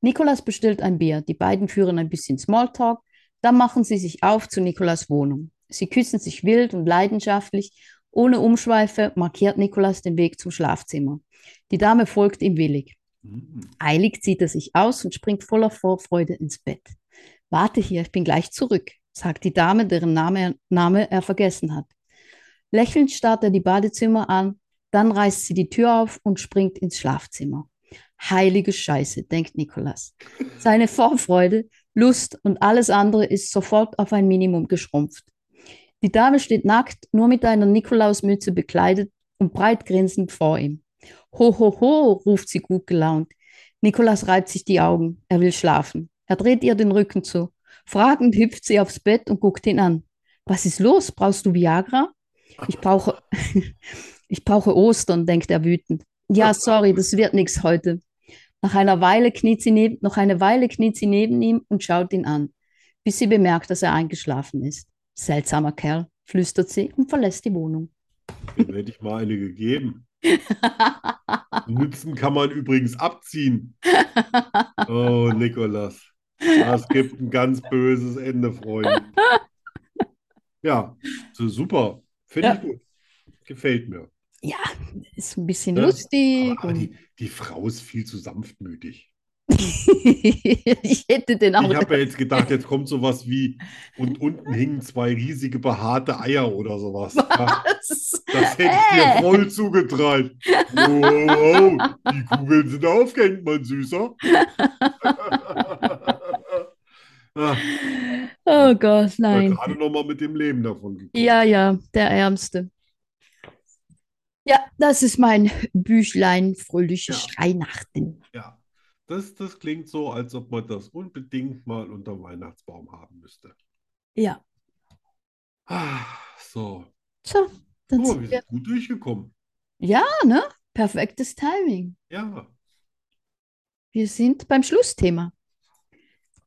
Speaker 1: Nikolas bestellt ein Bier, die beiden führen ein bisschen Smalltalk, dann machen sie sich auf zu Nikolas Wohnung. Sie küssen sich wild und leidenschaftlich, ohne Umschweife markiert Nikolas den Weg zum Schlafzimmer. Die Dame folgt ihm willig.
Speaker 2: Hm.
Speaker 1: Eilig zieht er sich aus und springt voller Vorfreude ins Bett. Warte hier, ich bin gleich zurück, sagt die Dame, deren Name er, Name er vergessen hat. Lächelnd starrt er die Badezimmer an, dann reißt sie die Tür auf und springt ins Schlafzimmer. Heilige Scheiße, denkt Nikolas. Seine Vorfreude, Lust und alles andere ist sofort auf ein Minimum geschrumpft. Die Dame steht nackt, nur mit einer Nikolausmütze bekleidet und breit grinsend vor ihm. Ho, ho, ho, ruft sie gut gelaunt. Nikolas reibt sich die Augen. Er will schlafen. Er dreht ihr den Rücken zu. Fragend hüpft sie aufs Bett und guckt ihn an. Was ist los? Brauchst du Viagra? Ich brauche, <laughs> ich brauche Ostern, denkt er wütend.
Speaker 2: <laughs>
Speaker 1: Ja, sorry, das wird nichts heute. Nach einer Weile kniet sie neben, noch eine Weile kniet sie neben ihm und schaut ihn an, bis sie bemerkt, dass er eingeschlafen ist. Seltsamer Kerl, flüstert sie und verlässt die Wohnung.
Speaker 2: Dem hätte ich mal eine gegeben. Nützen kann man übrigens abziehen. Oh, Nikolas. Das gibt ein ganz böses Ende, Freunde. Ja, so super. Finde ich gut. Gefällt mir.
Speaker 1: Ja, ist ein bisschen
Speaker 2: Ja,
Speaker 1: lustig.
Speaker 2: Aber, aber
Speaker 1: und- <laughs>
Speaker 2: die, die Frau ist viel zu sanftmütig.
Speaker 1: ich hätte den auch.
Speaker 2: Ich habe ja jetzt gedacht, jetzt kommt sowas wie, und unten hingen zwei riesige behaarte Eier oder sowas. Ja. Das hätte ich dir
Speaker 1: Äh.
Speaker 2: voll zugetragen. Wow, die Kugeln sind aufgehängt, mein
Speaker 1: <laughs>
Speaker 2: Süßer. Ah,
Speaker 1: Oh Gott,
Speaker 2: war
Speaker 1: nein.
Speaker 2: gerade noch mal mit dem Leben davon gekommen.
Speaker 1: Ja, ja, der Ärmste. Ja, das ist mein Büchlein Fröhliches Weihnachten.
Speaker 2: Ja. Das, das klingt so, als ob man das unbedingt mal unter Weihnachtsbaum haben müsste.
Speaker 1: Ja,
Speaker 2: Ah, so.
Speaker 1: so, dann
Speaker 2: Guck mal, wir
Speaker 1: sind Oh, wir.
Speaker 2: sind gut durchgekommen.
Speaker 1: Ja, ne? Perfektes Timing.
Speaker 2: Ja.
Speaker 1: Wir sind beim Schlussthema.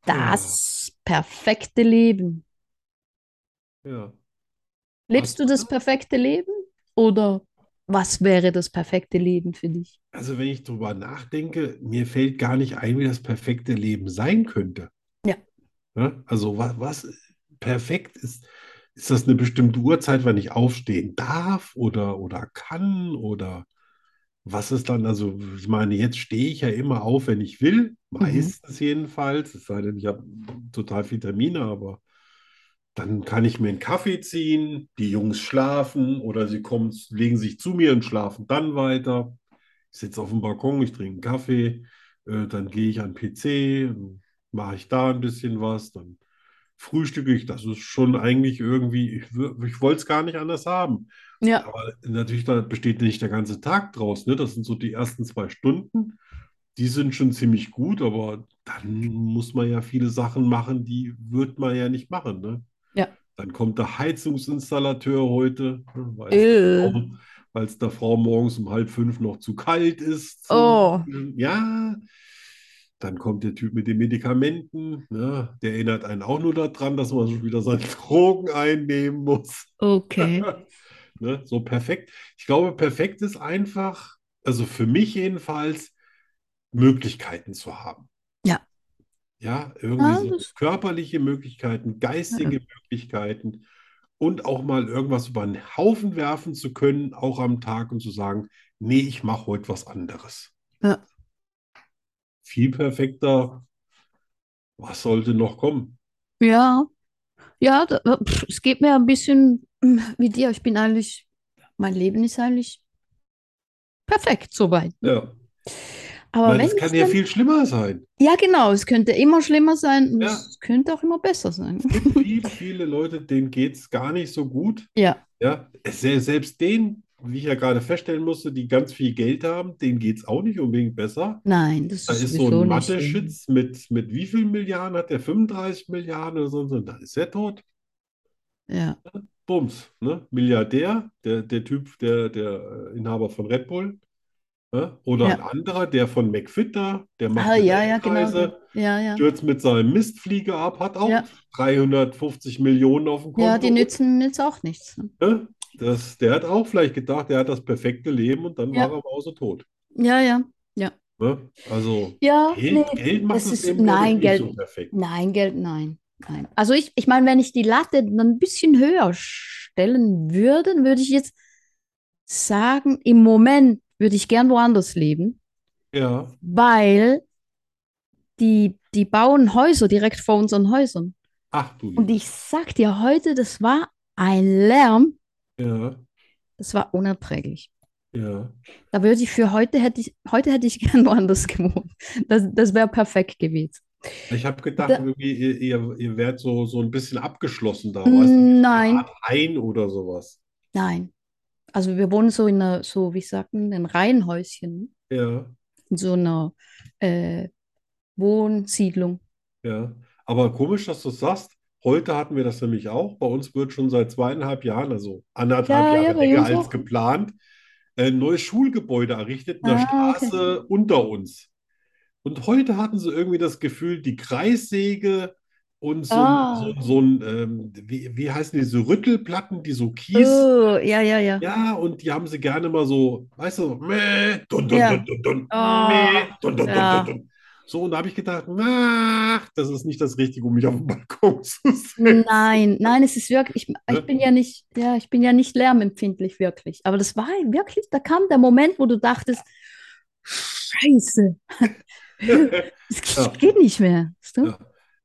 Speaker 1: Das perfekte Leben.
Speaker 2: Ja.
Speaker 1: Lebst du das perfekte Leben? Oder was wäre das perfekte Leben für dich?
Speaker 2: Also, wenn ich drüber nachdenke, mir fällt gar nicht ein, wie das perfekte Leben sein könnte.
Speaker 1: Ja.
Speaker 2: Ne? Also, was, was perfekt ist, ist das eine bestimmte Uhrzeit, wann ich aufstehen darf oder, oder kann oder was ist dann? Also, ich meine, jetzt stehe ich ja immer auf, wenn ich will, meistens jedenfalls, es sei denn, ich habe total viel Termine, aber dann kann ich mir einen Kaffee ziehen, die Jungs schlafen oder sie kommen, legen sich zu mir und schlafen dann weiter. Ich sitze auf dem Balkon, ich trinke einen Kaffee, äh, dann gehe ich an den PC, mache ich da ein bisschen was, dann frühstücke ich. Das ist schon eigentlich irgendwie, ich, wür- ich wollte es gar nicht anders haben.
Speaker 1: Ja.
Speaker 2: Aber natürlich, da besteht nicht der ganze Tag draus. Ne? Das sind so die ersten zwei Stunden. Die sind schon ziemlich gut, aber dann muss man ja viele Sachen machen, die wird man ja nicht machen. Ne?
Speaker 1: Ja.
Speaker 2: Dann kommt der Heizungsinstallateur heute, ne? weil es
Speaker 1: Äh.
Speaker 2: weil es der Frau morgens um halb fünf noch zu kalt ist. So.
Speaker 1: Oh.
Speaker 2: Ja. Dann kommt der Typ mit den Medikamenten. Ne? Der erinnert einen auch nur daran, dass man schon wieder seine <laughs> Drogen einnehmen muss.
Speaker 1: Okay.
Speaker 2: Ne? So perfekt. Ich glaube, perfekt ist einfach, also für mich jedenfalls, Möglichkeiten zu haben.
Speaker 1: Ja.
Speaker 2: Ja, irgendwie
Speaker 1: Ja,
Speaker 2: so
Speaker 1: das-
Speaker 2: körperliche Möglichkeiten, geistige Möglichkeiten und auch mal irgendwas über den Haufen werfen zu können, auch am Tag und zu sagen, nee, ich mache heute was anderes.
Speaker 1: Ja.
Speaker 2: Viel perfekter. Was sollte noch kommen?
Speaker 1: Ja, ja, da, pf, es geht mir ein bisschen mm, wie dir. Ich bin eigentlich, mein Leben ist eigentlich perfekt soweit.
Speaker 2: Ja.
Speaker 1: Aber
Speaker 2: Weil
Speaker 1: wenn
Speaker 2: das kann
Speaker 1: ich
Speaker 2: ja
Speaker 1: dann,
Speaker 2: viel schlimmer sein.
Speaker 1: ja, genau, es könnte immer schlimmer sein und
Speaker 2: Ja.
Speaker 1: es könnte auch immer besser sein.
Speaker 2: Viele, viele Leute, denen geht es gar nicht so gut.
Speaker 1: Ja,
Speaker 2: Ja, es- selbst denen, wie ich ja gerade feststellen musste, die ganz viel Geld haben, denen geht es auch nicht unbedingt besser.
Speaker 1: nein, das
Speaker 2: Da
Speaker 1: ist
Speaker 2: ist so
Speaker 1: sowieso
Speaker 2: ein
Speaker 1: nicht so.
Speaker 2: Mathe-Schitz mit, mit wie vielen Milliarden hat der? 35 Milliarden oder so und so. Da ist er tot.
Speaker 1: Ja,
Speaker 2: Bums, ne? Milliardär, der, der Typ, der, der äh, Inhaber von Red Bull. Ne? Oder
Speaker 1: Ja.
Speaker 2: ein anderer, der von McFit da, der macht
Speaker 1: ah,
Speaker 2: eine
Speaker 1: ja, ja, genau.
Speaker 2: Weltreise,
Speaker 1: Ja, ja.
Speaker 2: stürzt mit seinem Mistflieger ab, hat auch
Speaker 1: Ja.
Speaker 2: 350 Millionen auf dem
Speaker 1: Ja, die
Speaker 2: Konto.
Speaker 1: nützen jetzt auch nichts. ne?
Speaker 2: Ne? Das, der hat auch vielleicht gedacht, der hat das perfekte Leben und dann
Speaker 1: Ja.
Speaker 2: war er aber auch so tot.
Speaker 1: Ja, ja.
Speaker 2: Ne? Also
Speaker 1: Ja,
Speaker 2: Geld,
Speaker 1: nee,
Speaker 2: Geld macht
Speaker 1: das
Speaker 2: das
Speaker 1: ist-
Speaker 2: Leben, glaub ich,
Speaker 1: nein,
Speaker 2: nicht
Speaker 1: Geld-
Speaker 2: so perfekt.
Speaker 1: Nein, Geld, nein. Nein. Also ich, ich meine, wenn ich die Latte dann ein bisschen höher stellen würde, dann würde ich jetzt sagen, im Moment würde ich gern woanders leben,
Speaker 2: Ja,
Speaker 1: weil die, die bauen Häuser direkt vor unseren Häusern.
Speaker 2: ach du
Speaker 1: Und ich sag dir heute, das war ein Lärm,
Speaker 2: Ja,
Speaker 1: das war unerträglich.
Speaker 2: ja.
Speaker 1: Da würde ich für heute hätte ich, heute hätte ich <laughs> gern woanders gewohnt. Das, das wäre perfekt gewesen.
Speaker 2: Ich habe gedacht,
Speaker 1: Da-
Speaker 2: irgendwie, ihr, ihr, ihr werdet so, so ein bisschen abgeschlossen da, weißt du?
Speaker 1: Nein.
Speaker 2: Eine Art Hain oder sowas.
Speaker 1: Nein. Also wir wohnen so in einer, so wie sagten, in Reihenhäuschen,
Speaker 2: Ja,
Speaker 1: in so einer äh, Wohnsiedlung.
Speaker 2: ja. Aber komisch, dass du es sagst. Heute hatten wir das nämlich auch. Bei uns wird schon seit zweieinhalb Jahren, also anderthalb
Speaker 1: Ja, ja,
Speaker 2: Jahre
Speaker 1: bei
Speaker 2: länger
Speaker 1: uns
Speaker 2: als
Speaker 1: auch.
Speaker 2: geplant, ein neues Schulgebäude errichtet in der
Speaker 1: Ah, okay.
Speaker 2: Straße unter uns. Und heute hatten sie irgendwie das Gefühl, die Kreissäge und so,
Speaker 1: Ah.
Speaker 2: so, so ein, ähm, wie, wie heißen die, so Rüttelplatten, die so Kies.
Speaker 1: Oh, ja, ja, ja.
Speaker 2: Ja, und die haben sie gerne mal so, weißt du, meh, dun, dun,
Speaker 1: Ja.
Speaker 2: dun, dun, dun,
Speaker 1: Oh,
Speaker 2: meh, dun, dun,
Speaker 1: ja.
Speaker 2: dun, dun, dun. So, und da habe ich gedacht, ach, das ist nicht das Richtige, um mich auf dem Balkon <laughs> zu sehen.
Speaker 1: Nein, nein, es ist wirklich, ich, ich bin ja nicht, ja, ich bin ja nicht lärmempfindlich, wirklich. Aber das war wirklich, da kam der Moment, wo du dachtest, Scheiße, es
Speaker 2: Ja.
Speaker 1: geht nicht mehr. Weißt du?
Speaker 2: Ja.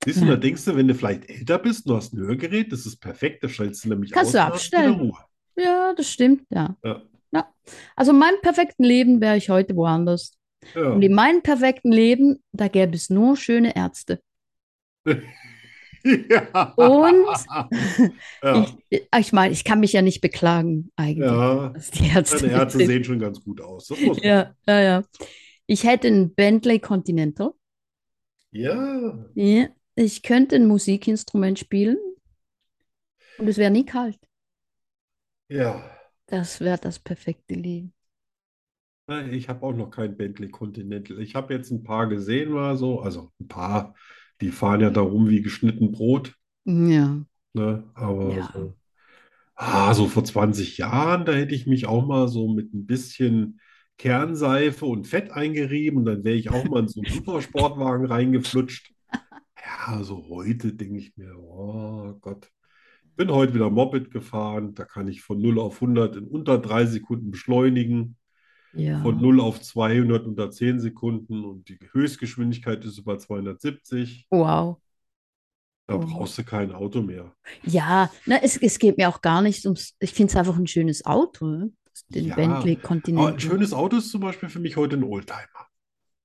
Speaker 2: Siehst du, da denkst du, wenn du vielleicht älter bist, du hast ein Hörgerät, das ist perfekt, das stellst du nämlich
Speaker 1: Kannst
Speaker 2: aus
Speaker 1: du
Speaker 2: und hast wieder
Speaker 1: abstellen.
Speaker 2: Ruhe.
Speaker 1: Ja, das stimmt, ja.
Speaker 2: Ja.
Speaker 1: Ja. Also in meinem perfekten Leben wäre ich heute woanders.
Speaker 2: Ja.
Speaker 1: Und in meinem perfekten Leben, da gäbe es nur schöne Ärzte.
Speaker 2: <laughs> Ja.
Speaker 1: Und-
Speaker 2: Ja,
Speaker 1: Ich, ich meine, ich kann mich ja nicht beklagen, eigentlich,
Speaker 2: ja.
Speaker 1: dass die Ärzte <laughs>
Speaker 2: Deine Ärzte
Speaker 1: sind.
Speaker 2: sehen schon ganz gut aus. Das muss man.
Speaker 1: Ja, ja, ja. Ich hätte einen Bentley Continental.
Speaker 2: Ja.
Speaker 1: Ja. Ich könnte ein Musikinstrument spielen und es wäre nie kalt.
Speaker 2: Ja.
Speaker 1: Das wäre das perfekte Leben.
Speaker 2: Nein, Ich habe auch noch kein Bentley Continental. Ich habe jetzt ein paar gesehen, war so, also ein paar, die fahren ja da rum wie geschnitten Brot,
Speaker 1: Ja.
Speaker 2: ne? Aber
Speaker 1: Ja.
Speaker 2: so, ah, so vor 20 Jahren, da hätte ich mich auch mal so mit ein bisschen Kernseife und Fett eingerieben, dann wäre ich auch mal in so einen Supersportwagen reingeflutscht. Ja, so heute denke ich mir, oh Gott, bin heute wieder Moped gefahren, da kann ich von 0 auf 100 in unter drei Sekunden beschleunigen
Speaker 1: Ja.
Speaker 2: von 0 auf 200 unter 10 Sekunden und die Höchstgeschwindigkeit ist über 270.
Speaker 1: Wow.
Speaker 2: Da
Speaker 1: Wow.
Speaker 2: brauchst du kein Auto mehr.
Speaker 1: Ja, na, es, es geht mir auch gar nicht ums. Ich finde es einfach ein schönes Auto, ne? den
Speaker 2: Ja, Oh,
Speaker 1: Bentley
Speaker 2: Aber ein
Speaker 1: Continental.
Speaker 2: schönes Auto ist zum Beispiel für mich heute ein Oldtimer.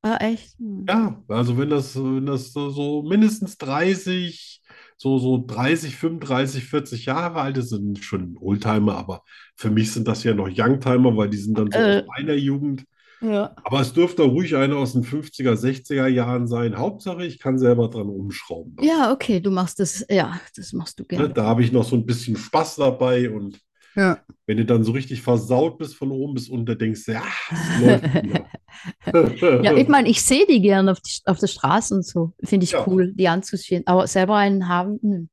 Speaker 1: Ah, echt? Hm.
Speaker 2: Ja, also wenn das, wenn das so- so mindestens 30, so, so 30, 35, 40 Jahre alt ist, sind schon ein Oldtimer, aber für mich sind das ja noch Youngtimer, weil die sind dann so
Speaker 1: Äh.
Speaker 2: aus meiner Jugend.
Speaker 1: Ja.
Speaker 2: Aber es dürfte auch ruhig einer aus den 50er, 60er Jahren sein. Hauptsache, ich kann selber dran rumschrauben.
Speaker 1: Ja, okay, du machst das. Ja, das machst du
Speaker 2: Ne,
Speaker 1: gerne.
Speaker 2: da habe ich noch so ein bisschen Spaß dabei und
Speaker 1: Ja.
Speaker 2: wenn du dann so richtig versaut bist von oben bis unten, denkst du, ja, es läuft wieder.
Speaker 1: <laughs>
Speaker 2: <laughs>
Speaker 1: Ja, ich meine, ich sehe die gerne auf, die, auf der Straße und so. Finde ich
Speaker 2: Ja.
Speaker 1: cool, die anzusehen. Aber selber einen haben, hm.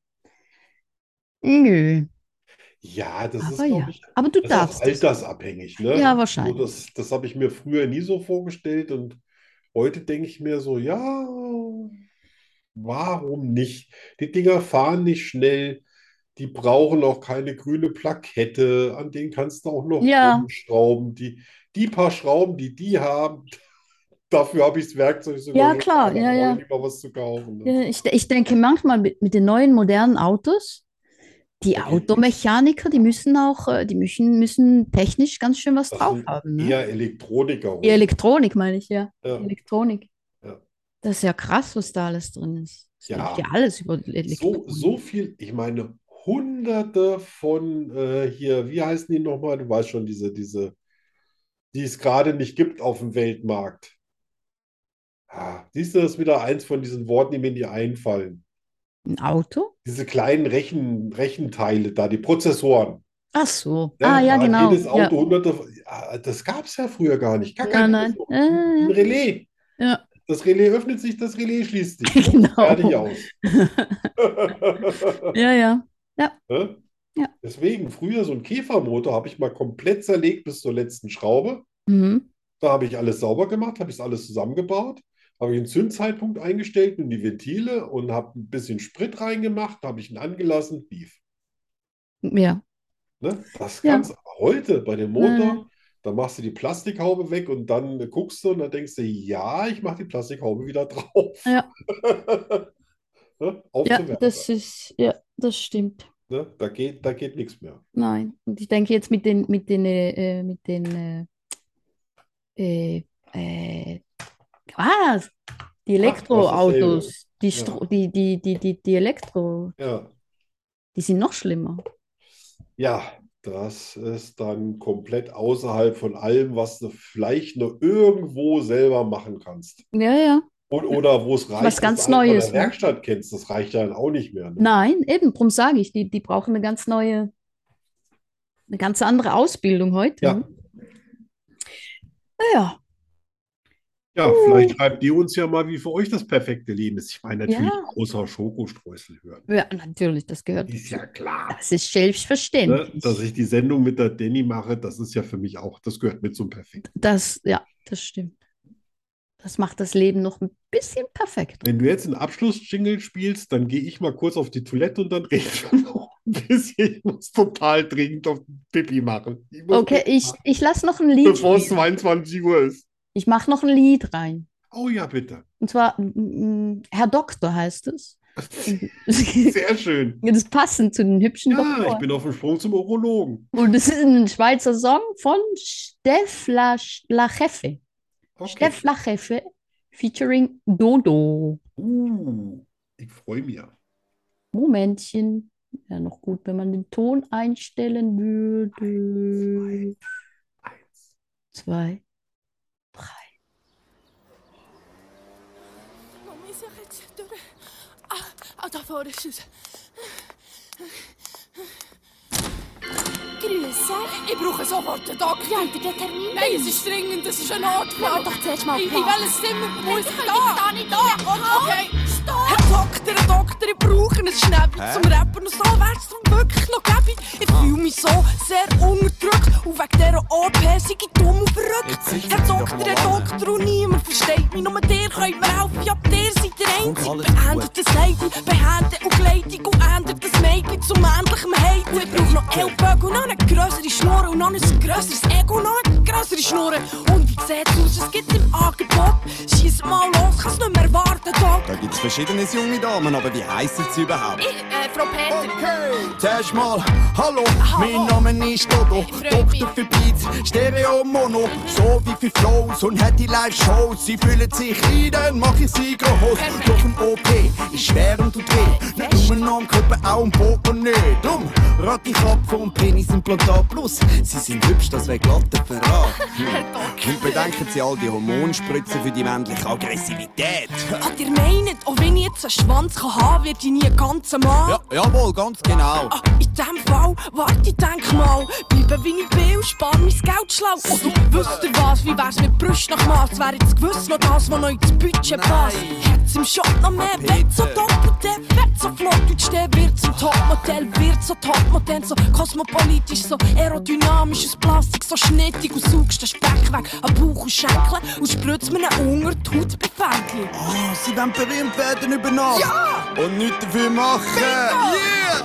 Speaker 1: Nö.
Speaker 2: Ja, das ist,
Speaker 1: Aber
Speaker 2: glaub
Speaker 1: ja.
Speaker 2: ich,
Speaker 1: Aber du
Speaker 2: das ist auch
Speaker 1: darfst es.
Speaker 2: altersabhängig, ne?
Speaker 1: Ja,
Speaker 2: So,
Speaker 1: wahrscheinlich.
Speaker 2: das, das habe ich mir früher nie so vorgestellt und heute denke ich mir so, ja, warum nicht? Die Dinger fahren nicht schnell, die brauchen auch keine grüne Plakette, an denen kannst du auch noch
Speaker 1: Ja.
Speaker 2: rumschrauben. Die, die paar Schrauben, die die haben, <laughs> dafür habe ich das Werkzeug sogar
Speaker 1: Ja,
Speaker 2: schon,
Speaker 1: klar,
Speaker 2: da
Speaker 1: ja,
Speaker 2: brauche
Speaker 1: ja.
Speaker 2: ich nicht mal was zu kaufen,
Speaker 1: Ja,
Speaker 2: ne?
Speaker 1: Ich, ich denke manchmal mit, mit den neuen modernen Autos, Die
Speaker 2: Okay.
Speaker 1: Automechaniker, die müssen auch, äh, die müssen, müssen technisch ganz schön was
Speaker 2: Das
Speaker 1: drauf
Speaker 2: sind
Speaker 1: haben, ne?
Speaker 2: Eher Elektroniker.
Speaker 1: Die Elektronik meine ich, ja.
Speaker 2: Ja.
Speaker 1: Elektronik.
Speaker 2: Ja.
Speaker 1: Das ist ja krass, was da alles drin ist. Es
Speaker 2: Ja.
Speaker 1: läuft ja alles über
Speaker 2: So,
Speaker 1: Elektronik.
Speaker 2: so viel, ich meine, hunderte von äh, hier, wie heißen die nochmal? Du weißt schon, diese, diese, die es gerade nicht gibt auf dem Weltmarkt. Ah, siehst du, das ist wieder eins von diesen Worten, die mir nie einfallen.
Speaker 1: Ein Auto?
Speaker 2: Diese kleinen Rechen, Rechenteile da, die Prozessoren.
Speaker 1: Ach so.
Speaker 2: Ne?
Speaker 1: Ah, ja,
Speaker 2: Da hat
Speaker 1: genau.
Speaker 2: jedes Auto
Speaker 1: Ja.
Speaker 2: hunderte, ah, das gab es ja früher gar nicht. Gar
Speaker 1: Nein,
Speaker 2: kein
Speaker 1: nein.
Speaker 2: Prozessor. Ein
Speaker 1: Äh,
Speaker 2: Relais.
Speaker 1: Ja.
Speaker 2: Das Relais öffnet sich, das Relais schließt sich.
Speaker 1: <laughs>
Speaker 2: Fertig <laughs>
Speaker 1: genau.
Speaker 2: aus.
Speaker 1: Ja, ja.
Speaker 2: Ne?
Speaker 1: Ja.
Speaker 2: Deswegen, früher so ein Käfermotor habe ich mal komplett zerlegt bis zur letzten Schraube.
Speaker 1: Mhm.
Speaker 2: Da habe ich alles sauber gemacht, habe ich alles zusammengebaut, habe ich einen Zündzeitpunkt eingestellt und die Ventile und habe ein bisschen Sprit reingemacht, habe ich ihn angelassen, lief.
Speaker 1: Ja.
Speaker 2: Ne? Das
Speaker 1: Ja. Mhm.
Speaker 2: kannst du aber heute bei dem Motor. Da machst du die Plastikhaube weg und dann guckst du und dann denkst du, ja, ich mache die Plastikhaube wieder <laughs> drauf.
Speaker 1: Ja.
Speaker 2: Ne? Auf
Speaker 1: Ja,
Speaker 2: zur Werkstatt,
Speaker 1: das ist, ja, das stimmt.
Speaker 2: ne? Da geht, da geht nichts mehr.
Speaker 1: Nein. Und ich denke jetzt mit den, mit den, äh, äh, mit den, äh, äh, äh, was? Die
Speaker 2: Ach, das ist dasselbe.
Speaker 1: Elektroautos, die,
Speaker 2: Ja.
Speaker 1: Stro die, die, die, die, die Elektro,
Speaker 2: Ja.
Speaker 1: die sind noch schlimmer.
Speaker 2: Ja, das ist dann komplett außerhalb von allem, was du vielleicht nur irgendwo selber machen kannst.
Speaker 1: Ja, ja.
Speaker 2: Und, oder wo es reicht, dass
Speaker 1: ganz
Speaker 2: du einen von der
Speaker 1: Neues, ne?
Speaker 2: Werkstatt kennst. Das reicht ja dann auch nicht mehr. Ne?
Speaker 1: Nein, eben, drum sage ich, die, die brauchen eine ganz neue, eine ganz andere Ausbildung heute.
Speaker 2: Ja.
Speaker 1: ne? Naja,
Speaker 2: Ja, vielleicht schreibt ihr uns ja mal, wie für euch das perfekte Leben ist. Ich meine natürlich
Speaker 1: Ja.
Speaker 2: großer Schokostreusel hören.
Speaker 1: ja, natürlich, das gehört.
Speaker 2: Ist ja klar.
Speaker 1: Das ist
Speaker 2: Ne?
Speaker 1: selbstverständlich.
Speaker 2: Dass ich die Sendung mit der Danny mache, das ist ja für mich auch, das gehört mit zum Perfekt.
Speaker 1: Das, ja, das stimmt. Das macht das Leben noch ein bisschen perfekter.
Speaker 2: Wenn du jetzt einen Abschlussjingle spielst, dann gehe ich mal kurz auf die Toilette und dann reden wir <laughs> noch ein bisschen. Ich muss total dringend auf den Pipi machen. Ich muss
Speaker 1: Okay, ich, ich lasse noch ein Lied.
Speaker 2: Bevor es
Speaker 1: spielen.
Speaker 2: 22 Uhr ist.
Speaker 1: Ich mache noch ein Lied rein.
Speaker 2: Oh ja, bitte.
Speaker 1: Und zwar, mm, mm, Herr Doktor
Speaker 2: <laughs>
Speaker 1: heißt es. Das
Speaker 2: Sehr
Speaker 1: <laughs>
Speaker 2: schön.
Speaker 1: ist passend zu den hübschen
Speaker 2: Ja, ich
Speaker 1: Doktoren.
Speaker 2: bin auf dem Sprung zum Urologen.
Speaker 1: Und es ist ein Schweizer Song von Steff La, La Jefe.
Speaker 2: Okay.
Speaker 1: Steff La Jefe featuring Dodo.
Speaker 2: Uh, ich freue mich.
Speaker 1: Momentchen. Ja, noch gut, wenn man den Ton einstellen würde.
Speaker 2: Eins.
Speaker 1: Zwei, drei.
Speaker 7: Não me encerra de cintura. Ah, ah, da vorne ist es.
Speaker 8: Grüße.
Speaker 7: Ich brauche sofort den
Speaker 8: Ja,
Speaker 7: Doktor.
Speaker 8: habt ihr den Termin?
Speaker 7: Nein, es ist dringend, es ist ein
Speaker 8: Ja,
Speaker 7: Notfall.
Speaker 8: doch zuerst mal
Speaker 7: In, in
Speaker 8: planen.
Speaker 7: welches Zimmer muss ich
Speaker 8: Ich
Speaker 7: da?
Speaker 8: kann jetzt da nicht
Speaker 7: Da, okay. Herr Doktor, Herr Doktor, ich brauche einen Schnäppchen zum Rappen und so wär's drum wirklich noch gäbig. Ich fühle mich so sehr unterdrückt und wegen dieser OP sind ich dumm und
Speaker 9: Jetzt
Speaker 7: verrückt.
Speaker 9: sitzen
Speaker 7: Herr
Speaker 9: Sie doch
Speaker 7: Doktor,
Speaker 9: mal
Speaker 7: Herr
Speaker 9: an.
Speaker 7: Doktor und niemand versteht mich, nur dir könnt mir helfen, ja, dir seid ihr
Speaker 9: Kommt
Speaker 7: einzig.
Speaker 9: alles
Speaker 7: Beendet das Leiden, behändet und Kleidung und ändert das Mädchen zu männlichem Heiden. Ich brauche noch Ellbogen und noch eine grössere Schnur und noch ein grösseres Ego und noch eine grössere Schnur. Und wie sieht's aus, es gibt im Angebot. Schiess mal los, kann's nicht mehr warten, Doc.
Speaker 9: Da gibt's verschiedenes junge Damen, aber wie heißen sie überhaupt?
Speaker 8: Ich,
Speaker 7: eh,
Speaker 8: äh, Frau Peter.
Speaker 9: Okay, zuerst mal, hallo, mein Name ist Dodo,
Speaker 8: Ich freu mich.
Speaker 9: Doktor für Beats, Stereo Mono, so wie für Flows und hätte Live-Shows. Sie fühlen sich ein, dann mach ich sie groß.
Speaker 8: Perfekt.
Speaker 9: Doch ein OP ist schwerend und weh, nicht nur noch am Körper, auch am Boden nicht. Drum rat ich ab vom Penisimplantat plus, sie sind hübsch, das wär glatter Verrat.
Speaker 8: <laughs>
Speaker 9: Hm. Und bedenken Sie all die Hormonspritzen für die männliche Aggressivität. <laughs>
Speaker 7: Hat ihr meint, auch wenn ich jetzt einen Schwanz kann haben, wird ich nie ein ganzer Mann?
Speaker 9: Ja, jawohl, ganz genau.
Speaker 7: Ah, in dem Fall, warte, ich denk mal. Bleibe wie ich bin und spar mein Geld schlau. Oder wisst ihr was, wie wär's mit Brust nach Maß? Wär jetzt gewiss noch das, was noch ins Budget passt.
Speaker 9: Nein.
Speaker 7: Herz im Shop noch mehr,
Speaker 9: Peter.
Speaker 7: wird so doppelt, der wird so flott. Und steh wird zum Topmodell, wird so Topmodell, so kosmopolitisch, so aerodynamisch aus Plastik, so schnittig und saugst den Speck weg an Bauch und Schenkel und spritzt mir einen unter die Haut bei Fähnchen.
Speaker 9: Oh, Ah, sie wollen berühmt werden über Nacht. Ja! Und nichts dafür machen. Yeah!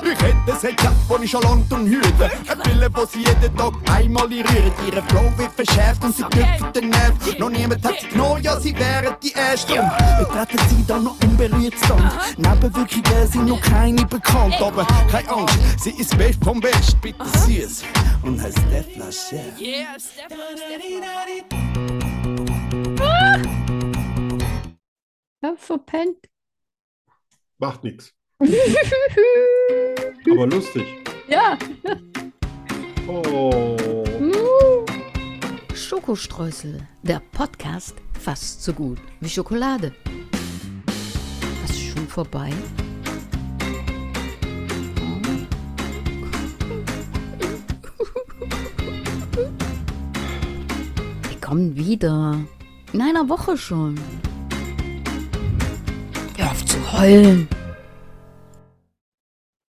Speaker 9: Brüder. Ich hätte es Headset, das ich schon lange hüte. Eine Pille, die sie jeden Tag einmal rührt. Ihre Flow wird verschärft und sie knüpft den Nerv. Noch niemand hat sie genommen, ja, sie wären die Ersten. Betreten sie dann noch unberührt stand. Nebenwirkungen sind noch keine bekannt. Aber keine Angst, sie ist best vom Best. Bitte süß und heißt Defla Chef.
Speaker 10: Yeah, Stefan, Stefan.
Speaker 11: Ja, verpennt.
Speaker 1: <laughs>
Speaker 2: Macht nichts. Aber lustig.
Speaker 11: Ja.
Speaker 2: Oh.
Speaker 1: Hm? Schokostreusel, der Podcast fast so gut wie Schokolade. Was ist schon vorbei? Wir kommen wieder. In einer Woche schon. Hör auf zu heulen.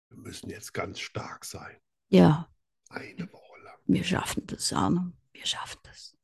Speaker 2: Wir müssen jetzt ganz stark sein.
Speaker 11: Ja,
Speaker 2: Eine Woche lang.
Speaker 11: wir schaffen das, Arno. Wir schaffen das.